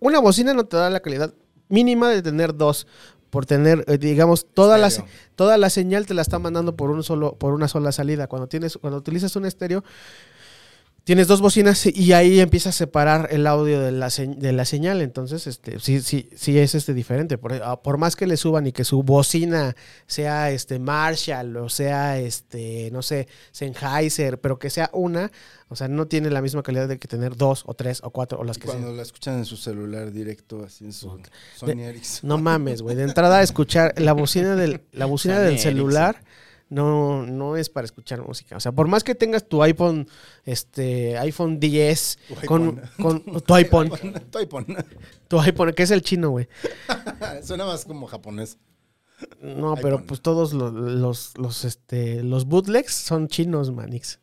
Speaker 1: Una bocina no te da la calidad mínima de tener dos. Por tener, eh, digamos, toda la, se-
Speaker 2: Estéreo.
Speaker 1: toda la señal te la está mandando por un solo, por una sola salida. Cuando tienes, cuando utilizas un estéreo, tienes dos bocinas y ahí empieza a separar el audio de la, se- de la señal. Entonces, este, sí, sí, sí es este diferente. Por, ah, por más que le suban y que su bocina sea este Marshall o sea este, no sé, Sennheiser, pero que sea una, o sea, no tiene la misma calidad de que tener dos o tres o cuatro o las
Speaker 2: Y
Speaker 1: que
Speaker 2: cuando
Speaker 1: sean.
Speaker 2: la escuchan en su celular directo, así en su Sony Ericsson.
Speaker 1: No mames, güey. De entrada, escuchar la bocina del, la bocina
Speaker 3: Sony
Speaker 1: del celular no, no es para escuchar música. O sea, por más que tengas tu iPhone, este, iPhone 10
Speaker 2: Tu
Speaker 1: con, con tu iPhone,
Speaker 2: Tu iPhone.
Speaker 1: tu iPhone, que es el chino, güey.
Speaker 2: Suena más como japonés.
Speaker 1: No, pero
Speaker 2: iPhone.
Speaker 1: pues todos lo- los, los, este, los bootlegs son chinos, manix.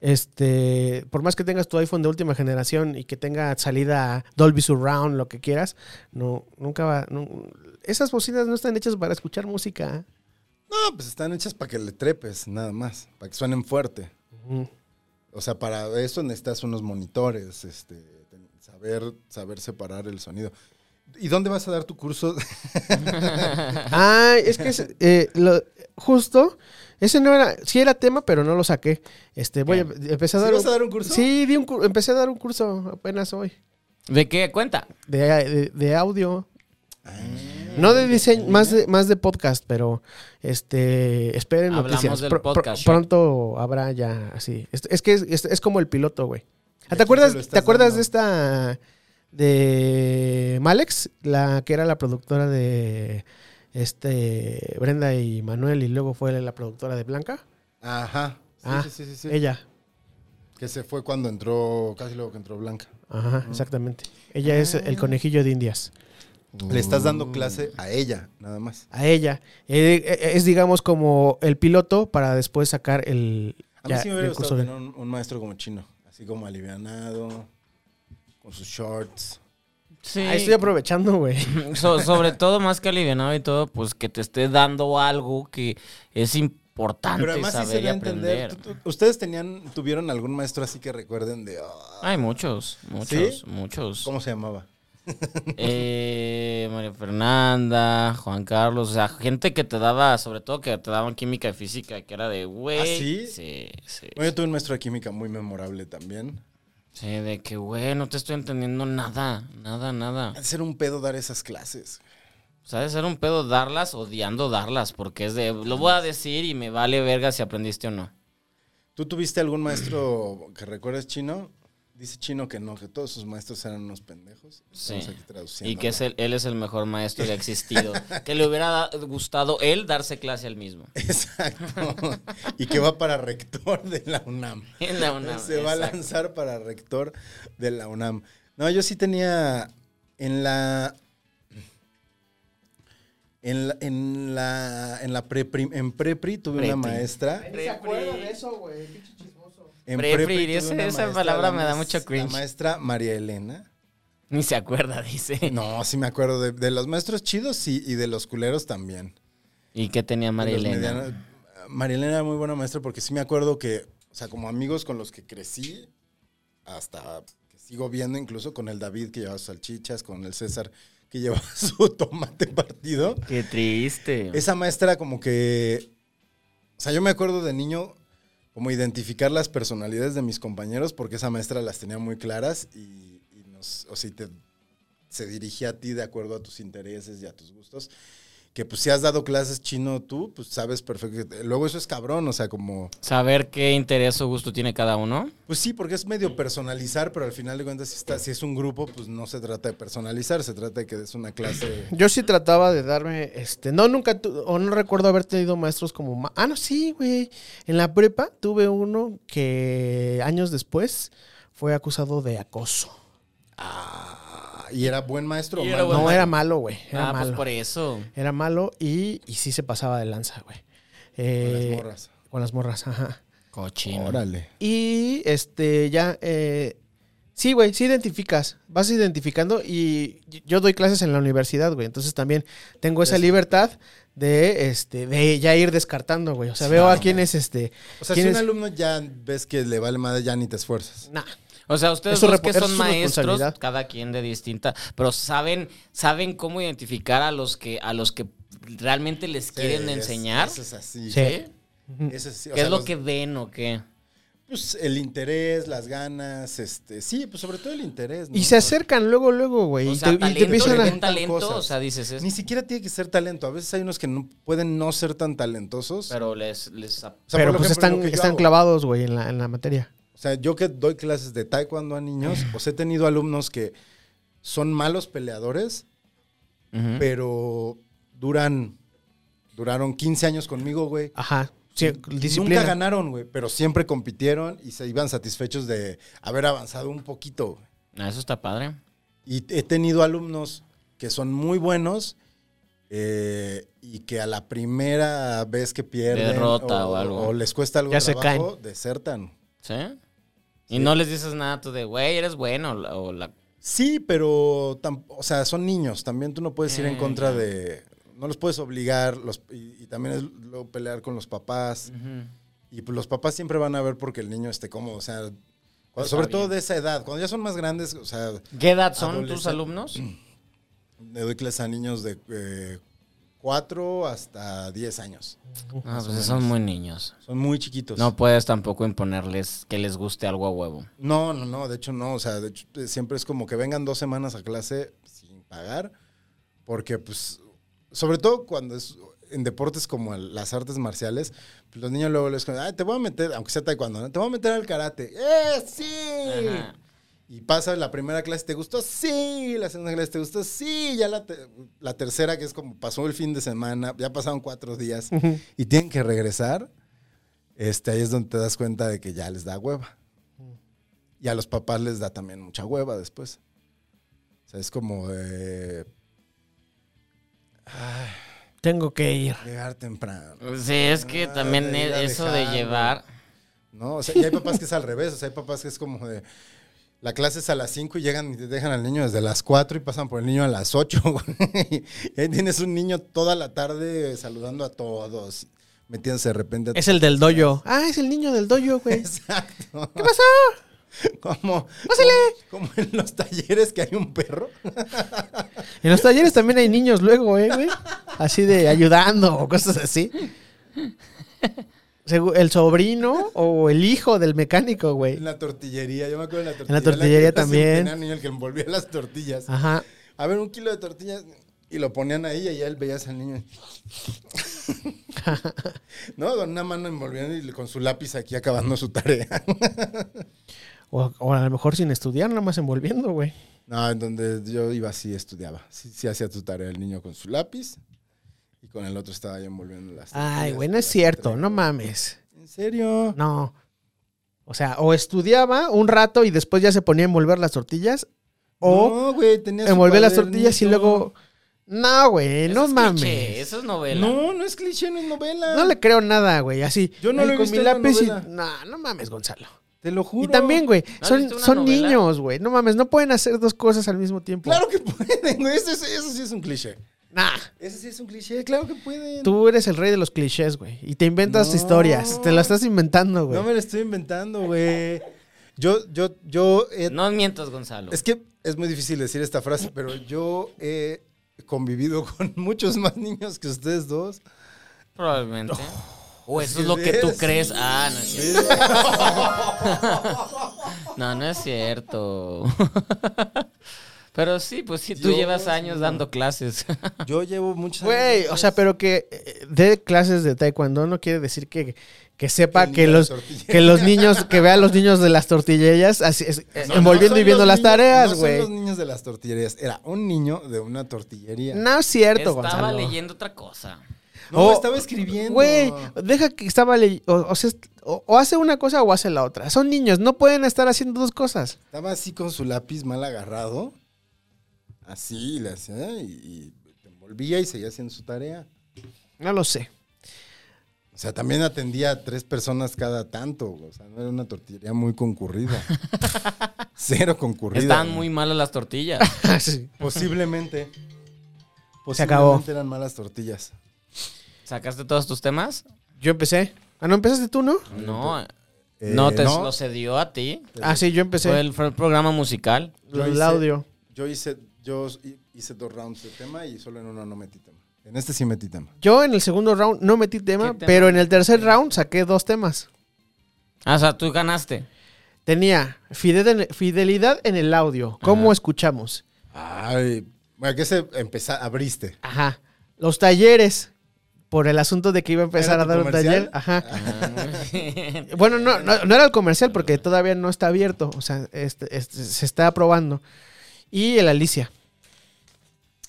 Speaker 1: Este, por más que tengas tu iPhone de última generación y que tenga salida Dolby Surround, lo que quieras, no, nunca va. no- esas bocinas no están hechas para escuchar música.
Speaker 2: No, pues están hechas para que le trepes, nada más, para que suenen fuerte.
Speaker 1: Ujú.
Speaker 2: O sea, para eso necesitas unos monitores, este, ten- saber, saber separar el sonido. ¿Y dónde vas a dar tu curso?
Speaker 1: Ah, es que es, eh, lo- justo, ese no era, sí era tema, pero no lo saqué. Este, voy, a- empecé a
Speaker 2: ¿Sí
Speaker 1: dar,
Speaker 2: vas a dar un curso?
Speaker 1: Sí, di un cur- empecé a dar un curso apenas hoy
Speaker 3: ¿De qué cuenta?
Speaker 1: de, de- de audio. No de diseño,
Speaker 2: Ah,
Speaker 1: más de, más de podcast, pero este esperen
Speaker 3: Hablamos
Speaker 1: noticias.
Speaker 3: del
Speaker 1: Pro- pro-
Speaker 3: podcast, Shop.
Speaker 1: pronto habrá ya así. Es, es que es, es- es como el piloto, güey. Ah,
Speaker 2: ¿Y a quién
Speaker 1: ¿Te
Speaker 2: se
Speaker 1: acuerdas,
Speaker 2: lo estás
Speaker 1: ¿te acuerdas de
Speaker 2: dando?
Speaker 1: esta de Malex? La que era la productora de este Brenda y Manuel, y luego fue la productora de Blanca.
Speaker 2: Ajá. Sí,
Speaker 1: Ah,
Speaker 2: sí, sí, sí, sí.
Speaker 1: Ella.
Speaker 2: Que se fue cuando entró, casi luego que entró Blanca.
Speaker 1: Ajá, exactamente. Ella es
Speaker 2: Ah.
Speaker 1: el conejillo de Indias.
Speaker 2: Le estás dando clase a ella, nada más.
Speaker 1: a ella. Eh, eh, es, digamos, como el piloto para después sacar el,
Speaker 2: A mí
Speaker 1: ya,
Speaker 2: sí me hubiera
Speaker 1: el curso
Speaker 2: gustado
Speaker 1: de-
Speaker 2: tener un, un maestro como chino, así como alivianado, con sus shorts.
Speaker 3: Sí.
Speaker 1: Ah, estoy aprovechando, güey.
Speaker 3: So- sobre todo, más que alivianado y todo, pues que te esté dando algo que es importante
Speaker 2: Pero además sí
Speaker 3: saber
Speaker 2: se
Speaker 3: y
Speaker 2: ve a
Speaker 3: aprender.
Speaker 2: entender. ¿Tú- tú- ¿Ustedes tenían, tuvieron algún maestro así que recuerden de... ah,
Speaker 3: Hay muchos, muchos,
Speaker 2: ¿Sí?
Speaker 3: muchos.
Speaker 2: ¿Cómo se llamaba?
Speaker 3: Eh, María Fernanda, Juan Carlos, o sea, gente que te daba, sobre todo que te daban química y física, que era de güey.
Speaker 2: ¿Ah, sí?
Speaker 3: Sí, sí.
Speaker 2: Bueno, yo tuve un maestro de química muy memorable también.
Speaker 3: Sí, de que güey, no te estoy entendiendo nada, nada, nada.
Speaker 2: Ha de ser un pedo dar esas clases.
Speaker 3: O sea, ha de ser un pedo darlas, odiando darlas, porque es de, lo voy a decir y me vale verga si aprendiste o no.
Speaker 2: ¿Tú tuviste algún maestro que recuerdes chino? Dice chino que no, que todos sus maestros eran unos pendejos.
Speaker 3: Sí.
Speaker 2: Estamos aquí traduciendo.
Speaker 3: Y que es el- él es el mejor maestro que ha existido. que le hubiera da- gustado él darse clase al mismo.
Speaker 2: Exacto. y que va para rector de la UNAM.
Speaker 3: En la UNAM,
Speaker 2: Se va a
Speaker 3: exacto.
Speaker 2: lanzar para rector de la UNAM. No, yo sí tenía en la en la en la en la prepri, en prepri tuve una
Speaker 3: Prepri.
Speaker 2: maestra en
Speaker 3: Prepri,
Speaker 2: tuve
Speaker 3: ese-
Speaker 2: una
Speaker 3: esa
Speaker 2: maestra,
Speaker 3: palabra
Speaker 2: la
Speaker 3: me da
Speaker 2: maes-
Speaker 3: mucho cringe.
Speaker 2: La maestra María Elena.
Speaker 3: Ni se acuerda, dice.
Speaker 2: No, sí me acuerdo de, de los maestros chidos sí, y de los culeros también.
Speaker 3: ¿Y qué tenía María
Speaker 2: Los
Speaker 3: Elena?
Speaker 2: medianos- María Elena era muy buena maestra porque sí me acuerdo que, o sea, como amigos con los que crecí, hasta que sigo viendo, incluso con el David que llevaba sus salchichas, con el César que llevaba su tomate partido.
Speaker 3: Qué triste.
Speaker 2: Esa maestra como que, o sea, yo me acuerdo de niño como identificar las personalidades de mis compañeros porque esa maestra las tenía muy claras y, y nos, o sea, y te, se dirigía a ti de acuerdo a tus intereses y a tus gustos. que pues si has dado clases chino tú, pues sabes perfecto. Luego eso es cabrón, o sea, como...
Speaker 3: Saber qué interés o gusto tiene cada uno.
Speaker 2: Pues sí, porque es medio personalizar, pero al final de cuentas, si, está, si es un grupo, pues no se trata de personalizar, se trata de que es una clase...
Speaker 1: Yo sí trataba de darme, este, no nunca, tu- o no recuerdo haber tenido maestros como, ma- ah, no, sí, güey, en la prepa tuve uno que años después fue acusado de acoso.
Speaker 2: Ah, y era buen maestro. o
Speaker 3: Y
Speaker 2: mal
Speaker 3: era
Speaker 2: maestro?
Speaker 3: buen-
Speaker 1: No, era malo, güey, era
Speaker 3: Ah,
Speaker 1: malo.
Speaker 3: pues por eso.
Speaker 1: Era malo y, y sí se pasaba de lanza, güey. Eh,
Speaker 2: Las morras.
Speaker 1: Con las morras, ajá.
Speaker 3: Cochino.
Speaker 2: Órale.
Speaker 1: Y este, ya. eh, sí, güey, sí identificas. Vas identificando y yo doy clases en la universidad, güey. Entonces también tengo esa libertad de, este, de ya ir descartando, güey. O sea, veo a quién es este.
Speaker 2: O sea, si
Speaker 1: quién
Speaker 2: un
Speaker 1: es-
Speaker 2: alumno ya ves que le vale madre, ya ni te esfuerzas.
Speaker 1: Nah.
Speaker 3: O sea, ustedes
Speaker 1: Es su
Speaker 3: dos
Speaker 1: repo-
Speaker 3: que
Speaker 1: es
Speaker 3: son
Speaker 1: su
Speaker 3: maestros,
Speaker 1: responsabilidad.
Speaker 3: cada quien de distinta, pero saben, saben cómo identificar a los que, a los que realmente les quieren
Speaker 2: Sí, es-
Speaker 3: enseñar.
Speaker 2: Eso es así.
Speaker 1: Sí.
Speaker 2: ¿eh? Eso es así.
Speaker 3: ¿Qué
Speaker 2: o
Speaker 3: es
Speaker 2: sea,
Speaker 3: lo
Speaker 2: los-
Speaker 3: que ven o qué?
Speaker 2: Pues el interés, las ganas, este... Sí, pues sobre todo el interés. ¿no?
Speaker 1: Y se acercan luego, luego, güey.
Speaker 3: O
Speaker 1: Y,
Speaker 3: sea,
Speaker 1: te- y te,
Speaker 3: talento,
Speaker 1: empiezan
Speaker 3: le
Speaker 1: a.
Speaker 3: ven talento,
Speaker 2: cosas.
Speaker 3: o sea, dices es-
Speaker 2: Ni siquiera tiene que ser talento. A veces hay unos que no, pueden no ser tan talentosos.
Speaker 3: Pero les, les ap-
Speaker 2: O sea,
Speaker 1: pero
Speaker 2: por
Speaker 1: pues
Speaker 2: ejemplo, lo
Speaker 1: están,
Speaker 2: que yo
Speaker 1: están
Speaker 2: hago.
Speaker 1: clavados, güey, en la, en la materia.
Speaker 2: O sea, yo que doy clases de taekwondo a niños, pues he tenido alumnos que son malos peleadores,
Speaker 3: Ujú.
Speaker 2: pero duran, duraron 15 años conmigo, güey.
Speaker 1: Ajá. Sí,
Speaker 2: Nunca
Speaker 1: disciplina.
Speaker 2: ganaron, güey, pero siempre compitieron y se iban satisfechos de haber avanzado un poquito. güey.
Speaker 3: Ah, eso está padre.
Speaker 2: Y he tenido alumnos que son muy buenos eh, y que a la primera vez que pierden
Speaker 3: Derrota o algo.
Speaker 2: o les cuesta algo
Speaker 1: Ya
Speaker 2: de
Speaker 1: se
Speaker 2: trabajo, desertan.
Speaker 3: ¿Sí? Y no les dices nada tú de, güey, eres bueno. o la- O la...
Speaker 2: Sí, pero, tam- o sea, son niños. También tú no puedes ir en
Speaker 3: Mm,
Speaker 2: contra
Speaker 3: ya.
Speaker 2: de... No los puedes obligar los, y, y también es lo, pelear con los papás.
Speaker 3: Ujú.
Speaker 2: Y pues los papás siempre van a ver porque el niño esté cómodo. O sea, cuando- sobre
Speaker 3: bien.
Speaker 2: todo de esa edad. Cuando ya son más grandes, o sea,
Speaker 3: ¿Qué edad son tus
Speaker 2: Adolescente.
Speaker 3: alumnos? Ah,
Speaker 2: le doy clases a niños de 4 hasta 10 años.
Speaker 3: Ah, pues son muy niños.
Speaker 2: Son muy chiquitos.
Speaker 3: No pues. puedes tampoco imponerles que les guste algo a huevo.
Speaker 2: No, no, no, de hecho no, o sea, de hecho eh, siempre es como que vengan dos semanas a clase sin pagar, porque pues, sobre todo cuando es en deportes como el- las artes marciales, pues, los niños luego les dicen, ay, te voy a meter, aunque sea taekwondo, ¿no? te voy a meter al karate, ¡eh, sí!
Speaker 3: Ajá.
Speaker 2: Y pasa la primera clase, ¿te gustó? Sí, la segunda clase, ¿te gustó? Sí, ya la, te- la tercera, que es como pasó el fin de semana, ya pasaron cuatro días y tienen que regresar, este, ahí es donde te das cuenta de que ya les da hueva. Y a los papás les da también mucha hueva después. O sea, es como eh, de
Speaker 1: Tengo que ir.
Speaker 2: llegar temprano,
Speaker 3: Sí, es que
Speaker 2: Ah,
Speaker 3: también
Speaker 2: de ir a
Speaker 3: e- eso de
Speaker 2: dejarlo.
Speaker 3: llevar.
Speaker 2: ¿no? O sea, y hay papás que es al revés, o sea, hay papás que es como de... La clase es a las 5 y llegan y te dejan al niño desde las 4 y pasan por el niño a las 8. y ahí tienes un niño toda la tarde saludando a todos, metiéndose de repente a
Speaker 1: Es el del doyo. Ah, es el niño del doyo, güey.
Speaker 2: Exacto.
Speaker 1: ¿Qué pasó?
Speaker 2: Como, como en los talleres que hay un perro.
Speaker 1: En los talleres también hay niños luego, ¿eh, güey? Así de ayudando o cosas así. Segu- El sobrino o el hijo del mecánico, güey.
Speaker 2: En la tortillería, yo me acuerdo en la tortillería.
Speaker 1: tortillería
Speaker 2: que siempre
Speaker 1: también.
Speaker 2: tenía un niño el que envolvía las tortillas.
Speaker 1: Ajá.
Speaker 2: A ver, un kilo de tortillas y lo ponían ahí y ya veías al niño. no, con una mano envolviendo y con su lápiz aquí acabando su tarea.
Speaker 1: O, o a lo mejor sin estudiar, nada más envolviendo, güey.
Speaker 2: no, en donde yo iba sí estudiaba. Sí, sí hacía tu tarea el niño con su lápiz y con el otro estaba ahí envolviendo las tortillas.
Speaker 1: Ay, güey, no es
Speaker 2: las
Speaker 1: cierto,
Speaker 2: entregas.
Speaker 1: no mames.
Speaker 2: ¿En serio?
Speaker 1: No. O sea, o estudiaba un rato y después ya se ponía a envolver las tortillas. O
Speaker 2: no, güey, tenía su
Speaker 1: envolver las tortillas y
Speaker 2: cuadernito.
Speaker 1: luego. No, güey,
Speaker 3: Eso
Speaker 1: no
Speaker 3: es
Speaker 1: mames.
Speaker 3: cliché, eso es novela.
Speaker 2: No, no es cliché, no es novela.
Speaker 1: No le creo nada, güey. Así.
Speaker 2: Yo no
Speaker 1: ahí
Speaker 2: lo he
Speaker 1: con
Speaker 2: visto
Speaker 1: mi
Speaker 2: en una
Speaker 1: lápiz y-
Speaker 2: novela.
Speaker 1: No, no mames, Gonzalo.
Speaker 2: Te lo juro.
Speaker 1: Y también, güey,
Speaker 3: ¿No has
Speaker 1: son,
Speaker 3: visto una
Speaker 1: son
Speaker 3: novela?
Speaker 1: niños, güey. No mames, no pueden hacer dos cosas al mismo tiempo.
Speaker 2: Claro que pueden, güey. Eso, es- eso sí es un cliché.
Speaker 1: Nah,
Speaker 2: Eso sí es un cliché, claro que pueden.
Speaker 1: tú eres el rey de los clichés, güey. Y te inventas
Speaker 2: No.
Speaker 1: historias. Te las estás inventando, güey.
Speaker 2: no me lo estoy inventando, güey. Yo, yo, yo. he-
Speaker 3: No mientas, Gonzalo.
Speaker 2: Es que es muy difícil decir esta frase, pero yo he convivido con muchos más niños que ustedes dos.
Speaker 3: Probablemente. O eso es
Speaker 2: sí
Speaker 3: lo que tú
Speaker 2: es.
Speaker 3: crees. Ah, no es cierto. No, no es cierto. Pero sí, pues sí, tú
Speaker 5: Yo-
Speaker 3: llevas años dando clases.
Speaker 5: Yo llevo muchas.
Speaker 1: Güey, o sea, pero que eh, dé clases de taekwondo no quiere decir que, que sepa
Speaker 2: Que
Speaker 1: que,
Speaker 2: el niño
Speaker 1: los
Speaker 2: de tortillería.
Speaker 1: que los niños, que vea a los niños de las tortillerías así es, eh, envolviendo y viendo las tareas, güey. No,
Speaker 2: No son los niños de las tortillerías. Era un niño de una tortillería.
Speaker 1: es cierto,
Speaker 3: Estaba
Speaker 1: Gonzalo.
Speaker 3: leyendo otra cosa.
Speaker 2: No,
Speaker 1: Oh,
Speaker 2: estaba escribiendo.
Speaker 1: Güey, deja que estaba leyendo. O, o sea, est- o- o hace una cosa o hace la otra. Son niños, no pueden estar haciendo dos cosas.
Speaker 2: Estaba así con su lápiz mal agarrado. Así, le hacía y, y envolvía y seguía haciendo su tarea.
Speaker 1: No lo sé.
Speaker 2: O sea, también atendía a tres personas cada tanto. O sea, no era una tortillería muy concurrida. Cero concurrida.
Speaker 3: Estaban
Speaker 2: güey.
Speaker 3: muy malas las tortillas.
Speaker 1: Ah, Sí.
Speaker 2: Posiblemente.
Speaker 1: Se acabó.
Speaker 2: Posiblemente eran malas tortillas.
Speaker 3: ¿Sacaste todos tus temas?
Speaker 1: Yo empecé. Ah, no empezaste tú, ¿no?
Speaker 3: No.
Speaker 2: Eh,
Speaker 3: no, te
Speaker 2: no.
Speaker 3: lo cedió a ti.
Speaker 1: Ah, sí, yo empecé.
Speaker 3: Fue el, fue el programa musical.
Speaker 2: Yo
Speaker 1: el
Speaker 2: hice-
Speaker 1: audio.
Speaker 2: Yo hice, yo hice dos rounds de tema y solo en uno no metí tema. En este sí metí tema.
Speaker 1: Yo en el segundo round no metí tema,
Speaker 3: ¿Qué tema?
Speaker 1: pero en el tercer round saqué dos temas.
Speaker 3: Ah, o sea, tú ganaste.
Speaker 1: Tenía fidel- fidelidad en el audio, cómo escuchamos.
Speaker 2: Ay, bueno, que se empezá, abriste.
Speaker 1: Ajá. Los talleres, por el asunto de que iba a empezar
Speaker 2: ¿Era
Speaker 1: a
Speaker 2: tu
Speaker 1: dar un
Speaker 2: comercial?
Speaker 1: taller. Ajá. Bueno, no, no, no era el comercial porque todavía no está abierto. O sea, este- este, se está aprobando. Y el Alicia.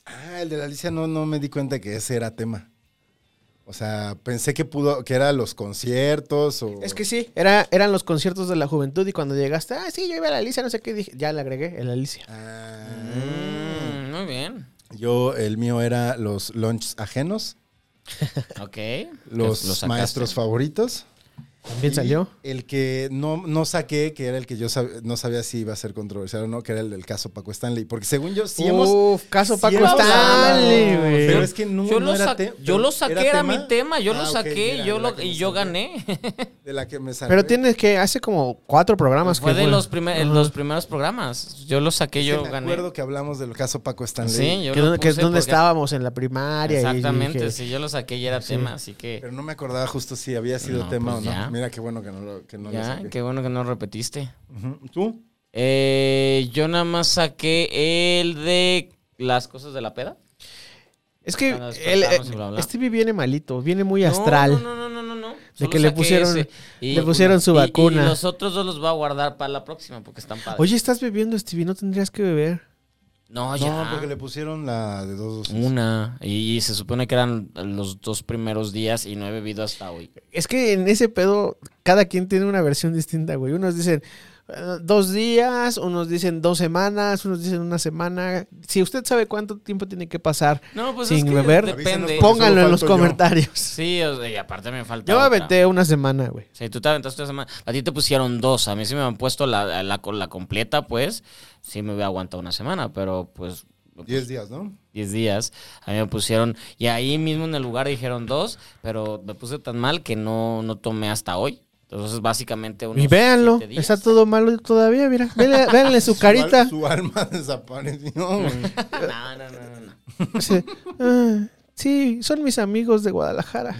Speaker 2: Ah, el de la Alicia no, no me di cuenta que ese era tema. O sea, pensé que pudo, que era los conciertos o.
Speaker 1: Es que sí, era, eran los conciertos de la juventud y cuando llegaste, ah, sí, yo iba a la Alicia, no sé qué dije. Ya le agregué el Alicia.
Speaker 2: Ah,
Speaker 3: Mm, muy bien.
Speaker 2: Yo, el mío era los lunch ajenos,
Speaker 3: Ok.
Speaker 2: los,
Speaker 3: sacaste.
Speaker 2: maestros favoritos.
Speaker 1: También
Speaker 2: Y
Speaker 1: salió.
Speaker 2: El que no, no saqué, que era el que yo sab- no sabía si iba a ser controversial o no, que era el del caso Paco Stanley. Porque según yo, sí hemos.
Speaker 1: Uf, Uh, caso
Speaker 2: sí
Speaker 1: Paco
Speaker 2: hemos
Speaker 1: Stanley,
Speaker 2: hablado,
Speaker 1: güey.
Speaker 2: Pero es que no,
Speaker 3: Yo,
Speaker 2: no
Speaker 3: lo
Speaker 2: era
Speaker 3: sa-
Speaker 2: te-
Speaker 3: yo lo saqué, era, mi tema, yo
Speaker 2: Ah,
Speaker 3: lo
Speaker 2: ok,
Speaker 3: saqué
Speaker 2: mira,
Speaker 3: yo
Speaker 2: de
Speaker 3: lo,
Speaker 2: la que
Speaker 3: y
Speaker 2: me
Speaker 3: yo
Speaker 2: salvé.
Speaker 3: gané.
Speaker 2: De la que me salvé.
Speaker 1: Pero tienes que, hace como cuatro programas
Speaker 3: Fue
Speaker 1: que
Speaker 3: de
Speaker 1: fue-
Speaker 3: los, primer-
Speaker 1: Ajá.
Speaker 3: los primeros programas. Yo lo saqué,
Speaker 2: Sí,
Speaker 3: yo
Speaker 2: me
Speaker 3: gané.
Speaker 2: acuerdo que hablamos del caso Paco Stanley.
Speaker 3: Sí, yo
Speaker 1: que,
Speaker 3: lo
Speaker 1: donde- que es
Speaker 3: puse
Speaker 1: donde
Speaker 3: porque-
Speaker 1: estábamos en la primaria. y- y
Speaker 3: Exactamente,
Speaker 1: dije,
Speaker 3: sí, yo lo saqué y era tema, así que
Speaker 2: Pero no me acordaba justo si había sido
Speaker 3: No,
Speaker 2: tema
Speaker 3: pues
Speaker 2: o no.
Speaker 3: ya.
Speaker 2: Mira qué bueno que no lo, que no lo
Speaker 3: ya,
Speaker 2: saqué.
Speaker 3: qué bueno que no repetiste.
Speaker 2: Ujú. ¿Tú?
Speaker 3: Eh, yo nada más saqué el de las cosas de la peda.
Speaker 1: Es que
Speaker 3: Cuando
Speaker 1: él,
Speaker 3: despertamos y bla, bla.
Speaker 1: Stevie viene malito, viene muy astral.
Speaker 3: No, no, no, no, no. no.
Speaker 1: De
Speaker 3: Solo
Speaker 1: que le
Speaker 3: saqué
Speaker 1: pusieron-
Speaker 3: ese.
Speaker 1: le pusieron su
Speaker 3: y-
Speaker 1: vacuna.
Speaker 3: Y, los otros dos los voy a guardar para la próxima porque están padres.
Speaker 1: Oye, estás bebiendo, Stevie, no tendrías que beber.
Speaker 3: no, ya.
Speaker 2: No, porque le pusieron la de dos dosis.
Speaker 3: Una. Y se supone que eran los dos primeros días y no he bebido hasta hoy.
Speaker 1: Es que en ese pedo, cada quien tiene una versión distinta, güey. Unos dicen eh, dos días, unos dicen dos semanas, unos dicen una semana. Si usted sabe cuánto tiempo tiene que pasar,
Speaker 3: No, pues
Speaker 1: Sin
Speaker 3: es que
Speaker 1: beber.
Speaker 3: depende.
Speaker 2: Avísanos,
Speaker 1: pónganlo en los
Speaker 2: falto yo.
Speaker 1: comentarios.
Speaker 3: Sí, o sea, y aparte me falta
Speaker 1: Yo me
Speaker 3: otra.
Speaker 1: aventé una semana, güey.
Speaker 3: Sí, tú te aventaste una semana. A ti te pusieron dos. A mí sí me han puesto la, la, la completa, pues. Sí me voy a aguantar una semana, pero pues
Speaker 2: Diez días, ¿no?
Speaker 3: 10 días. A mí me pusieron, y ahí mismo en el lugar dijeron dos, pero me puse tan mal que no, no tomé hasta hoy. Entonces, básicamente, unos
Speaker 1: Y véanlo,
Speaker 3: siete días.
Speaker 1: está todo malo todavía, mira. Véanle, véanle su carita.
Speaker 2: Su, al- su alma desapareció.
Speaker 3: No, no, no, no, no.
Speaker 1: Dice, "Ah, sí, son mis amigos de Guadalajara.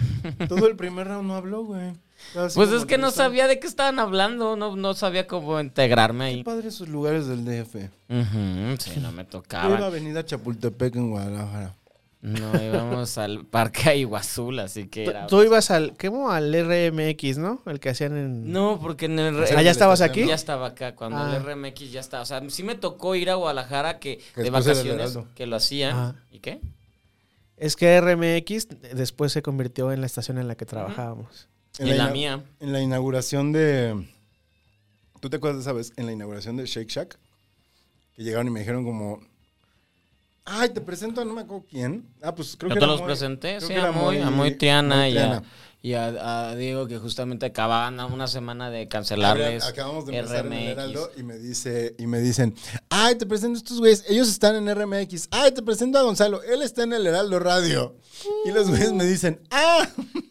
Speaker 2: Todo el primer round no habló, güey. Estaba así
Speaker 3: Pues
Speaker 2: como
Speaker 3: es que no
Speaker 2: triste.
Speaker 3: sabía de qué estaban hablando, no, no sabía cómo integrarme ahí.
Speaker 2: Qué padre esos lugares del DF.
Speaker 3: Ujú, sí,
Speaker 2: Yo
Speaker 3: no me
Speaker 2: iba a
Speaker 3: tocaba.
Speaker 2: Avenida Chapultepec en Guadalajara.
Speaker 3: No, íbamos al parque Iguazul, así que
Speaker 1: Tú-
Speaker 3: era...
Speaker 1: Tú ibas al, ¿cómo? Al RMX, ¿no? El que hacían en...
Speaker 3: No, porque en el...
Speaker 1: Ah, ¿ya estabas aquí?
Speaker 3: Ya estaba acá, cuando
Speaker 1: Ah.
Speaker 3: el RMX ya estaba. O sea, sí me tocó ir a Guadalajara que,
Speaker 2: Que
Speaker 3: de
Speaker 2: después era el
Speaker 3: vacaciones,
Speaker 2: Heraldo.
Speaker 3: que lo hacían.
Speaker 1: Ah.
Speaker 3: ¿Y qué?
Speaker 1: Es que RMX después se convirtió en la estación en la que trabajábamos.
Speaker 3: En la
Speaker 2: ina-
Speaker 3: mía.
Speaker 2: En la inauguración de. ¿Tú te acuerdas de esa vez? En la inauguración de Shake Shack. Que llegaron y me dijeron como. Ay, te presento a no me acuerdo quién. Ah, pues creo
Speaker 3: Yo
Speaker 2: que
Speaker 3: te
Speaker 2: era
Speaker 3: los
Speaker 2: Moy-
Speaker 3: presenté,
Speaker 2: creo
Speaker 3: sí,
Speaker 2: que era
Speaker 3: a Moy, a
Speaker 2: Moy-
Speaker 3: Moy Triana
Speaker 2: Moy
Speaker 3: y a, y a- a Diego, que justamente acababan a una semana de cancelarles
Speaker 2: Acabamos de empezar en el Heraldo
Speaker 3: RMX.
Speaker 2: y me, dice, y me dicen, ay, te presento a estos güeyes, ellos están en RMX, ay, te presento a Gonzalo, él está en el Heraldo Radio. Y los güeyes me dicen, ah,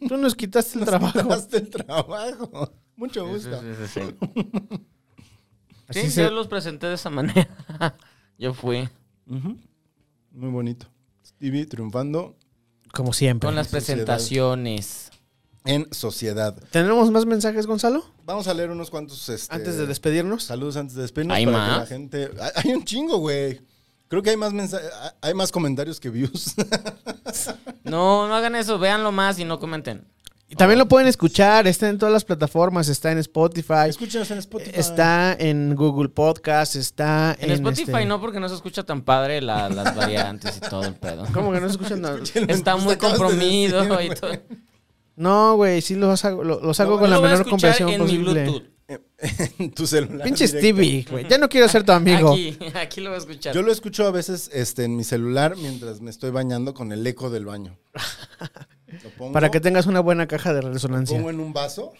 Speaker 1: Tú nos quitaste el trabajo.
Speaker 2: quitaste el trabajo. Mucho gusto.
Speaker 3: Sí,
Speaker 1: Así
Speaker 3: sí, yo
Speaker 1: se-
Speaker 3: los presenté de esa manera. yo fui.
Speaker 2: Ujú. Muy bonito. Stevie triunfando
Speaker 1: Como siempre.
Speaker 3: Con las presentaciones.
Speaker 2: en sociedad.
Speaker 1: ¿Tenemos más mensajes, Gonzalo?
Speaker 2: Vamos a leer unos cuantos este,
Speaker 1: Antes de despedirnos.
Speaker 2: saludos antes de despedirnos
Speaker 3: ¿Hay
Speaker 2: para
Speaker 3: más?
Speaker 2: que la gente... Hay- Hay un chingo, güey. Creo que hay más mensa- hay más comentarios que views.
Speaker 3: No, no hagan eso, véanlo más y no comenten.
Speaker 1: Y
Speaker 3: Ah.
Speaker 1: también lo pueden escuchar, está en todas las plataformas, está en Spotify,
Speaker 2: Escúchenos en Spotify.
Speaker 1: está en Google Podcast, está en...
Speaker 3: En, Spotify
Speaker 1: este-
Speaker 3: no, porque no se escucha tan padre la- las variantes y todo el pedo.
Speaker 1: ¿Cómo que no se escuchan nada?
Speaker 2: Escúchenlo,
Speaker 3: Está
Speaker 2: pues,
Speaker 3: muy
Speaker 2: acabas de
Speaker 3: compromiso
Speaker 2: decir,
Speaker 3: y
Speaker 2: güey.
Speaker 3: todo.
Speaker 1: No, güey, sí los hago, lo- los hago
Speaker 2: No,
Speaker 1: con
Speaker 3: Yo
Speaker 1: la
Speaker 3: lo voy a
Speaker 1: menor
Speaker 3: escuchar
Speaker 1: compresión
Speaker 3: en mi
Speaker 1: posible.
Speaker 3: Bluetooth.
Speaker 2: En tu celular.
Speaker 1: Pinche
Speaker 2: directo.
Speaker 1: Stevie, güey, ya no quiero ser tu amigo.
Speaker 3: Aquí, aquí lo voy a escuchar.
Speaker 2: Yo lo escucho a veces este, en mi celular mientras me estoy bañando con el eco del baño. Lo pongo,
Speaker 1: Para que tengas una buena caja de
Speaker 2: lo
Speaker 1: resonancia.
Speaker 2: pongo en un vaso.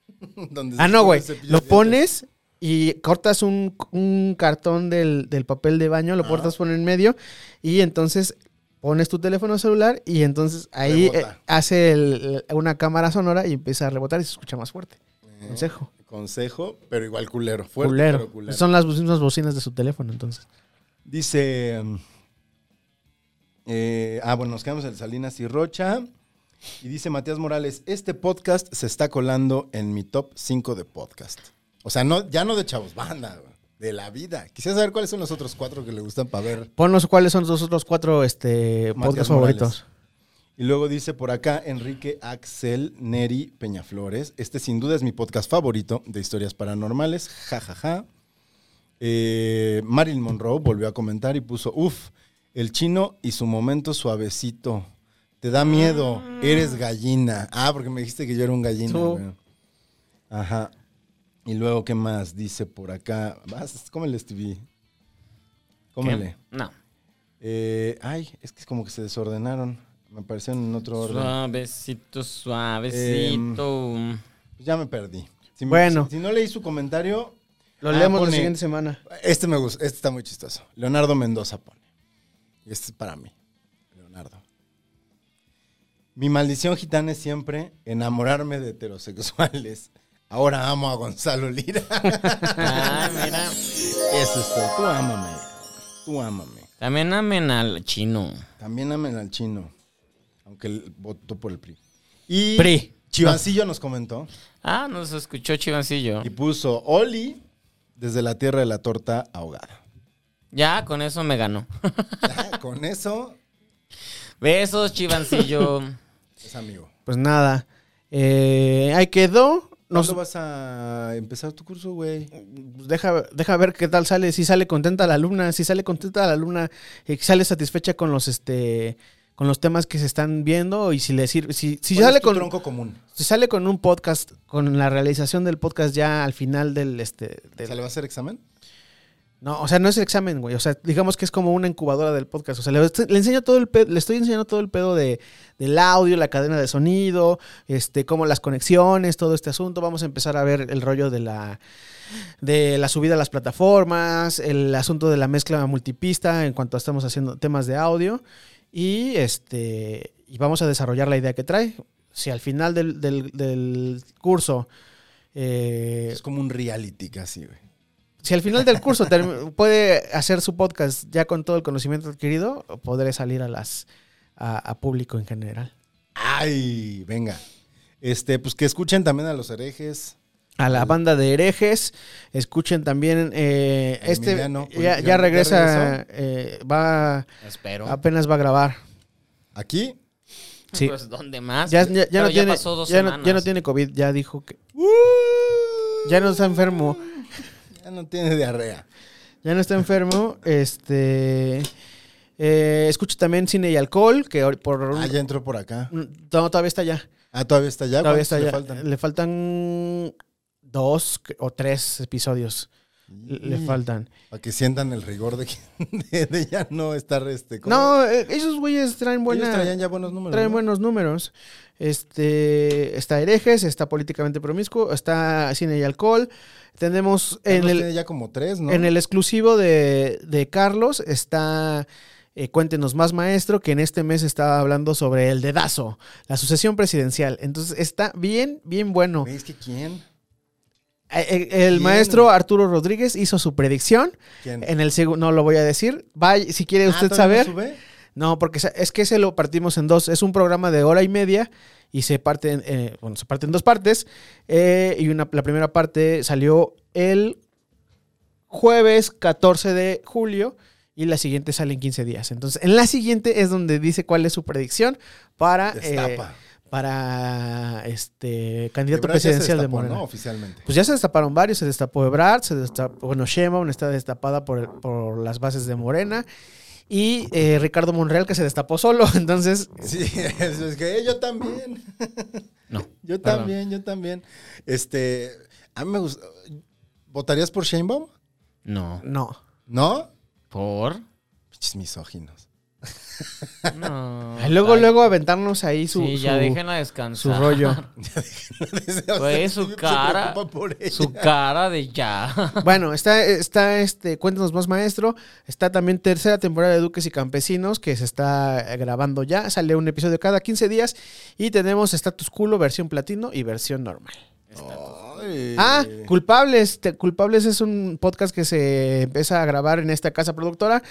Speaker 2: donde
Speaker 1: Ah,
Speaker 2: se
Speaker 1: no,
Speaker 2: pone
Speaker 1: güey.
Speaker 2: el cepillo
Speaker 1: Lo
Speaker 2: de dientes.
Speaker 1: pones y cortas un, un cartón del, del papel de baño, lo
Speaker 2: Ah.
Speaker 1: cortas por en medio y entonces pones tu teléfono celular y entonces ahí
Speaker 2: Rebota.
Speaker 1: eh, hace el- una cámara sonora y empieza a rebotar y se escucha más fuerte. Consejo.
Speaker 2: Consejo, pero igual culero. Eh, Fuerte,
Speaker 1: culero.
Speaker 2: pero culero.
Speaker 1: Son las mismas bocinas de su teléfono, entonces.
Speaker 2: Dice. mm, eh, ah, bueno, nos quedamos en Salinas y Rocha. Y dice Matías Morales: Este podcast se está colando en mi top 5 de podcast. O sea, no, ya no de chavos, banda, güey, de la vida. Quisiera saber cuáles son los otros cuatro que le gustan para ver.
Speaker 1: Ponnos cuáles son los otros cuatro este,
Speaker 2: Matías
Speaker 1: podcasts
Speaker 2: Morales.
Speaker 1: favoritos.
Speaker 2: Y luego dice por acá Enrique Axel Neri Peñaflores. Este sin duda es mi podcast favorito de historias paranormales. Ja, ja, ja. Eh, Marilyn Monroe volvió a comentar y puso, uff, el chino y su momento suavecito. Te da miedo, eres gallina. Ah, porque me dijiste que yo era un gallina.
Speaker 1: Tú.
Speaker 2: güey. Ajá. Y luego, ¿qué más? Dice por acá. "Ah, Vas, cómele, Stevie.
Speaker 3: ¿Qué?
Speaker 2: Cómele.
Speaker 3: No.
Speaker 2: Eh, ay, es que es como que se desordenaron. Me aparecieron en otro orden.
Speaker 3: Suavecito, suavecito.
Speaker 2: Pues Ya me perdí. Si me-
Speaker 1: Bueno.
Speaker 2: Si, si no leí su comentario.
Speaker 1: Lo
Speaker 2: Ah,
Speaker 1: leemos
Speaker 2: pone-
Speaker 1: la siguiente semana.
Speaker 2: Este me gusta, este está muy chistoso. Leonardo Mendoza pone. Y este es para mí. Leonardo. Mi maldición gitana es siempre enamorarme de heterosexuales. Ahora amo a Gonzalo Lira.
Speaker 3: Ah, mira.
Speaker 2: Eso es todo. Tú ámame. Tú ámame.
Speaker 3: También amen al chino.
Speaker 2: También amen al chino. Aunque él votó por el PRI. Y
Speaker 3: PRI.
Speaker 2: Chivancillo nos comentó
Speaker 3: Ah, nos escuchó
Speaker 1: Ah.
Speaker 3: Chivancillo.
Speaker 2: y puso Oli desde la tierra de la torta ahogada.
Speaker 3: Ya, con eso me ganó.
Speaker 2: Ya, Ah, Con eso
Speaker 3: Besos, Chivancillo.
Speaker 2: es amigo.
Speaker 1: Pues nada. Eh, ahí quedó. Nos, pues
Speaker 2: ¿Cuándo vas a empezar tu curso, güey?
Speaker 1: deja, deja ver qué tal sale, si sale contenta la alumna, si sale contenta la alumna, eh, sale satisfecha con los este con los temas que se están viendo y si le sirve, si, si
Speaker 2: ¿Cuál
Speaker 1: sale
Speaker 2: es tu
Speaker 1: con
Speaker 2: tronco común.
Speaker 1: si sale con un podcast, con la realización del podcast ya al final del este
Speaker 2: ¿Se
Speaker 1: del-
Speaker 2: le va a hacer examen?
Speaker 1: no, o sea, no es el examen, güey. O sea, digamos que es como una incubadora del podcast. O sea, le, est- le enseño todo el pe- le estoy enseñando todo el pedo de, del audio, la cadena de sonido, este, cómo las conexiones, todo este asunto. Vamos a empezar a ver el rollo de la de la subida a las plataformas, el asunto de la mezcla multipista en cuanto estamos haciendo temas de audio. Y este. Y vamos a desarrollar la idea que trae. Si al final del, del- del curso. eh,
Speaker 2: Es como un reality casi, güey.
Speaker 1: si al final del curso term- puede hacer su podcast ya con todo el conocimiento adquirido, podré salir a las a, a público en general.
Speaker 2: ¡Ay! Venga. Este, pues que escuchen también a los herejes.
Speaker 1: A la banda de herejes, escuchen también eh, este
Speaker 2: Emiliano,
Speaker 1: ya,
Speaker 2: Emiliano,
Speaker 1: ya
Speaker 2: ¿ya
Speaker 1: regresa, eh, va
Speaker 3: Espero.
Speaker 1: apenas va a grabar.
Speaker 2: Aquí.
Speaker 1: Sí.
Speaker 3: Pues, ¿dónde más?
Speaker 1: Ya, ya- ya
Speaker 3: Pero
Speaker 1: no tiene,
Speaker 3: pasó dos
Speaker 1: ya no-
Speaker 3: semanas.
Speaker 1: ya no tiene COVID, ya dijo que Uh. ya no está enfermo,
Speaker 2: Ya no tiene diarrea.
Speaker 1: ya no está enfermo, este eh, escuche también cine y alcohol, que ahor- por un-
Speaker 2: Ah, ya entró por acá.
Speaker 1: no, todavía está allá.
Speaker 2: Ah, todavía está allá.
Speaker 1: Todavía
Speaker 2: ¿Cuántos
Speaker 1: está
Speaker 2: le
Speaker 1: ya-
Speaker 2: faltan?
Speaker 1: le faltan dos c- o tres episodios. Le- Le
Speaker 2: Mm.
Speaker 1: faltan.
Speaker 2: Para que sientan el rigor de, que, de- de ya no estar este. con-
Speaker 1: No, eh, esos güeyes traen buena,
Speaker 2: Ellos traían ya buenos números.
Speaker 1: traen
Speaker 2: ¿no?
Speaker 1: buenos números. Este está herejes, está políticamente promiscuo, está cine y alcohol. Tenemos
Speaker 2: Ya
Speaker 1: en
Speaker 2: nos
Speaker 1: el
Speaker 2: tiene ya como tres, ¿no?
Speaker 1: En el exclusivo de, de Carlos está eh, Cuéntenos más, maestro, que en este mes estaba hablando sobre el dedazo, la sucesión presidencial. Entonces está bien, bien bueno.
Speaker 2: ¿Veis que quién?
Speaker 1: Eh, eh, El
Speaker 2: Bien.
Speaker 1: maestro Arturo Rodríguez hizo su predicción.
Speaker 2: ¿Quién?
Speaker 1: En el segundo, no lo voy a decir. Vaya, si quiere
Speaker 2: Ah,
Speaker 1: usted
Speaker 2: ¿todavía no
Speaker 1: saber.
Speaker 2: sube?
Speaker 1: No, porque sa- es que se lo partimos en dos. Es un programa de hora y media y se parte en, eh, bueno, se parte en dos partes. Eh, y una, la primera parte salió el jueves 14 de julio y la siguiente sale en 15 días. Entonces, en la siguiente es donde dice cuál es su predicción para... eh,
Speaker 2: Destapa.
Speaker 1: para este
Speaker 2: De
Speaker 1: candidato
Speaker 2: verdad ya se
Speaker 1: presidencial de
Speaker 2: destapó,
Speaker 1: Morena.
Speaker 2: ¿no? Oficialmente.
Speaker 1: Pues ya se destaparon varios, se destapó Ebrard, se destapó, bueno, Sheinbaum está destapada por, el- por las bases de Morena y eh, Ricardo Monreal que se destapó solo, entonces
Speaker 2: Sí, eso es que eh, yo también.
Speaker 3: No.
Speaker 2: Yo
Speaker 3: Perdón.
Speaker 2: también, yo también. Este, a mí me gusta. ¿Votarías por Sheinbaum?
Speaker 3: No.
Speaker 1: no.
Speaker 2: ¿No?
Speaker 3: ¿Por?
Speaker 2: Pichis misóginos.
Speaker 3: No.
Speaker 1: luego,
Speaker 3: Ay,
Speaker 1: luego aventarnos ahí su,
Speaker 3: sí, ya
Speaker 1: su-
Speaker 3: déjenla descansar.
Speaker 1: su rollo.
Speaker 3: Güey, su cara. Su cara de ya.
Speaker 1: Bueno, está, está este, cuéntanos más maestro, está también tercera temporada de Duques y Campesinos que se está eh, grabando ya, sale un episodio cada 15 días y tenemos Status Culo, versión platino y versión normal. Ah, Culpables. Te- Culpables es un podcast que se empieza a grabar en esta casa productora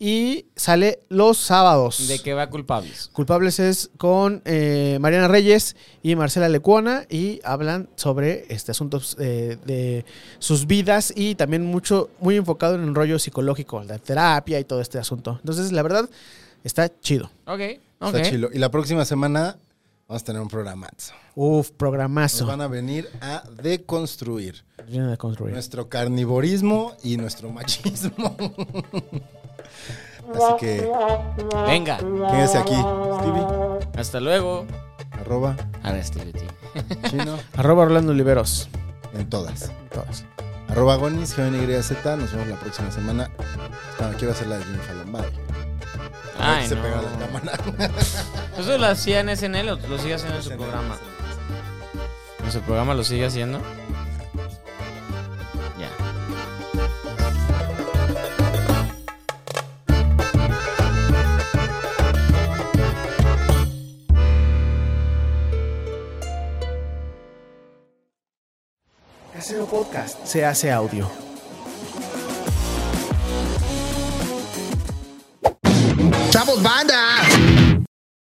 Speaker 1: y sale los sábados.
Speaker 3: ¿De qué va culpables?
Speaker 1: Culpables es con eh, Mariana Reyes y Marcela Lecuona y hablan sobre este asunto eh, de sus vidas y también mucho, muy enfocado en el rollo psicológico, la terapia y todo este asunto. Entonces, la verdad, está chido.
Speaker 3: Ok. ok.
Speaker 2: Está chilo. Y la próxima semana vamos a tener un programazo.
Speaker 1: Uf,
Speaker 2: Nos
Speaker 1: programazo.
Speaker 2: van a venir a deconstruir
Speaker 1: Vienen a construir.
Speaker 2: nuestro carnivorismo y nuestro machismo. Así que
Speaker 3: Venga.
Speaker 2: quédense aquí. Stevie,
Speaker 3: Hasta luego.
Speaker 2: arroba,
Speaker 3: A ver, este Stevie. T.
Speaker 2: chino,
Speaker 1: Arroba Orlando Oliveros.
Speaker 2: en todas.
Speaker 1: Todas.
Speaker 2: Arroba Gonis, Z. Nos vemos la próxima semana. Espera, quiero hacer la de Jimmy Fallon. Bye. A ver
Speaker 3: Ay,
Speaker 2: si se pega la
Speaker 3: no.
Speaker 2: cámara.
Speaker 3: Pues Eso lo hacía en SNL o lo sigue haciendo en su programa. ¿En su programa lo sigue haciendo? Ya.
Speaker 1: Casero Podcast se hace audio.
Speaker 6: ¡Chavos, banda!